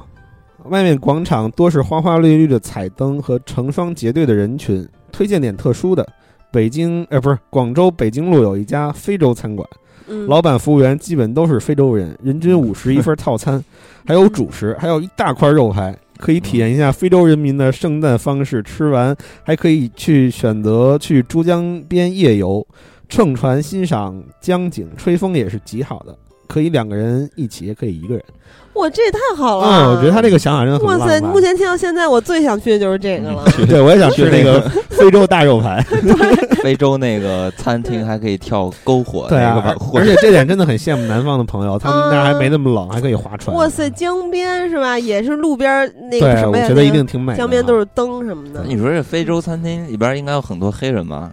Speaker 3: 外面广场多是花花绿绿的彩灯和成双结对的人群。推荐点特殊的，北京呃不是广州北京路有一家非洲餐馆，
Speaker 2: 嗯，
Speaker 3: 老板服务员基本都是非洲人，人均五十一份 套餐，还有主食，还有一大块肉排，可以体验一下非洲人民的圣诞方式。吃完还可以去选择去珠江边夜游，乘船欣赏江景，吹风也是极好的。可以两个人一起，也可以一个人。
Speaker 2: 哇，这也太好了！
Speaker 3: 啊，我觉得他这个想法真的很
Speaker 2: 哇
Speaker 3: 浪
Speaker 2: 塞，
Speaker 3: 漫。嗯
Speaker 2: 目前听到现在，我最想去的就是这个了。
Speaker 3: 对，我也想吃
Speaker 1: 是那
Speaker 3: 那个非洲大肉排。
Speaker 1: 非洲那个餐厅还可以跳篝火
Speaker 3: 对
Speaker 1: 那个
Speaker 3: 啊
Speaker 1: 晚，会
Speaker 3: 而，且这点真的很羡慕南方的朋友，他们那儿还没那么冷，还可以划船。
Speaker 2: 哇塞，江边是吧？也是路边儿那个
Speaker 3: 对，
Speaker 2: 什
Speaker 3: 我
Speaker 2: 么呀？
Speaker 3: 觉得一定挺美
Speaker 2: 那个
Speaker 3: 的啊。
Speaker 2: 江边都是灯什么的。
Speaker 1: 你说这非洲餐厅里边应该有很多黑人吧？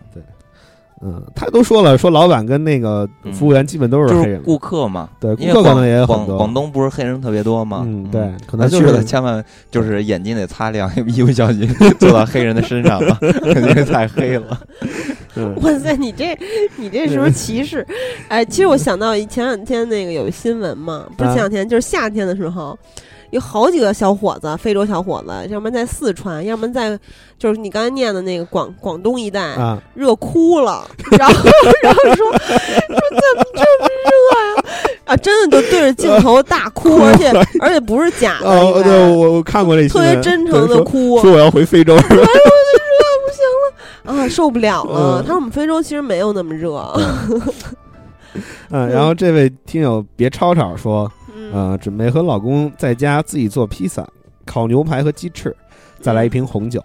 Speaker 3: 嗯，他都说了，说老板跟那个服务员基本都
Speaker 1: 就
Speaker 3: 黑
Speaker 1: 是
Speaker 3: 人嘛，
Speaker 1: 顾客嘛，
Speaker 3: 对
Speaker 1: 因为
Speaker 3: 顾客可
Speaker 1: 广
Speaker 3: 能也有很
Speaker 1: 广
Speaker 3: 多
Speaker 1: 广东不是黑人特别多吗？
Speaker 3: 嗯，对，，可
Speaker 1: 那
Speaker 3: 能就
Speaker 1: 去
Speaker 3: 是
Speaker 1: 了千万就是眼睛得擦亮， 一不小 心坐到黑人的身上了，肯定是太黑了。
Speaker 3: 嗯
Speaker 2: 哇塞，你这你这是不是歧视？哎，其实我想到前两天那个有一新闻嘛，不是
Speaker 3: 啊
Speaker 2: 前两天，就是夏天的时候，有好几个小伙子，非洲小伙子，要么在四川，要么在就是你刚才念的那个广广东一带，
Speaker 3: 啊，
Speaker 2: 热哭了，然后然后说说怎么这么热呀、啊？真的就对着镜头大 哭，而且而且不是假的，
Speaker 3: 哦，
Speaker 2: 应该
Speaker 3: 对，我我看过这新
Speaker 2: 哎特
Speaker 3: 闻，
Speaker 2: 别真诚
Speaker 3: 对
Speaker 2: 的
Speaker 3: 说
Speaker 2: 哭。 哎
Speaker 3: 说我要回非洲，
Speaker 2: 啊，受不啊了了！
Speaker 3: 嗯
Speaker 2: 他说我们非洲其实没有那么热，
Speaker 3: 嗯，然后这位听友别吵吵说，
Speaker 2: 嗯，
Speaker 3: 呃，准备和老公在家自己做披萨、烤牛排和鸡翅，再来一瓶红酒，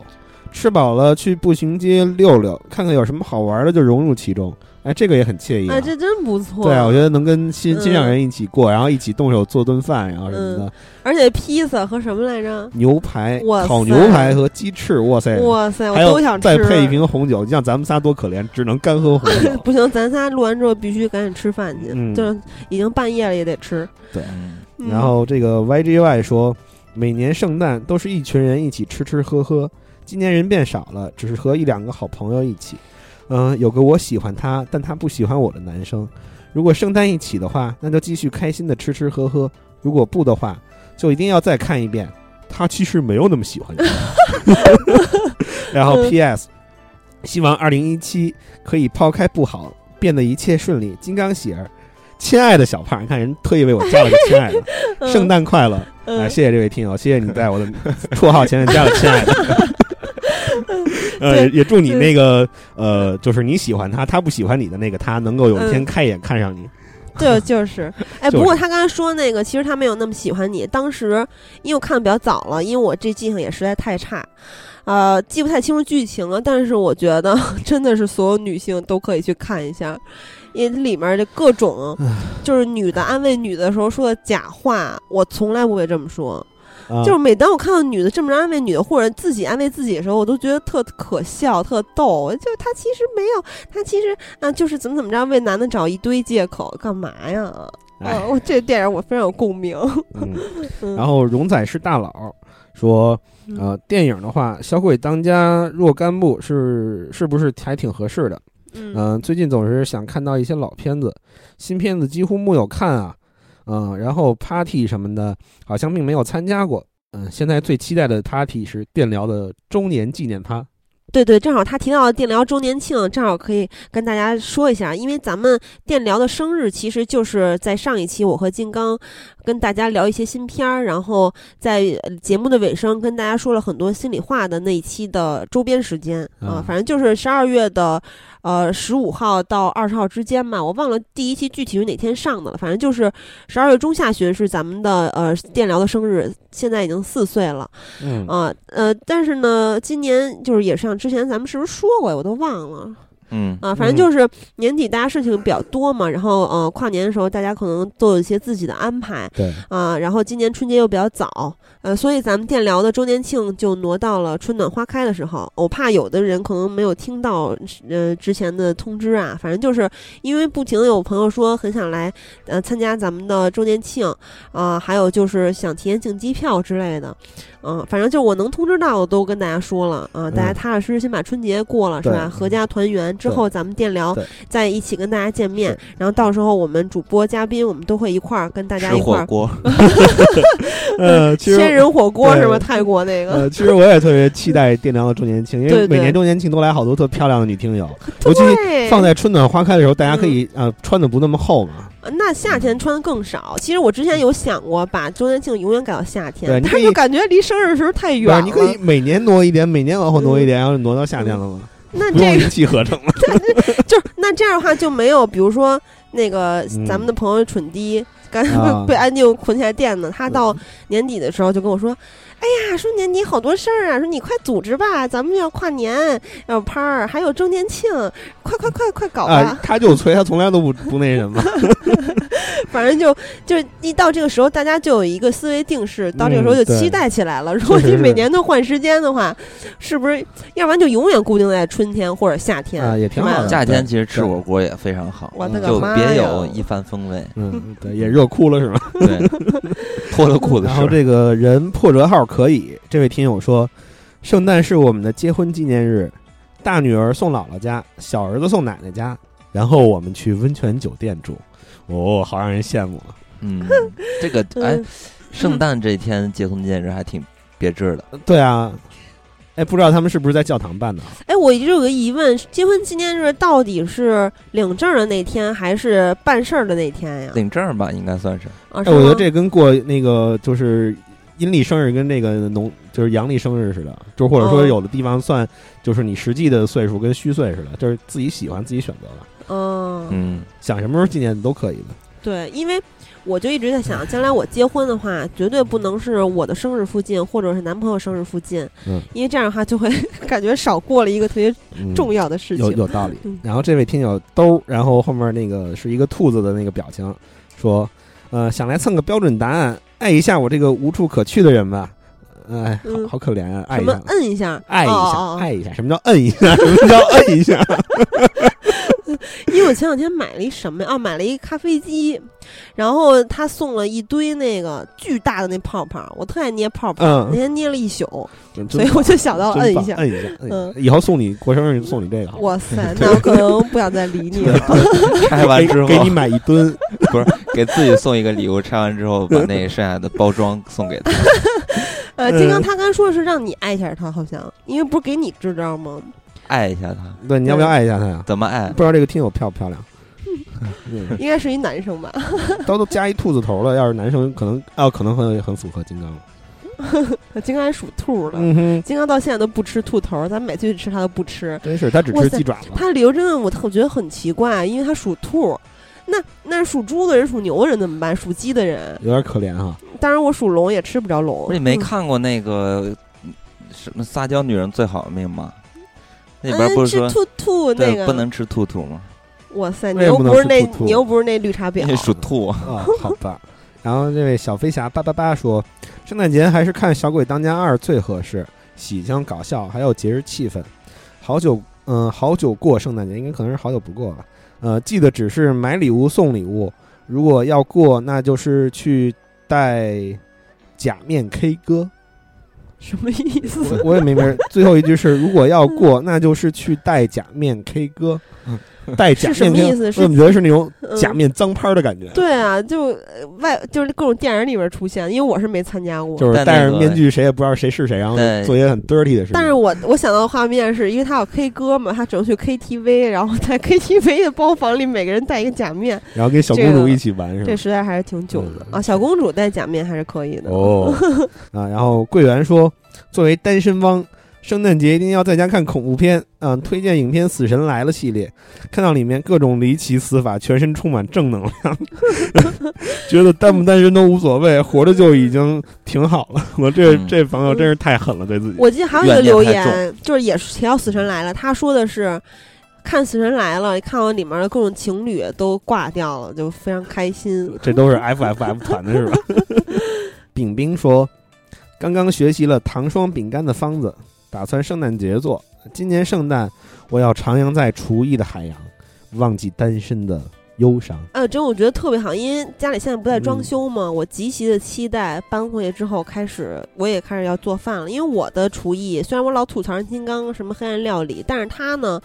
Speaker 3: 吃饱了去步行街溜溜，看看有什么好玩的就融入其中，哎，这个也很惬意啊
Speaker 2: 哎，。这真不错。
Speaker 3: 对啊，我觉得能跟心心上
Speaker 2: 嗯
Speaker 3: 人一起过，然后一起动手做顿饭，然后什么的，
Speaker 2: 而且披萨和什么来着？
Speaker 3: 牛排
Speaker 2: 哇、塞
Speaker 3: 烤牛排和鸡翅，哇塞！
Speaker 2: 哇塞，我
Speaker 3: 还
Speaker 2: 都
Speaker 3: 有
Speaker 2: 想吃。
Speaker 3: 再配一瓶红酒，你像咱们仨多可怜，只能干喝红
Speaker 2: 。
Speaker 3: 酒
Speaker 2: 不行，咱仨录完之后必须赶紧吃饭去，
Speaker 3: 嗯
Speaker 2: 就是已经半夜了也得吃。
Speaker 1: 嗯
Speaker 2: 嗯
Speaker 3: 然后这个 YGY 说，每年圣诞都是一群人一起吃吃喝喝，今年人变少了，只是和一两个好朋友一起。嗯、有个我喜欢他，但他不喜欢我的男生。如果圣诞一起的话，那就继续开心的吃吃喝喝；如果不的话，就一定要再看一遍。他其实没有那么喜欢你。然后 P.S. 希望二零一七可以抛开不好，变得一切顺利。金刚喜儿，亲爱的小胖，你看人特意为我加了个亲爱的。
Speaker 2: 嗯
Speaker 3: 圣诞快乐！啊、
Speaker 2: 嗯
Speaker 3: 谢谢这位听友，谢谢你 在我的绰号前面加了“亲爱的”。
Speaker 2: 嗯
Speaker 3: 呃，也也祝你那个呃，就是你喜欢他，他不喜欢你的那个他，能够有一天
Speaker 2: 嗯
Speaker 3: 开眼看上你。
Speaker 2: 对， 就是，哎，
Speaker 3: 就是
Speaker 2: 不过他刚才说那个，其实他没有那么喜欢你。当时因为我看的比较早了，因为我这记性也实在太差，呃，记不太清楚剧情了。但是我觉得 真的是所有女性都可以去看一下，因为里面的各种就是女的安慰女的时候说的假话，我从来不会这么说。
Speaker 3: 啊
Speaker 2: 就是每当我看到女的这么着安慰女的，或者自己安慰自己的时候，我都觉得特可笑、特逗。就是她其实没有，她其实啊，就是怎么怎么着为男的找一堆借口，干嘛呀？
Speaker 3: 哎
Speaker 2: 啊，我这电影我非常有共 鸣。
Speaker 3: 嗯，
Speaker 2: 嗯、
Speaker 3: 然后荣仔是大佬说，呃，电影的话，《小鬼当家》若干部是是不是还挺合适的？
Speaker 2: 嗯，
Speaker 3: 嗯、最近总是想看到一些老片子，新片子几乎木有看啊。嗯，然后 party 什么的，好像并没有参加过。嗯，现在最期待的 party 是电疗的周年纪念趴。
Speaker 2: 对对，正好他提到了电疗周年庆，正好可以跟大家说一下，因为咱们电疗的生日其实就是在上一期我和金刚跟大家聊一些新片儿，然后在呃节目的尾声跟大家说了很多心里话的那一期的周边时间啊
Speaker 3: 嗯，
Speaker 2: 反正就是十二月的呃十五号到二十号之间吧，我忘了第一期具体是哪天上的了，反正就是十二月中下旬是咱们的呃电疗的生日，现在已经四岁了。
Speaker 3: 嗯
Speaker 2: 哦啊，呃，但是呢，今年就是也像之前咱们是不是说过呀？我都忘了，
Speaker 1: 嗯
Speaker 2: 啊，反正就是年底大家事情比较多嘛，然后呃，跨年的时候大家可能都有一些自己的安排
Speaker 3: 对，
Speaker 2: 啊，然后今年春节又比较早，呃，所以咱们电聊的周年庆就挪到了春暖花开的时候。我怕有的人可能没有听到呃之前的通知啊，反正就是因为不停地有朋友说很想来呃参加咱们的周年庆啊、还有就是想提前订机票之类的，嗯、反正就我能通知到的都跟大家说了啊、大家
Speaker 3: 嗯
Speaker 2: 踏踏实实先把春节过了是
Speaker 3: 对
Speaker 2: 吧？合家团圆之
Speaker 3: 对
Speaker 2: 后，咱们电聊
Speaker 3: 对
Speaker 2: 在一起跟大家见面
Speaker 3: 是，
Speaker 2: 然后到时候我们主播嘉宾我们都会一块儿跟大家
Speaker 1: 吃
Speaker 2: 一块
Speaker 1: 火
Speaker 2: 儿
Speaker 1: 锅，
Speaker 3: 呃，其
Speaker 2: 千
Speaker 3: 实。
Speaker 2: 人火锅是吧？
Speaker 3: 对
Speaker 2: 泰国那个，
Speaker 3: 呃，其实我也特别期待电聊的周年庆，因
Speaker 2: 对
Speaker 3: 为
Speaker 2: 对
Speaker 3: 每年周年庆都来好多特漂亮的女听友，尤其
Speaker 2: 对，
Speaker 3: 放在春暖花开的时候，大家可
Speaker 2: 嗯
Speaker 3: 以呃穿的不那么厚嘛，
Speaker 2: 那夏天穿的更少。其实我之前有想过把周年庆永远改到夏
Speaker 3: 对
Speaker 2: 天，
Speaker 3: 你
Speaker 2: 但
Speaker 3: 可
Speaker 2: 是
Speaker 3: 以
Speaker 2: 就感觉离生日时候太
Speaker 3: 对
Speaker 2: 远
Speaker 3: 吧？
Speaker 2: 了。
Speaker 3: 你可以每年挪一点，每年往后挪一点，然后挪到夏天了嘛，
Speaker 2: 那
Speaker 3: 不用
Speaker 2: 嗯这
Speaker 3: 一气呵成了。
Speaker 2: 个 就是那这样的话就没有，比如说那个
Speaker 3: 嗯
Speaker 2: 咱们的朋友蠢迪。刚
Speaker 3: 啊
Speaker 2: 才 被安静捆起来电呢，他到年底的时候就跟我说：“哎呀，说年底好多事儿啊，说你快组织吧，咱们要跨年，要拍儿，还有周年庆，快快快快搞吧。
Speaker 3: 啊，他就催，他从来都不不那什么。
Speaker 2: 反正就就是一到这个时候，大家就有一个思维定式，到这个时候就期待起来了。如果
Speaker 3: 嗯确实
Speaker 2: 你每
Speaker 3: 是
Speaker 2: 年都换时间的话，是不是？要不然就永远固定在春天或者夏天
Speaker 3: 啊也挺好的
Speaker 2: 是吧
Speaker 1: 夏天其实吃火锅也非常好，
Speaker 2: 我的
Speaker 1: 就
Speaker 2: 个妈呀！
Speaker 1: 别有一番风 味。
Speaker 3: 嗯，对，也热哭了是吧？
Speaker 1: 对， 脱了裤子
Speaker 3: 然
Speaker 1: 时
Speaker 3: 后
Speaker 1: 候，
Speaker 3: 这个人破折号可以，这位听友说，圣诞是我们的结婚纪念日，大女儿送姥姥家，小儿子送奶奶家，然后我们去温泉酒店住。哦，好让人羡慕啊！
Speaker 1: 嗯，这 个哎
Speaker 2: 嗯，，
Speaker 1: 圣诞这天结婚纪念日还挺别致的。
Speaker 3: 对啊，哎，不知道他们是不是在教堂办的？啊
Speaker 2: 哎，我一直有个疑问：结婚纪念日到底是领证的那天，还是办事儿的那天呀？
Speaker 1: 领证儿吧，应该算是。
Speaker 2: 啊，是
Speaker 3: 哎，我觉得
Speaker 2: 吗
Speaker 3: 这跟过那个就是阴历生日跟那个农就是阳历生日似的，就或者说
Speaker 2: 哦
Speaker 3: 有的地方算就是你实际的岁数跟虚岁似的，就是自己喜欢自己选择吧，
Speaker 2: 嗯，
Speaker 1: 嗯，
Speaker 3: 想什么时候纪念都可以的。
Speaker 2: 对，因为我就一直在想，将来我结婚的话，绝对不能是我的生日附近，或者是男朋友生日附近，
Speaker 3: 嗯
Speaker 2: 因为这样的话就会 感觉少过了一个特别
Speaker 3: 嗯
Speaker 2: 重要的事情。
Speaker 3: 有有道理
Speaker 2: 嗯。
Speaker 3: 然后这位听友兜，然后后面那个是一个兔子的那个表情，说，呃，想来蹭个标准答案，爱一下我这个无处可去的人吧。哎，好
Speaker 2: 嗯
Speaker 3: 好可怜啊，爱
Speaker 2: 什
Speaker 3: 一
Speaker 2: 么
Speaker 3: 下，
Speaker 2: 摁一下，
Speaker 3: 爱一
Speaker 2: 哦
Speaker 3: 下，
Speaker 2: 哦哦
Speaker 3: 爱一下，什么叫摁一下？什么叫摁一下？
Speaker 2: 因为我前两天买了一什么呀？啊，买了一咖啡机，然后他送了一堆那个巨大的那泡泡，我特爱捏泡泡，
Speaker 3: 嗯
Speaker 2: 那天捏了一宿，
Speaker 3: 真
Speaker 2: 哎所以我就想到
Speaker 3: 真
Speaker 2: 摁一
Speaker 3: 棒
Speaker 2: 下。
Speaker 3: 摁一下，摁一
Speaker 2: 嗯
Speaker 3: 下。以后送你过生日送你这个好了，
Speaker 2: 哇 塞，那我可能不想再理你了。
Speaker 1: 拆 完之后
Speaker 3: 给给你买一吨，
Speaker 1: 不是给自己送一个礼物，拆完之后把那剩下的包装送给他。
Speaker 2: 呃，金
Speaker 3: 嗯
Speaker 2: 刚他刚才说的是让你爱一下他，好像，因为不是给你支招吗？
Speaker 1: 爱一下他，
Speaker 3: 对，你要不要爱一下他呀？
Speaker 1: 怎么爱
Speaker 3: 不？知道这个听友漂不漂 亮？嗯
Speaker 2: 应该是一男生吧？
Speaker 3: 都都加一兔子头了，要是男生可能啊，可能很很符合金刚。
Speaker 2: 金刚还属兔呢。
Speaker 3: 嗯哼，
Speaker 2: 金刚到现在都不吃兔头，咱每次去吃他都不吃。
Speaker 3: 真是他只
Speaker 2: 哇
Speaker 3: 吃
Speaker 2: 塞
Speaker 3: 鸡爪子。
Speaker 2: 他理由真的我特我觉得很奇怪，因为他属兔，那那属猪的人、属牛的人怎么办？属鸡的人，
Speaker 3: 有点可怜哈。
Speaker 2: 当然我属龙也吃不着龙。嗯
Speaker 1: 不是你没看过那个什么撒娇女人最好命吗？那里边不是说
Speaker 2: 嗯、吃兔兔那
Speaker 1: 对
Speaker 2: 个
Speaker 1: 不？能吃兔兔吗？
Speaker 2: 哇塞，你
Speaker 3: 为什
Speaker 2: 又
Speaker 3: 么不能
Speaker 2: 不是那
Speaker 3: 吃兔兔
Speaker 2: 你又不是那绿茶婊
Speaker 1: 那，属兔，
Speaker 3: 啊， 好吧。然后这位小飞侠八八八说，圣诞节还是看《小鬼当家二》最合适，喜庆搞笑，还有节日气氛。好久，嗯、好久过圣诞节，应该可能是好久不过吧。呃，记得只是买礼物送礼物，如果要过，那就是去戴假面 K 歌。
Speaker 2: 什么意思？
Speaker 3: 我我也没明白。最后一句是，如果要
Speaker 2: 嗯
Speaker 3: 过，那就是去戴假面 K 歌。
Speaker 1: 嗯
Speaker 3: 戴假
Speaker 2: 是什
Speaker 3: 面
Speaker 2: 么
Speaker 3: K，
Speaker 2: 意思
Speaker 3: 我
Speaker 2: 是
Speaker 3: 怎么觉得是那种
Speaker 2: 嗯
Speaker 3: 假面脏拍儿的感觉？
Speaker 2: 对啊，就呃外就是各种电影里边出现，因为我是没参加过。
Speaker 3: 就是
Speaker 1: 戴
Speaker 3: 戴
Speaker 1: 那
Speaker 3: 着
Speaker 1: 个
Speaker 3: 面具，谁也不知道谁是谁，然后
Speaker 1: 对
Speaker 3: 做一些很 dirty 的事情。
Speaker 2: 但是我我想到的画面是因为他有 K 歌嘛，他只能去 KTV，然 后在 KTV 的包房里，每个人戴一个假面，
Speaker 3: 然后跟小公主一起玩是
Speaker 2: 这
Speaker 3: 吧？
Speaker 2: 实在还是挺囧的
Speaker 3: 嗯
Speaker 2: 啊。小公主戴假面还是可以的，
Speaker 3: 哦啊，然后桂圆说，作为单身汪，圣诞节一定要在家看恐怖片啊，推荐影片《死神来了》系列，看到里面各种离奇死法，全身充满正能 量，觉得单不单身都无所谓，活着就已经挺好了。我这
Speaker 1: 嗯
Speaker 3: 这朋友真是太狠了，对自己。
Speaker 2: 我记得还有一个留
Speaker 1: 怨念太
Speaker 2: 言，就是也是提到《死神来了》，他说的是看《死神来了》，看完里面的各种情侣都挂掉了，就非常开心。
Speaker 3: 这都是 FFF 团的是 吧？饼饼说，刚刚学习了糖霜饼干的方子，打算圣诞节做。今年圣诞我要徜徉在厨艺的海洋，忘记单身的忧伤。
Speaker 2: 哎，真我觉得特别好，因为家里现在不在装修嘛，
Speaker 1: 嗯
Speaker 2: 我极其的期待搬回去之后开始，我也开始要做饭了。因为我的厨艺，虽然我老吐槽人金刚什么黑暗料理，但是他呢，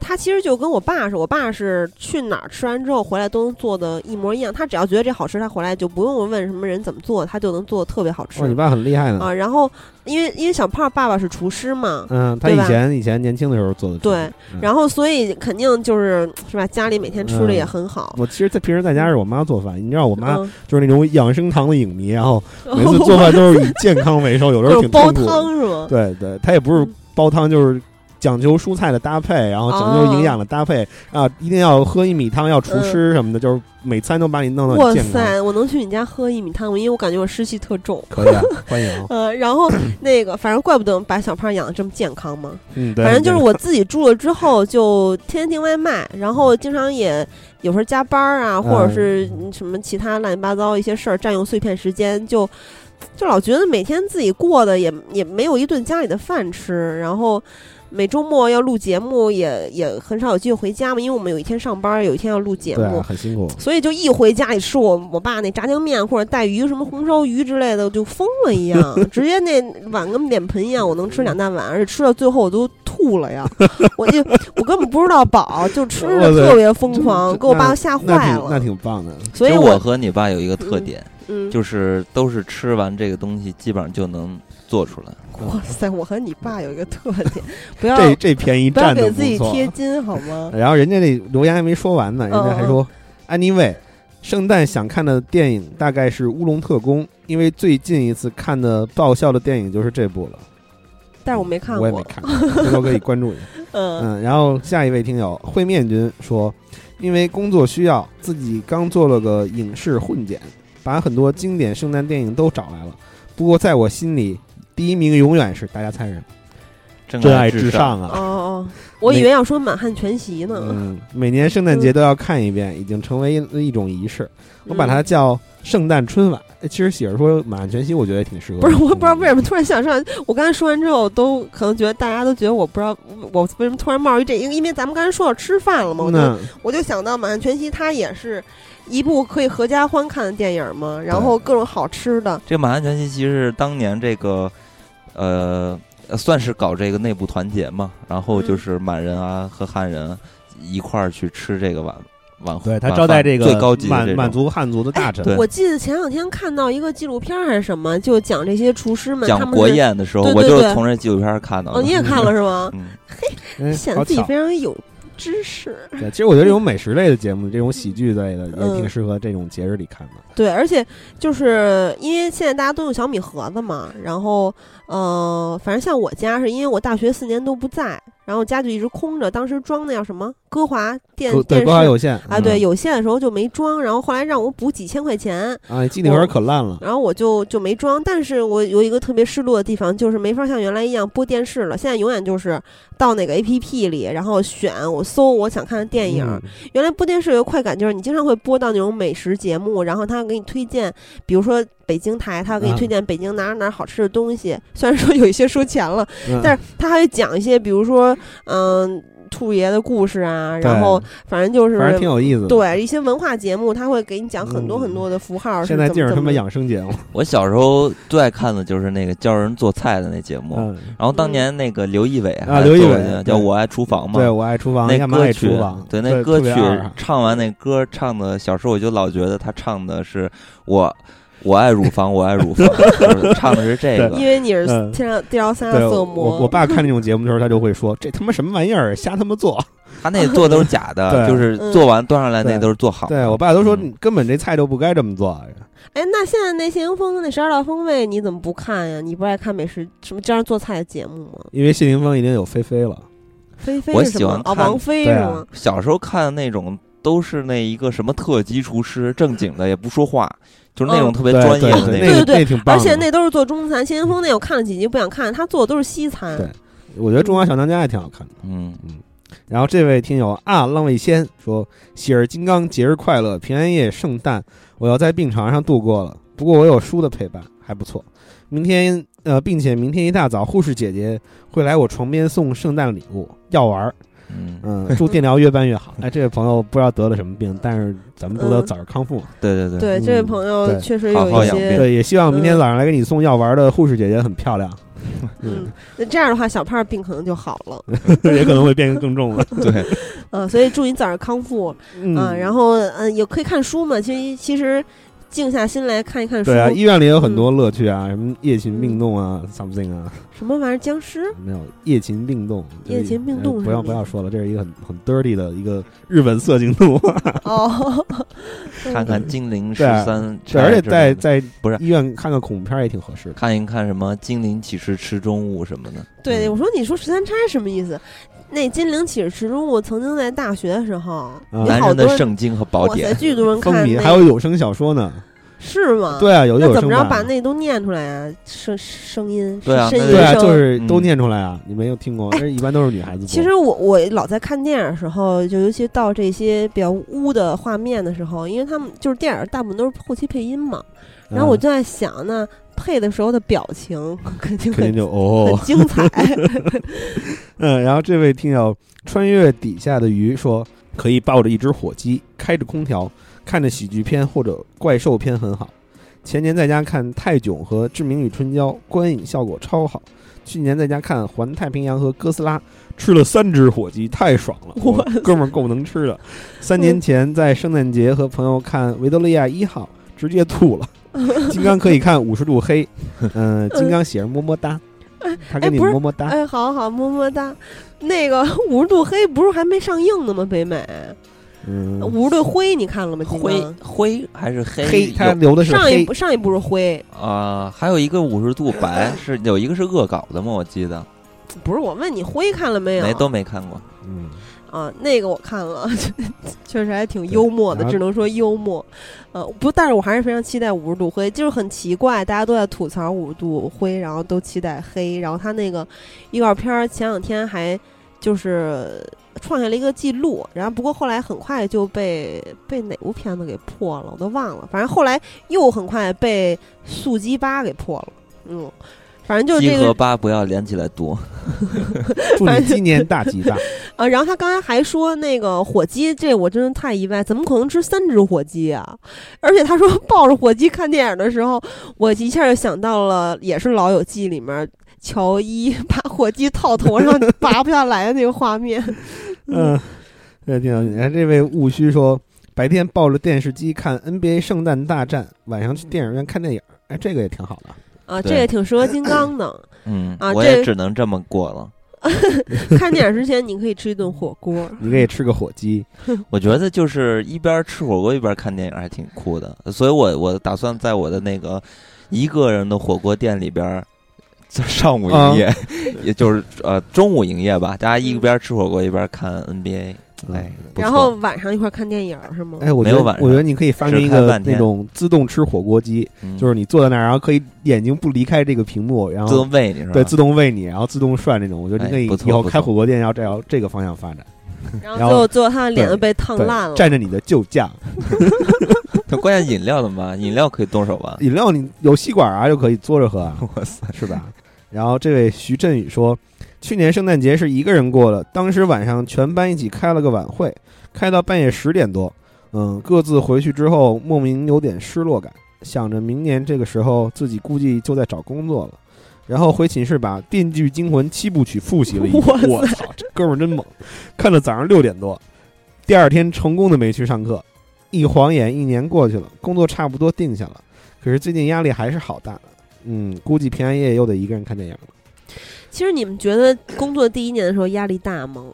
Speaker 2: 他其实就跟我爸是，我爸是去哪儿吃完之后回来都能做的一模一样。他只要觉得这好吃，他回来就不用问什么人怎么做，他就能做的特别好吃
Speaker 3: 哇，你爸很厉害呢。
Speaker 2: 啊。然后，因为因为小胖爸爸是厨师嘛，
Speaker 3: 嗯，他
Speaker 2: 对
Speaker 3: 以
Speaker 2: 吧
Speaker 3: 前以前年轻的时候做的厨艺。
Speaker 2: 对
Speaker 3: 嗯
Speaker 2: 然后所以肯定就是是吧，家里每天吃的也很好。
Speaker 3: 我其实在平时在家是我妈做饭，你知嗯道我妈
Speaker 2: 嗯
Speaker 3: 就是那种养生堂的影迷，然后每 次做饭都是以健康为首，有时
Speaker 2: 就
Speaker 3: 候
Speaker 2: 是
Speaker 3: 挺
Speaker 2: 煲
Speaker 3: 痛苦的。
Speaker 2: 汤是吗？
Speaker 3: 对对，它也不是煲汤，
Speaker 2: 嗯
Speaker 3: 就是讲究蔬菜的搭配，然后讲究营养的搭配、
Speaker 2: 哦
Speaker 3: 啊，一定要喝一米汤，要厨师什么的，就是每餐都把你弄得
Speaker 2: 嗯哇
Speaker 3: 很健康。
Speaker 2: 塞，我能去你家喝一米汤吗？因为我感觉我湿气特 重。
Speaker 3: 可以啊，欢迎。
Speaker 2: 呃，然后那个，反正怪不得把小胖养的这么健康嘛。
Speaker 3: 嗯，对，
Speaker 2: 反正就是我自己住了之后，就天天订外卖，然后经常也有时候加班儿啊，或者是嗯什么其他乱七八糟一些事儿占用碎片时间，就就老觉得每天自己过的也也没有一顿家里的饭吃，然后。每周末要录节目也，也很少有机会回家嘛，因为我们有一天上班，有一天要录节
Speaker 3: 对啊
Speaker 2: 目，
Speaker 3: 很辛苦。
Speaker 2: 所以就一回家里吃我我爸那炸酱面或者带鱼什么红烧鱼之类的，我就疯了一 样，直接那碗跟脸盆一样，我能吃两大碗，而且吃到最后我都吐了 呀！我就我根本不知道饱，就吃的特别疯狂，
Speaker 3: 哇塞
Speaker 2: 给我爸吓
Speaker 3: 那
Speaker 2: 坏
Speaker 3: 挺那
Speaker 2: 了。
Speaker 3: 挺棒的，
Speaker 2: 所以
Speaker 1: 就我
Speaker 2: 我
Speaker 1: 和你爸有一个特点，
Speaker 2: 嗯，
Speaker 1: 就是都是吃完这个东西，基本上就能做出来。
Speaker 2: 哇塞，我和你爸有一个特 点，不要
Speaker 3: 这这便宜
Speaker 2: 不要
Speaker 3: 占的
Speaker 2: 给
Speaker 3: 不
Speaker 2: 自己
Speaker 3: 错。
Speaker 2: 贴金嗯好 吗？
Speaker 3: 然后人家那留言还没说完呢，人家还说，anyway，圣诞想看的电影大概是《乌龙特工》，因为最近一次看的爆笑的电影就是这部了。
Speaker 2: 但是我没看
Speaker 3: 我也没
Speaker 2: 过，
Speaker 3: 看过，回头可以关注一下。
Speaker 2: 嗯
Speaker 3: 嗯，然后下一位听友会面君说，因为工作需要，自己刚做了个影视混剪，把很多经典圣诞电影都找来了。不过在我心里，第一名永远是大家猜什么？
Speaker 1: 真
Speaker 3: 真
Speaker 1: 爱
Speaker 3: 爱
Speaker 1: 至
Speaker 3: 至
Speaker 1: 上，
Speaker 2: 哦
Speaker 3: 上啊！
Speaker 2: 哦，我以为要说《满汉全席》呢，
Speaker 3: 嗯，每年圣诞节都要看一遍，已经成为一种仪式。我把
Speaker 2: 嗯
Speaker 3: 它叫圣诞春晚。哎其实写着说《满汉全席》，我觉得也挺适合。
Speaker 2: 不是，我不知道为什么突然想上。我刚才说完之后，都可能觉得大家都觉得我不知道我为什么突然冒出这，因为因为咱们刚才说到吃饭了嘛，我就
Speaker 3: 那
Speaker 2: 我就想到《满汉全席》，它也是一部可以合家欢看的电影嘛，然后各种好吃的，
Speaker 1: 这个满汉全席其实是当年这个，呃，呃算是搞这个内部团结嘛，然后
Speaker 2: 嗯
Speaker 1: 就是满人啊和汉人一块儿去吃这个晚晚
Speaker 3: 对他
Speaker 1: 晚
Speaker 3: 招待
Speaker 1: 饭
Speaker 3: 这个
Speaker 1: 最高级的
Speaker 3: 满
Speaker 1: 这
Speaker 3: 满
Speaker 1: 种
Speaker 3: 族汉族的大臣，哎
Speaker 1: 对
Speaker 2: 我记得前两天看到一个纪录片还是什么，就讲这些厨师们，他
Speaker 1: 讲
Speaker 2: 们
Speaker 1: 国
Speaker 2: 是
Speaker 1: 宴的时候，
Speaker 2: 对
Speaker 1: 我
Speaker 2: 对
Speaker 1: 就
Speaker 2: 对
Speaker 1: 是从这纪录片儿看到的
Speaker 2: 哦，你。也看了是吗？
Speaker 1: 嗯，
Speaker 3: 嗯
Speaker 2: 显
Speaker 3: 好
Speaker 2: 得自己
Speaker 3: 巧
Speaker 2: 非常有知识。
Speaker 3: 对，其实我觉得这种美食类的节目，这种喜剧类的，也挺
Speaker 2: 嗯
Speaker 3: 适合这种节日里看的。
Speaker 2: 对，而且就是因为现在大家都用小米盒子嘛，然后呃，反正像我家是因为我大学四年都不在，然后家就一直空着，当时装的叫什么歌华电
Speaker 3: 歌对，
Speaker 2: 电
Speaker 3: 歌华
Speaker 2: 视。
Speaker 3: 有限
Speaker 2: 啊，
Speaker 3: 嗯
Speaker 2: 对，有线的时候就没装，然后后来让我补几千块钱，
Speaker 3: 啊，机顶盒可烂了。
Speaker 2: 然后我就就没装。但是我有一个特别失落的地方，就是没法像原来一样播电视了，现在永远就是到哪个 A P P 里，然后选我搜我想看的电影，
Speaker 3: 嗯
Speaker 2: 原来播电视有个快感，就是你经常会播到那种美食节目，然后他给你推荐，比如说北京台，他给你推荐北京哪儿哪儿好吃的东西。虽然说有一些收钱了，
Speaker 3: 嗯
Speaker 2: 但是他还会讲一些，比如说嗯、兔爷的故事啊，
Speaker 3: 对
Speaker 2: 然后反正就是
Speaker 3: 反正挺有意思的。，
Speaker 2: 对一些文化节目，他会给你讲很多
Speaker 3: 嗯
Speaker 2: 很多的符号是
Speaker 3: 现
Speaker 2: 怎么。
Speaker 3: 在净是他
Speaker 2: 怎
Speaker 3: 妈
Speaker 2: 么
Speaker 3: 养生节 目。
Speaker 1: 我小时候最爱看的就是那个教人做菜的那节目，
Speaker 3: 嗯，
Speaker 1: 然后当年那个刘仪伟
Speaker 3: 啊
Speaker 1: 还
Speaker 3: 刘仪
Speaker 1: 做
Speaker 3: 伟
Speaker 1: 过那个叫《
Speaker 3: 对
Speaker 1: 我爱厨房》嘛，
Speaker 3: 对我爱厨房，
Speaker 1: 那
Speaker 3: 干嘛
Speaker 1: 歌
Speaker 3: 爱
Speaker 1: 曲
Speaker 3: 厨房？
Speaker 1: 对那歌
Speaker 3: 特别
Speaker 1: 曲
Speaker 3: 二啊
Speaker 1: 唱完那歌唱的，小时候我就老觉得他唱的是我我爱乳房，我爱乳房，就是唱的是这个。
Speaker 2: 因为你是
Speaker 3: 嗯
Speaker 2: 天上地上三
Speaker 3: 对，
Speaker 2: 色
Speaker 3: 我
Speaker 2: 魔，
Speaker 3: 我我爸看那种节目的时候，他就会说：“这他妈什么玩意儿， 瞎他 妈做
Speaker 1: 他那做都是假的，
Speaker 3: 对
Speaker 1: 就是
Speaker 2: 嗯
Speaker 1: 做完端上来那
Speaker 3: 对
Speaker 1: 都是做！”好的。
Speaker 3: 对我爸都说：“
Speaker 1: 嗯
Speaker 3: 你根本这菜都不该这么做。
Speaker 2: 哎，那现在那谢霆锋的那十二道风味你怎么不看呀？你不是爱看美食什么这样做菜的节目吗”？
Speaker 3: 因为谢霆锋已经有菲菲了，
Speaker 2: 菲菲
Speaker 1: 我
Speaker 2: 是什
Speaker 1: 喜
Speaker 2: 么
Speaker 1: 欢
Speaker 2: 啊，
Speaker 1: 看
Speaker 2: 王菲是
Speaker 3: 对啊
Speaker 2: 吗？
Speaker 1: 小时候看的那种都是那一个什么特级厨师，正经的也不说 话，就是那种
Speaker 2: 嗯
Speaker 1: 特别
Speaker 3: 对
Speaker 1: 专业
Speaker 3: 对
Speaker 1: 的
Speaker 3: 对，
Speaker 1: 那
Speaker 3: 那
Speaker 1: 种。
Speaker 3: 个
Speaker 2: 对对
Speaker 3: 那挺棒
Speaker 2: 而
Speaker 3: 的。
Speaker 2: 且那都是做中餐，谢霆锋那我看了几集不想看，他做的都是西餐
Speaker 3: 对。我觉得《中华小当家》还挺好看的。
Speaker 1: 嗯
Speaker 3: 嗯，然后这位听友啊，浪味仙说：“喜儿金刚节日快乐，平安夜、圣诞，我要在病床上度过了。不过我有书的陪伴，还不错。明天呃，并且明天一大早，护士姐姐会来我床边送圣诞礼物药丸儿。
Speaker 1: 嗯，
Speaker 3: 嗯，祝电疗越办越好。哎，这位朋友不知道得了什么病，但是咱们 祝他
Speaker 2: 嗯
Speaker 3: 早日康复嘛。
Speaker 1: 对对对，
Speaker 2: 对，
Speaker 3: 嗯
Speaker 2: 这位朋友
Speaker 3: 对
Speaker 2: 确实
Speaker 1: 好
Speaker 2: 呃有
Speaker 1: 好
Speaker 2: 一
Speaker 1: 哦养
Speaker 2: 些
Speaker 1: 病，
Speaker 3: 对，也希望明天早上来给你送药丸的护士姐姐很漂亮，
Speaker 2: 嗯，那这样的话，小胖病可能就好了，
Speaker 3: 也可能会变得更 重了。
Speaker 1: 对，
Speaker 2: 嗯，所以祝你早日康复，嗯，然后嗯，也可以看书嘛，其实其实静下心来看一 看书
Speaker 3: 对，啊，医院里有很多乐趣
Speaker 2: 嗯
Speaker 3: 啊，什么夜勤并动啊，something 啊，
Speaker 2: 什么玩意儿，僵尸，
Speaker 3: 没有夜勤并动，就是
Speaker 2: 夜勤并动
Speaker 3: 哎
Speaker 2: 是
Speaker 3: 不
Speaker 2: 什
Speaker 3: 要
Speaker 2: 么
Speaker 3: 不
Speaker 2: 意
Speaker 3: 要
Speaker 2: 思
Speaker 3: 说了，这是一个很很 dirty 的一个日本色情 动画。
Speaker 2: 哦，嗯
Speaker 1: 看看精灵十
Speaker 3: 对啊
Speaker 1: 三，
Speaker 3: 对，而且在在
Speaker 1: 不是
Speaker 3: 医院看个恐怖片儿也挺合适的。
Speaker 1: 看一看什么精灵几时吃中午什么的，
Speaker 2: 对，
Speaker 3: 嗯
Speaker 2: 我说你说十三钗什么意思？那金陵启示池中物曾经在大学的时候，
Speaker 3: 嗯
Speaker 1: 啊
Speaker 2: 有
Speaker 1: 男
Speaker 2: 好
Speaker 1: 人
Speaker 2: 多
Speaker 1: 的
Speaker 2: 人，
Speaker 1: 圣经和宝
Speaker 2: 哇塞，
Speaker 1: 典，
Speaker 2: 巨多人
Speaker 3: 风
Speaker 2: 看
Speaker 3: 靡，
Speaker 2: 那
Speaker 3: 还有有声小说呢。
Speaker 2: 是吗？，
Speaker 3: 对啊，有
Speaker 2: 那
Speaker 3: 有
Speaker 2: 怎
Speaker 3: 声
Speaker 2: 么着把
Speaker 3: 版。
Speaker 2: 那都念出来啊？声声音，
Speaker 1: 对啊
Speaker 2: 呻
Speaker 1: 那得
Speaker 2: 吟
Speaker 3: 对啊，
Speaker 2: 声
Speaker 3: 就是都
Speaker 1: 嗯
Speaker 3: 念出来啊，你没有听过？
Speaker 2: 哎
Speaker 3: 但是一般都是女孩子播。
Speaker 2: 其实我我老在看电影的时候，就尤其到这些比较污的画面的时候，因为他们就是电影大部分都是后期配音嘛，
Speaker 3: 嗯，
Speaker 2: 然后我就在想呢，配的时候的表情肯定
Speaker 3: 肯定
Speaker 2: 很
Speaker 3: 就哦
Speaker 2: 很，精彩。
Speaker 3: 嗯，然后这位听友穿越底下的鱼说，可以抱着一只火鸡，开着空调，看着喜剧片或者怪兽片很好。前年在家看《泰囧》和《志明与春娇》，观影效果超好。去年在家看《环太平洋》和《哥斯拉》，吃了三只火鸡，太爽了！我
Speaker 2: 哇
Speaker 3: 哥们儿够能吃的。三年前在圣诞节和朋友看《维多利亚一号》，直接 吐了。金刚可以看《五十度黑》，嗯、金刚写着么么哒，他给
Speaker 2: 哎
Speaker 3: 你
Speaker 2: 不是
Speaker 3: 么么哒。
Speaker 2: 哎，好好，么么哒。那个五十度黑不是还没上映呢吗？北美
Speaker 3: 嗯，
Speaker 2: 五十度灰你看了吗？金刚
Speaker 1: 灰灰还是黑
Speaker 3: 黑，他
Speaker 1: 有
Speaker 3: 留的是
Speaker 2: 上一
Speaker 3: 黑
Speaker 2: 部，上一部是灰，
Speaker 1: 啊，还有一个五十度 白是有一个是恶搞的吗？我记得
Speaker 2: 不是我问你灰看了没有？
Speaker 1: 没都没看过，
Speaker 3: 嗯，
Speaker 2: 啊，那个我看了， 确实还挺幽默的
Speaker 3: 然，后
Speaker 2: 只能说幽默。呃，不，但是我还是非常期待五十度灰，就是很奇怪，大家都在吐槽五十度灰，然后都期待黑，然后他那个预告片儿前两天还就是创下了一个记录，然后不过后来很快就被被哪部片子给破了，我都忘了，反正后来又很快被速激八给破了，嗯，反正就是
Speaker 1: 鸡
Speaker 2: 这
Speaker 1: 和
Speaker 2: 个
Speaker 1: 八不要连起来读，
Speaker 3: 祝你今年大吉 大。
Speaker 2: 啊，然后他刚才还说那个火鸡，这我真的太意外，怎么可能吃三只火鸡啊？而且他说抱着火鸡看电影的时候，我一下就想到了，也是《老友记》里面乔伊把火鸡套头上拔不下来的那个画 面。
Speaker 3: 嗯，这挺有意思。哎这位务虚说，白天抱着电视机看 NBA 圣诞大战，晚上去电影院看电影，哎，这个也挺好的。
Speaker 2: 啊，这
Speaker 1: 对
Speaker 2: 也挺适合金刚的。
Speaker 1: 嗯
Speaker 2: 啊，
Speaker 1: 我也
Speaker 2: 这
Speaker 1: 只能这么过了。
Speaker 2: 看电影之前，你可以吃一顿火锅。
Speaker 3: 你可以吃个火鸡，
Speaker 1: 我觉得就是一边吃火锅一边看电影还挺酷的，所以我我打算在我的那个一个人的火锅店里边儿，在上午
Speaker 3: 啊
Speaker 1: 营业，也就是呃中午营业吧，大家一边吃火锅一边看 NBA，
Speaker 3: 嗯
Speaker 1: 哎，不错
Speaker 2: 然后晚上一块儿看电影是吗？
Speaker 3: 哎，我觉
Speaker 1: 没
Speaker 3: 得
Speaker 1: 有晚上
Speaker 3: 我觉得你可以发明一
Speaker 1: 只开
Speaker 3: 个
Speaker 1: 半天
Speaker 3: 那种自动吃火锅机，就是是你坐在那儿，然后可以眼睛不离开这个屏幕，然
Speaker 1: 嗯自
Speaker 3: 后
Speaker 1: 动喂你是吧？
Speaker 3: 对自动喂你，然后自动涮这种。我觉得你可以
Speaker 1: 哎不错
Speaker 3: 以后
Speaker 1: 不
Speaker 3: 开
Speaker 1: 错
Speaker 3: 火锅店要这要这个方向发展，
Speaker 2: 然后
Speaker 3: 然
Speaker 2: 最
Speaker 3: 后
Speaker 2: 后最后他的脸
Speaker 3: 对
Speaker 2: 都被烫
Speaker 3: 对
Speaker 2: 烂了。
Speaker 3: 站着你的旧酱，
Speaker 1: 动，关键饮料怎么办？饮料可以动手 吧？
Speaker 3: 饮料你有吸管啊，就可以嘬着喝啊。
Speaker 1: 哇塞，
Speaker 3: 是吧？然后这位徐振宇说，去年圣诞节是一个人过的，当时晚上全班一起开了个晚会，开到半夜十点多，嗯，各自回去之后，莫名有点失落感，想着明年这个时候自己估计就在找工作了。然后回寝室把《电锯惊魂》七部曲复习了一遍，
Speaker 2: 哇塞
Speaker 3: 我操，这哥们儿真猛！看到早上六点多，第二天成功的没去上课，一晃眼一年过去了，工作差不多定下了，可是最近压力还是好大，嗯，估计平安夜又得一个人看电影了。
Speaker 2: 其实你们觉得工作第一年的时候压力大吗？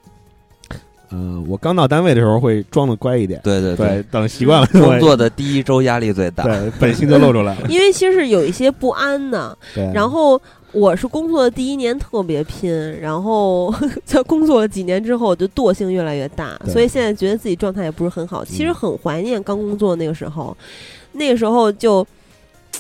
Speaker 3: 嗯、我刚到单位的时候会装的乖一点，
Speaker 1: 对对对，
Speaker 3: 等习惯了
Speaker 1: 工作的第一周压力最大，
Speaker 3: 对本性就露出来了。
Speaker 2: 因为其实是有一些不安的。
Speaker 3: 对，
Speaker 2: 然后我是工作的第一年特别拼，然后 在工作了几年之后，我就惰性越来越大，
Speaker 3: 对
Speaker 2: 所以现在觉得自己状态也不是很好。其实很怀念刚工作那个时候，那个时候就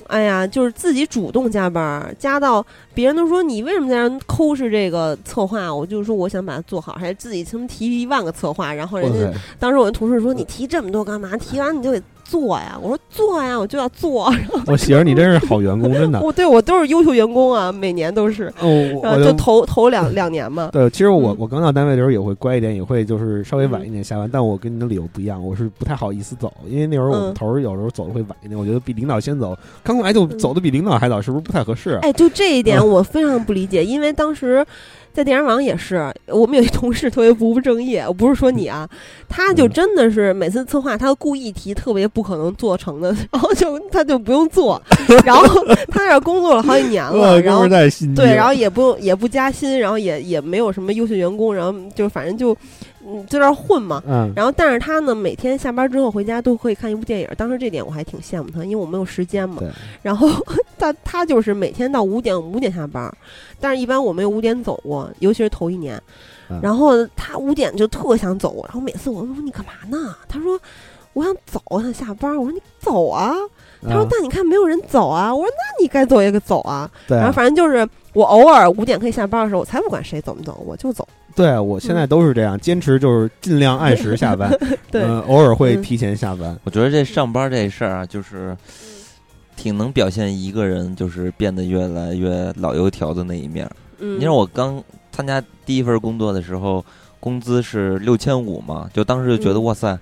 Speaker 2: 哎呀，就是自己主动加班儿，加到别人都说你为什么在那抠是这个策划，我就说我想把它做好，还自己他妈提一万个策划，然后人家当时我的同事说你提这么多干嘛？提完你就得做呀。我说做呀，我就要做。啊
Speaker 3: 我媳妇儿你真是好员工，真的。
Speaker 2: 我对我都是优秀员工啊，每年都是，
Speaker 3: 哦，我
Speaker 2: 然后呃
Speaker 3: 我
Speaker 2: 就头头两两年嘛。
Speaker 3: 对，其实我
Speaker 2: 嗯
Speaker 3: 我刚到单位的时候也会乖一点，也会就是稍微晚一点下班，但我跟你的理由不一样，我是不太好意思走，因为那时候我
Speaker 2: 嗯
Speaker 3: 们头儿有时候走的会晚一点，我觉得比领导先走，刚过来
Speaker 2: 嗯
Speaker 3: 就走的比领导还早，是不是不太合适？啊
Speaker 2: 哎，就这一
Speaker 3: 嗯
Speaker 2: 点我非常不理解，因为当时在电视网也是，我们有一同事特别不务正业，我不是说你啊，他就
Speaker 3: 嗯
Speaker 2: 真的是每次策划他都故意提特别不可能做成的，然后就他就不用 做，然后他在这儿工作了好几年了，然后
Speaker 3: 在心
Speaker 2: 对，然后也不也不加薪，然后也也没有什么优秀员工，然后就反正就嗯就在这儿混嘛。
Speaker 3: 嗯，
Speaker 2: 然后，但是他呢，每天下班之后回家都会看一部电影。当时这点我还挺羡慕他，因为我没有时间嘛
Speaker 3: 对。
Speaker 2: 然后 他他就是每天到五点五点下班，但是一般我没有五点走过，尤其是头一年
Speaker 3: 嗯。
Speaker 2: 然后他五点就特想走，然后每次我问说你干嘛呢？他说我想走，我想下班。我说你走啊。他说
Speaker 3: 啊
Speaker 2: 但你看没有人走啊。我说那你该走也得走啊。
Speaker 3: 对
Speaker 2: 然后
Speaker 3: 啊，
Speaker 2: 反正就是我偶尔五点可以下班的时候，我才不管谁走不走，我就走。
Speaker 3: 对我现在都是这样，坚持就是尽量按时下班，
Speaker 2: 嗯 对，
Speaker 3: 嗯，偶尔会
Speaker 2: 嗯
Speaker 3: 提前下班，
Speaker 1: 我觉得这上班这事儿啊，就是挺能表现一个人就是变得越来越老油条的那一面儿。
Speaker 2: 嗯，
Speaker 1: 你看我刚参加第一份工作的时候，工资是六千五嘛，就当时就觉得
Speaker 2: 嗯
Speaker 1: 哇塞，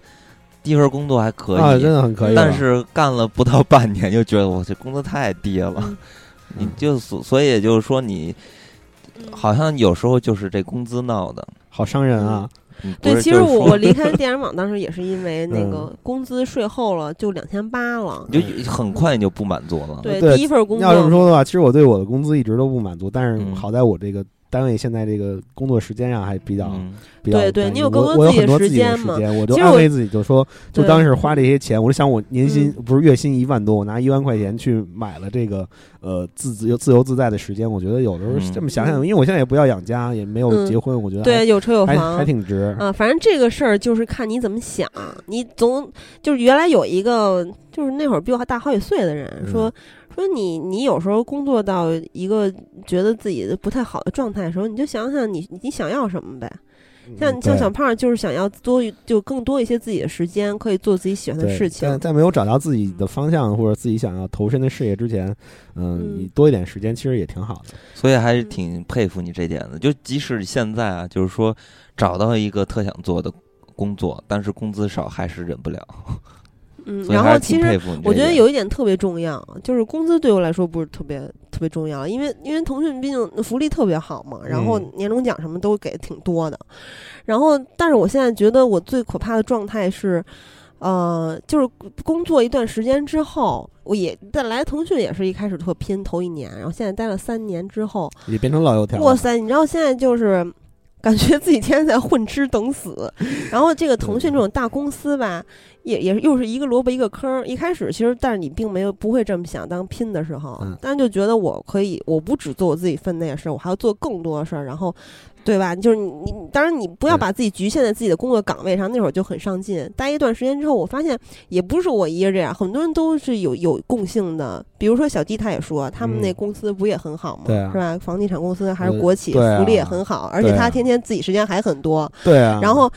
Speaker 1: 第一份工作还可
Speaker 3: 啊，
Speaker 1: 以
Speaker 3: 真，的很可以了。
Speaker 1: 但是干了不到半年，就觉得我这工资太低了
Speaker 2: 嗯。
Speaker 1: 你就所所以也就是说，你
Speaker 2: 嗯
Speaker 1: 好像有时候就是这工资闹的。
Speaker 3: 好伤人啊，
Speaker 1: 嗯不
Speaker 2: 对，
Speaker 1: 是
Speaker 2: 其
Speaker 1: 就
Speaker 2: 实
Speaker 1: 是
Speaker 2: 我
Speaker 1: 说
Speaker 2: 我离开电影网当时也是因为那个
Speaker 3: 嗯
Speaker 2: 工资税后了，就两千八了。
Speaker 1: 你就很快你就不满足了。
Speaker 2: 对，
Speaker 3: 对
Speaker 2: 第一份工
Speaker 3: 要这么
Speaker 2: 作，
Speaker 3: 说的话，其实我对我的工资一直都不满足，但是
Speaker 1: 嗯
Speaker 3: 好在我这个单位现在这个工作时间上还比较
Speaker 1: 嗯，
Speaker 3: 比较
Speaker 2: 对对
Speaker 3: 单一
Speaker 2: 你有更
Speaker 3: 我
Speaker 2: 多
Speaker 3: 我有
Speaker 2: 自己
Speaker 3: 很
Speaker 2: 的
Speaker 3: 多
Speaker 2: 时
Speaker 3: 自己的
Speaker 2: 间
Speaker 3: 时
Speaker 2: 嘛
Speaker 3: 间，我就
Speaker 2: 其实
Speaker 3: 安
Speaker 2: 我
Speaker 3: 慰自己，就说就
Speaker 2: 对
Speaker 3: 当时花这些钱，我就想我年薪不是月薪一万多，我拿一万块钱去买了这个呃自自由自由自在的时间，我觉得有时候
Speaker 1: 嗯
Speaker 3: 这么想想，因为我现在也不要养家，也没有
Speaker 2: 嗯
Speaker 3: 结婚，我觉得
Speaker 2: 对，有车有
Speaker 3: 还还还
Speaker 2: 房。
Speaker 3: 挺值。
Speaker 2: 啊，反正这个事儿就是看你怎么想，你总就是原来有一个就是那会儿比我还大好几岁的人
Speaker 3: 嗯
Speaker 2: 说、说你你有时候工作到一个觉得自己不太好的状态的时候，你就想想你你想要什么呗。
Speaker 1: 嗯
Speaker 2: 像像
Speaker 3: 对
Speaker 2: 小胖就是想要多就更多一些自己的时间，可以做自己喜欢的
Speaker 3: 对
Speaker 2: 事情
Speaker 3: 在。在没有找到自己的方向或者自己想要投身的事业之前，嗯，
Speaker 2: 嗯
Speaker 3: 你多一点时间其实也挺好的。
Speaker 1: 所以还是挺佩服你这点的。就即使现在啊，就是说找到一个特想做的工作，但是工资少还是忍不了。
Speaker 2: 嗯，
Speaker 1: 所以
Speaker 2: 然
Speaker 1: 还
Speaker 2: 后
Speaker 1: 是
Speaker 2: 其
Speaker 1: 挺
Speaker 2: 实
Speaker 1: 佩服你这点。
Speaker 2: 我觉得有一点特别重要，就是工资对我来说不是特别特别重要，因为因为腾讯毕竟福利特别好嘛，然后
Speaker 3: 嗯
Speaker 2: 年终奖什么都给得挺多的，然后但是我现在觉得我最可怕的状态是。呃，就是工作一段时间之后，我也但来腾讯也是一开始特拼，头一年，然后现在待了三年之后，
Speaker 3: 也变成老油条了。
Speaker 2: 哇塞，你知道现在就是感觉自己天天在混吃等死，然后这个腾讯这种大公司吧，也也是又是一个萝卜一个坑儿。一开始其实，但是你并没有不会这么想，当拼的时候
Speaker 3: 嗯，
Speaker 2: 但是就觉得我可以，我不只做我自己分内的事儿，我还要做更多的事儿，然后。对吧？就是你，你当然你不要
Speaker 3: 对
Speaker 2: 把自己局限在自己的工作岗位上。那会儿就很上进，待一段时间之后，我发现也不是我一个人这样，很多人都是有有共性的。比如说小弟他也说，他们
Speaker 3: 嗯
Speaker 2: 那公司不也很好吗？
Speaker 3: 对啊
Speaker 2: 是吧？房地产公司还是
Speaker 3: 呃
Speaker 2: 国企，
Speaker 3: 对啊
Speaker 2: 福利也很好，而且
Speaker 3: 对啊
Speaker 2: 他天天自己时间还很多。
Speaker 3: 对啊，
Speaker 2: 然后，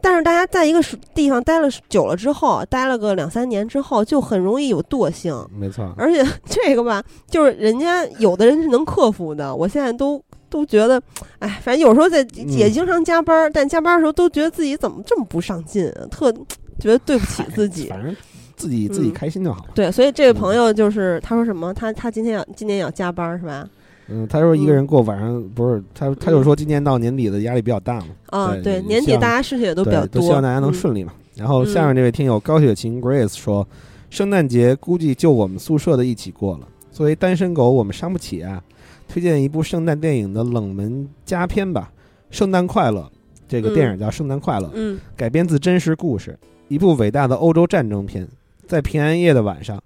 Speaker 2: 但是大家在一个时地方待了久了之后，待了个两三年之后，就很容易有惰性。
Speaker 3: 没错，
Speaker 2: 而且 这个吧，就是人家有的人是能克服的，我现在都都觉得，哎，反正有时候在
Speaker 3: 嗯
Speaker 2: 也经常加班儿，但加班儿的时候都觉得自己怎么这么不上进啊，特觉得对不起自 己。
Speaker 3: 反正自己自己
Speaker 2: 嗯
Speaker 3: 开心就好。
Speaker 2: 对，所以这位朋
Speaker 3: 嗯
Speaker 2: 友就是他说什么，他他今天要今年也要加班儿是吧？
Speaker 3: 嗯，他说一个人过晚上不是他，他就说今年到年底的压力比较大嘛，
Speaker 2: 啊，
Speaker 3: 对
Speaker 2: 对，
Speaker 3: 你
Speaker 2: 年底
Speaker 3: 像
Speaker 2: 大家事情也都比较多，
Speaker 3: 对，
Speaker 2: 嗯
Speaker 3: 就希望大家能顺利嘛。然后下面这位听友高雪琴 Grace 说，圣诞节估计就我们宿舍的一起过了。作为单身狗，我们伤不起啊！推荐一部圣诞电影的冷门佳片吧，《圣诞快乐》。这个电影叫《圣诞快乐》，
Speaker 2: 嗯。嗯
Speaker 3: 改编自真实故事，一部伟大的欧洲战争片。在平安夜的晚上，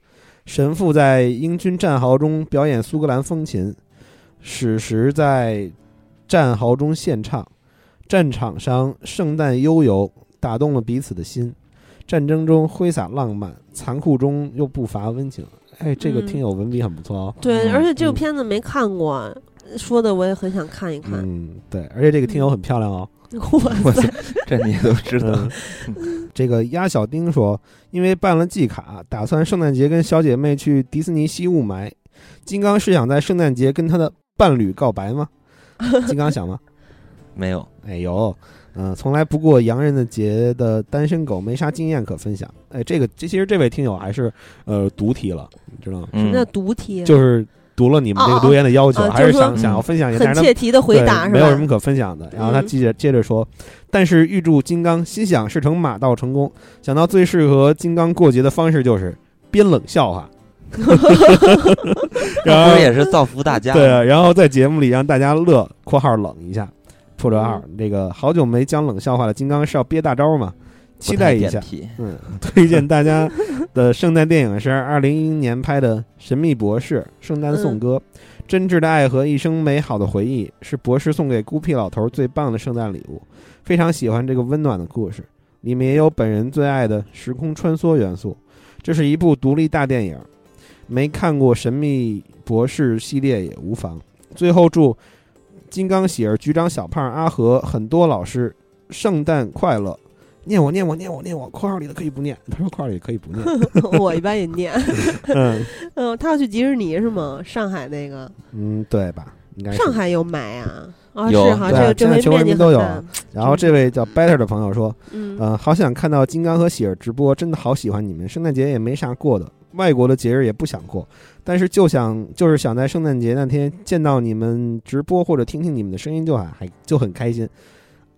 Speaker 3: 神父在英军战壕中表演苏格兰风琴，史实在战壕中献唱，战场上圣诞悠游，打动了彼此的心。战争中挥洒浪漫，残酷中又不乏温情。哎，这个
Speaker 2: 嗯
Speaker 3: 听友文笔很不错哦。
Speaker 2: 对，
Speaker 1: 嗯
Speaker 2: 而且这个
Speaker 3: 嗯
Speaker 2: 片子没看过，说的我也很想看一看。
Speaker 3: 嗯，对，而且这个听友很漂亮哦。
Speaker 2: 哇塞，
Speaker 1: 这你 都知道。
Speaker 3: 嗯 这个鸭小丁说，因为办了季卡，打算圣诞节跟小姐妹去迪士尼西雾霾。金刚是想在圣诞节跟他的伴侣告 白吗？金刚想吗？
Speaker 1: 没有，
Speaker 3: 哎呦，嗯、从来不过洋人的节的单身狗没啥经验可分享。哎，这个这其实这位听友还是呃读题了，你知道吗？
Speaker 1: 嗯
Speaker 2: 那毒题
Speaker 3: 就是读了你们这个留言的要求，
Speaker 2: 哦哦哦
Speaker 3: 还
Speaker 2: 就是
Speaker 3: 是
Speaker 2: 说
Speaker 3: 想想要分享一下，
Speaker 2: 很
Speaker 3: 但是他
Speaker 2: 切题的回答
Speaker 3: 对
Speaker 2: 是
Speaker 3: 没有什么
Speaker 2: 吧？
Speaker 3: 可分享的。然后他
Speaker 2: 嗯
Speaker 3: 接着接着说，但是预祝金刚心想事成，马到成功。想到最适合金刚过节的方式就是编冷 笑话，然
Speaker 1: 不
Speaker 3: 后
Speaker 1: 是也是造福大家？
Speaker 3: 对，啊然后在节目里让大家乐（括号冷一下），破折
Speaker 2: 嗯
Speaker 3: 号。那个好久没讲冷笑话的金刚是要憋大招吗？期待一下
Speaker 1: 不太点，题。
Speaker 3: 嗯， 推荐大家的圣诞电影是二零一零年拍的《神秘博士》圣诞颂歌，真挚的爱和一生美好的回忆是博士送给孤僻老头最棒的圣诞礼物。非常喜欢这个温暖的故事，里面也有本人最爱的时空穿梭元素。这是一部独立大电影，没看过《神秘博士》系列也无妨。最后祝金刚喜儿、局长小胖、阿和很多老师圣诞快乐。念我念我念我念我，括号里的可以不念。他说括号里可以不 念。
Speaker 2: 我一般也念。
Speaker 3: 嗯
Speaker 2: 嗯，他要去迪士尼是吗？上海那个，
Speaker 3: 嗯，对吧？应该是
Speaker 2: 上。海有买啊？啊，
Speaker 1: 有
Speaker 2: 是哈，
Speaker 3: 对
Speaker 2: 这
Speaker 3: 啊
Speaker 2: 个这回
Speaker 3: 现在全国
Speaker 2: 面
Speaker 3: 人
Speaker 2: 积
Speaker 3: 民都
Speaker 2: 很
Speaker 3: 有啊
Speaker 2: 大。
Speaker 3: 然后这位叫 Better 的朋友说，
Speaker 2: 嗯，
Speaker 3: 嗯、好想看到金刚和喜儿直播，真的好喜欢你们。圣诞节也没啥过的，外国的节日也不想过，但是就想就是想在圣诞节那天见到你们直播或者听听你们的声音就还还就很开心。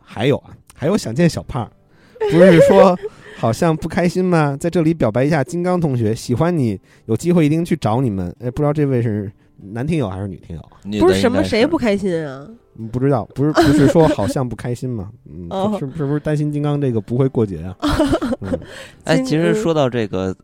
Speaker 3: 还有啊，还有想见小胖，不是 说好像不开心吗？在这里表白一下，金刚同学喜欢你，有机会一定去找你们。哎，不知道这位是男听友还是女听友？啊
Speaker 1: 你
Speaker 2: 不
Speaker 1: 的
Speaker 2: 是什
Speaker 1: 嗯
Speaker 2: 么
Speaker 1: 应该
Speaker 2: 谁不开心啊？
Speaker 3: 嗯不知道，不是不是说好像不开心吗？嗯，
Speaker 2: 哦
Speaker 3: 是是不是担心金刚这个不会 过节啊？嗯
Speaker 1: 哎，
Speaker 2: 今
Speaker 1: 其实
Speaker 2: 嗯
Speaker 1: 说到这个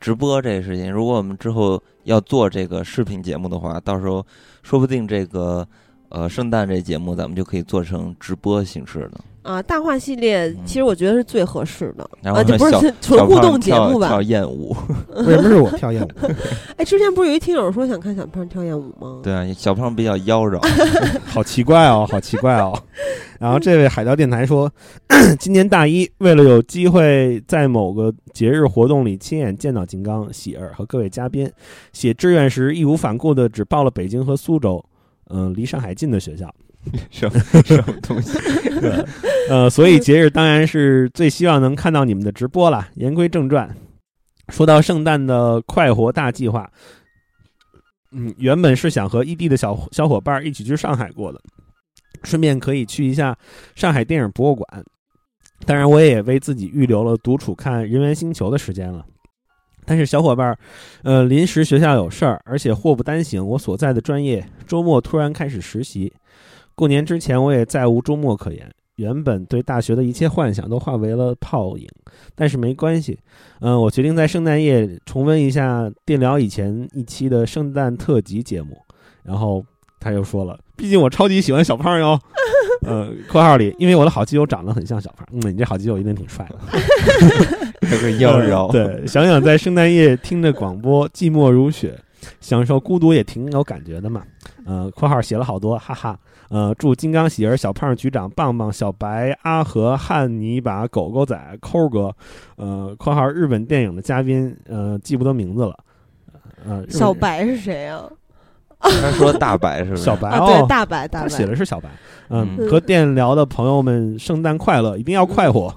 Speaker 1: 直播这个事情，如果我们之后要做这个视频节目的话，到时候说不定这个呃圣诞这节目咱们就可以做成直播形式的。
Speaker 2: 啊，大话系列
Speaker 1: 嗯
Speaker 2: 其实我觉得是最合适的
Speaker 1: 然后
Speaker 2: 啊，就不
Speaker 1: 小
Speaker 2: 是 纯
Speaker 1: 小
Speaker 2: 互
Speaker 1: 胖
Speaker 2: 动节
Speaker 1: 跳
Speaker 2: 目吧
Speaker 1: 跳？艳 舞，
Speaker 3: 为什么是我跳艳舞？
Speaker 2: 哎，之前不是有一听友说想看小胖跳艳舞吗？
Speaker 1: 对啊，小胖比较妖 娆，
Speaker 3: 好奇怪哦，好奇怪哦。然后这位海盗电台说， 今年大一，为了有机会在某个节日活动里亲眼见到金刚、喜儿和各位嘉宾，写志愿时义无反顾的只报了北京和苏州，嗯、离上海近的学校。
Speaker 1: 什么什么东西？
Speaker 3: 对，呃，所以节日当然是最希望能看到你们的直播啦。言归正传，说到圣诞的快活大计划，嗯，原本是想和异地的小小伙伴一起去上海过的，顺便可以去一下上海电影博物馆。当然，我也为自己预留了独处看《人猿星球》的时间了。但是小伙伴儿，呃，临时学校有事儿，而且祸不单行，我所在的专业周末突然开始实习，过年之前，我也再无周末可言。原本对大学的一切幻想都化为了泡影，但是没关系。嗯，我决定在圣诞夜重温一下电疗以前一期的圣诞特辑节目。然后他又说了，毕竟我超级喜欢小胖哟。呃，括号里，因为我的好基友长得很像小胖。嗯，你这好基友一定挺帅的。
Speaker 1: 有个妖娆，
Speaker 3: 呃对，想想在圣诞夜听着广播，寂寞如雪，享受孤独也挺有感觉的嘛。呃，括号写了好多，哈哈。呃，祝金刚喜儿、小胖局长、棒棒、小白、阿和、汉尼拔、狗狗仔、抠哥，呃，括号日本电影的嘉宾，呃，记不得名字了。呃，日本
Speaker 2: 小白是谁啊？
Speaker 1: 他说大白是不是？
Speaker 3: 小白
Speaker 2: 啊，
Speaker 3: 哦，
Speaker 2: 对，大白，大
Speaker 3: 他
Speaker 2: 白，
Speaker 3: 写的是小白。嗯，
Speaker 1: 嗯
Speaker 3: 和电聊的朋友们，圣诞快乐，一定要快活。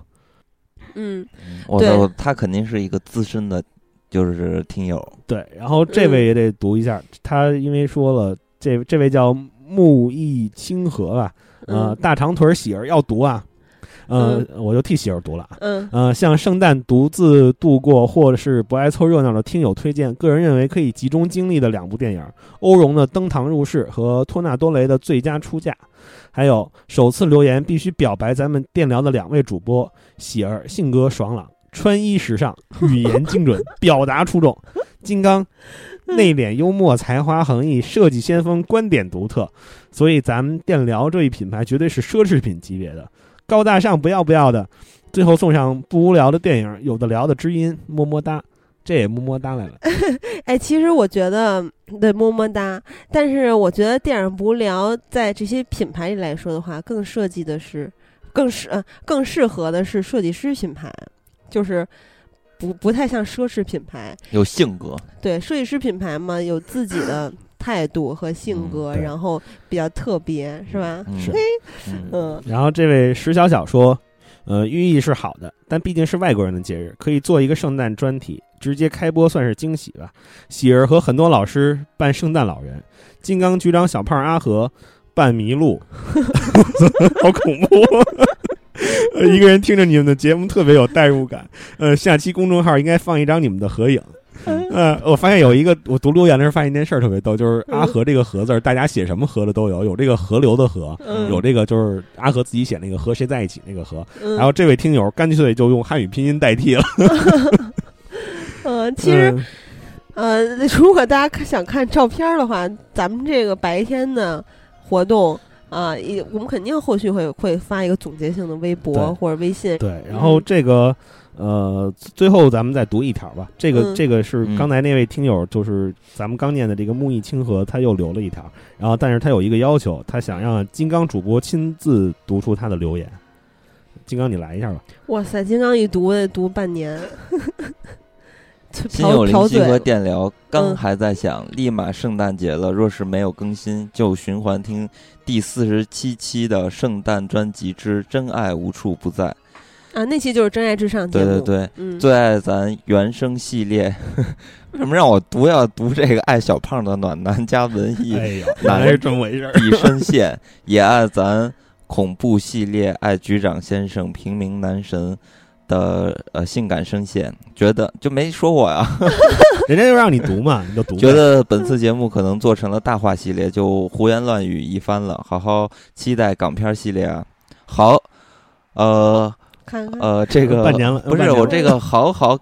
Speaker 2: 嗯，
Speaker 1: 我
Speaker 2: 对
Speaker 1: 我他肯定是一个资深的，就是听友。
Speaker 3: 对，然后这位也得读一下，他因为说了，这这位叫木易清河吧，呃，
Speaker 2: 嗯
Speaker 3: 大长腿喜儿要读啊，呃，我就替喜儿读了啊。
Speaker 2: 嗯，
Speaker 3: 呃，向圣诞独自度过或者是不爱凑热闹的听友推荐，个人认为可以集中精力的两部电影：欧荣的《登堂入室》和托纳多雷的《最佳出价》，还有首次留言必须表白咱们电聊的两位主播喜儿，性格爽朗，穿衣时尚，语言精准，表达出众；金刚内敛幽默，才华横溢，设计先锋，观点独特。所以咱们电聊这一品牌绝对是奢侈品级别的，高大上不要不要的。最后送上不无聊的电影，有的聊的知音，么么哒。这也么么哒来了。
Speaker 2: 哎，其实我觉得对么么哒，但是我觉得电影不无聊在这些品牌里来说的话，更设计的是，更适呃更适合的是设计师品牌，就是不不太像奢侈品牌。
Speaker 1: 有性格，
Speaker 2: 对，设计师品牌嘛，有自己的态度和性
Speaker 1: 嗯
Speaker 2: 格，
Speaker 3: 对
Speaker 2: 然后比较特别，是吧？
Speaker 1: 嗯
Speaker 3: 是
Speaker 1: 嗯
Speaker 2: 嗯，
Speaker 3: 然后这位石小小说，呃，寓意是好的，但毕竟是外国人的节日，可以做一个圣诞专题，直接开播算是惊喜吧。喜儿和很多老师扮圣诞老人，金刚局长小胖阿和扮麋鹿， 好恐怖。呃一个人听着你们的节目特别有代入感，呃，下期公众号应该放一张你们的合影。呃，我发现有一个，我读留言的时候发现一件事儿特别逗，就是“阿和”这个“和”字儿，大家写什么“和”的都有，有这个河流的“河”，
Speaker 2: 嗯
Speaker 3: 有这个就是阿和自己写那个和谁在一起那个和，
Speaker 2: 嗯
Speaker 3: 然后这位听友干脆就用汉语拼音代替了。
Speaker 2: 嗯， 其实呃， 如果大家看想看照片儿的话，咱们这个白天的活动啊，也我们肯定后续会会发一个总结性的微博
Speaker 3: 对
Speaker 2: 或者微信。
Speaker 3: 对，然后这个呃，最后咱们再读一条吧。这个、
Speaker 2: 嗯
Speaker 3: 这个是
Speaker 1: 嗯
Speaker 3: 刚才那位听友，就是咱们刚念的这个木易清河，他又留了一条，然后但是他有一个要求，他想让金刚主播亲自读出他的留言。金刚，你来一下吧。
Speaker 2: 哇塞，金刚一读读半年，就
Speaker 1: 心
Speaker 2: 瓢
Speaker 1: 有
Speaker 2: 瓢
Speaker 1: 灵犀
Speaker 2: 嘴
Speaker 1: 和
Speaker 2: 了。
Speaker 1: 电疗，刚
Speaker 2: 嗯
Speaker 1: 还在想，立马圣诞节了，若是没有更新，就循环听第四十七期的圣诞专辑之《真爱无处不在》。
Speaker 2: 啊，那期就是《真爱至上》
Speaker 1: 对
Speaker 2: 节
Speaker 1: 对
Speaker 2: 目。
Speaker 1: 对，
Speaker 2: 嗯，
Speaker 1: 最爱咱原声系列。 为什么让我读要读这个爱小胖的暖男加文艺
Speaker 3: 哎 呦，
Speaker 1: 原来是
Speaker 3: 这么回事儿。
Speaker 1: 底深陷，也爱咱恐怖系列，爱局长先生、平民男神的呃性感声线，觉得就没说我啊呀、
Speaker 3: 人家就让你读嘛，你就读呗。
Speaker 1: 觉得本次节目可能做成了大话系列，就胡言乱语一番了。好好期待港片系列啊！好，呃
Speaker 2: 看看。
Speaker 1: 呃，这个
Speaker 3: 半年了，
Speaker 1: 不
Speaker 3: 半
Speaker 1: 是
Speaker 3: 年了
Speaker 1: 我这个好好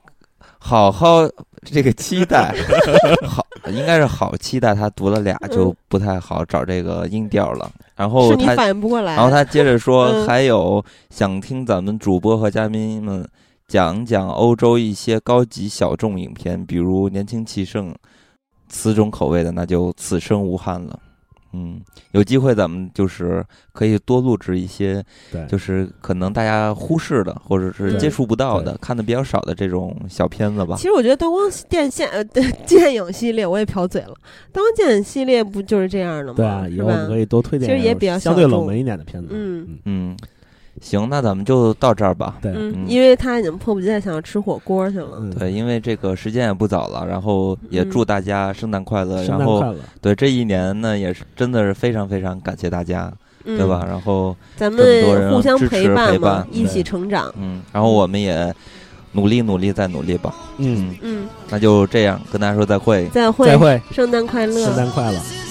Speaker 1: 好好这个期待， 好应该是好期待。他读了俩就不太好找这个音调了。然后
Speaker 2: 嗯是你
Speaker 1: 他
Speaker 2: 反应不过来，
Speaker 1: 然后他接着说，
Speaker 2: 哎嗯
Speaker 1: 还有想听咱们主播和嘉宾们讲讲欧洲一些高级小众影片，比如《年轻气盛》，此种口味的那就此生无憾了。嗯，有机会咱们就是可以多录制一些，
Speaker 3: 对，
Speaker 1: 就是可能大家忽视的，或者是
Speaker 2: 对
Speaker 1: 接触不到的
Speaker 3: 对、
Speaker 1: 看的比较少的这种小片子吧
Speaker 2: 其。实我觉得灯光电线呃对 电影系列我也瓢嘴了，灯光电影系列不就是这样的
Speaker 3: 对啊，
Speaker 2: 吗？
Speaker 3: 以
Speaker 2: 是
Speaker 3: 后我
Speaker 2: 吧
Speaker 3: 们？可以多推荐
Speaker 2: 其
Speaker 3: 一
Speaker 2: 实
Speaker 3: 下，
Speaker 2: 也比较
Speaker 3: 相对
Speaker 2: 小众
Speaker 3: 冷门一点的片子。
Speaker 2: 嗯
Speaker 3: 嗯，
Speaker 1: 嗯，行，那咱们就到这儿吧。
Speaker 3: 对，
Speaker 2: 嗯，
Speaker 1: 嗯
Speaker 2: 因为他已经迫不及待想要吃火锅去了。
Speaker 3: 嗯，
Speaker 1: 对，因为这个时间也不早了，然后也
Speaker 2: 嗯
Speaker 1: 祝大家圣诞快乐，
Speaker 3: 圣
Speaker 1: 然
Speaker 3: 诞
Speaker 1: 后嗯
Speaker 3: 快乐，
Speaker 1: 对，这一年呢，也是真的是非常非常感谢大家，
Speaker 2: 嗯，
Speaker 1: 对吧？？然后，
Speaker 2: 咱
Speaker 1: 这么多
Speaker 2: 们
Speaker 1: 人
Speaker 2: 互相
Speaker 1: 支持
Speaker 2: 陪伴
Speaker 1: 陪
Speaker 2: 嘛
Speaker 1: 伴，
Speaker 2: 一起
Speaker 3: 对
Speaker 2: 成长。
Speaker 1: 嗯，然后我们也努力努力再努力吧。
Speaker 3: 嗯，
Speaker 1: 嗯，
Speaker 2: 嗯，
Speaker 1: 那就这样，跟大家说再会。
Speaker 2: 再会，
Speaker 3: 再会，
Speaker 2: 圣诞快乐，
Speaker 3: 圣诞快乐。
Speaker 6: This is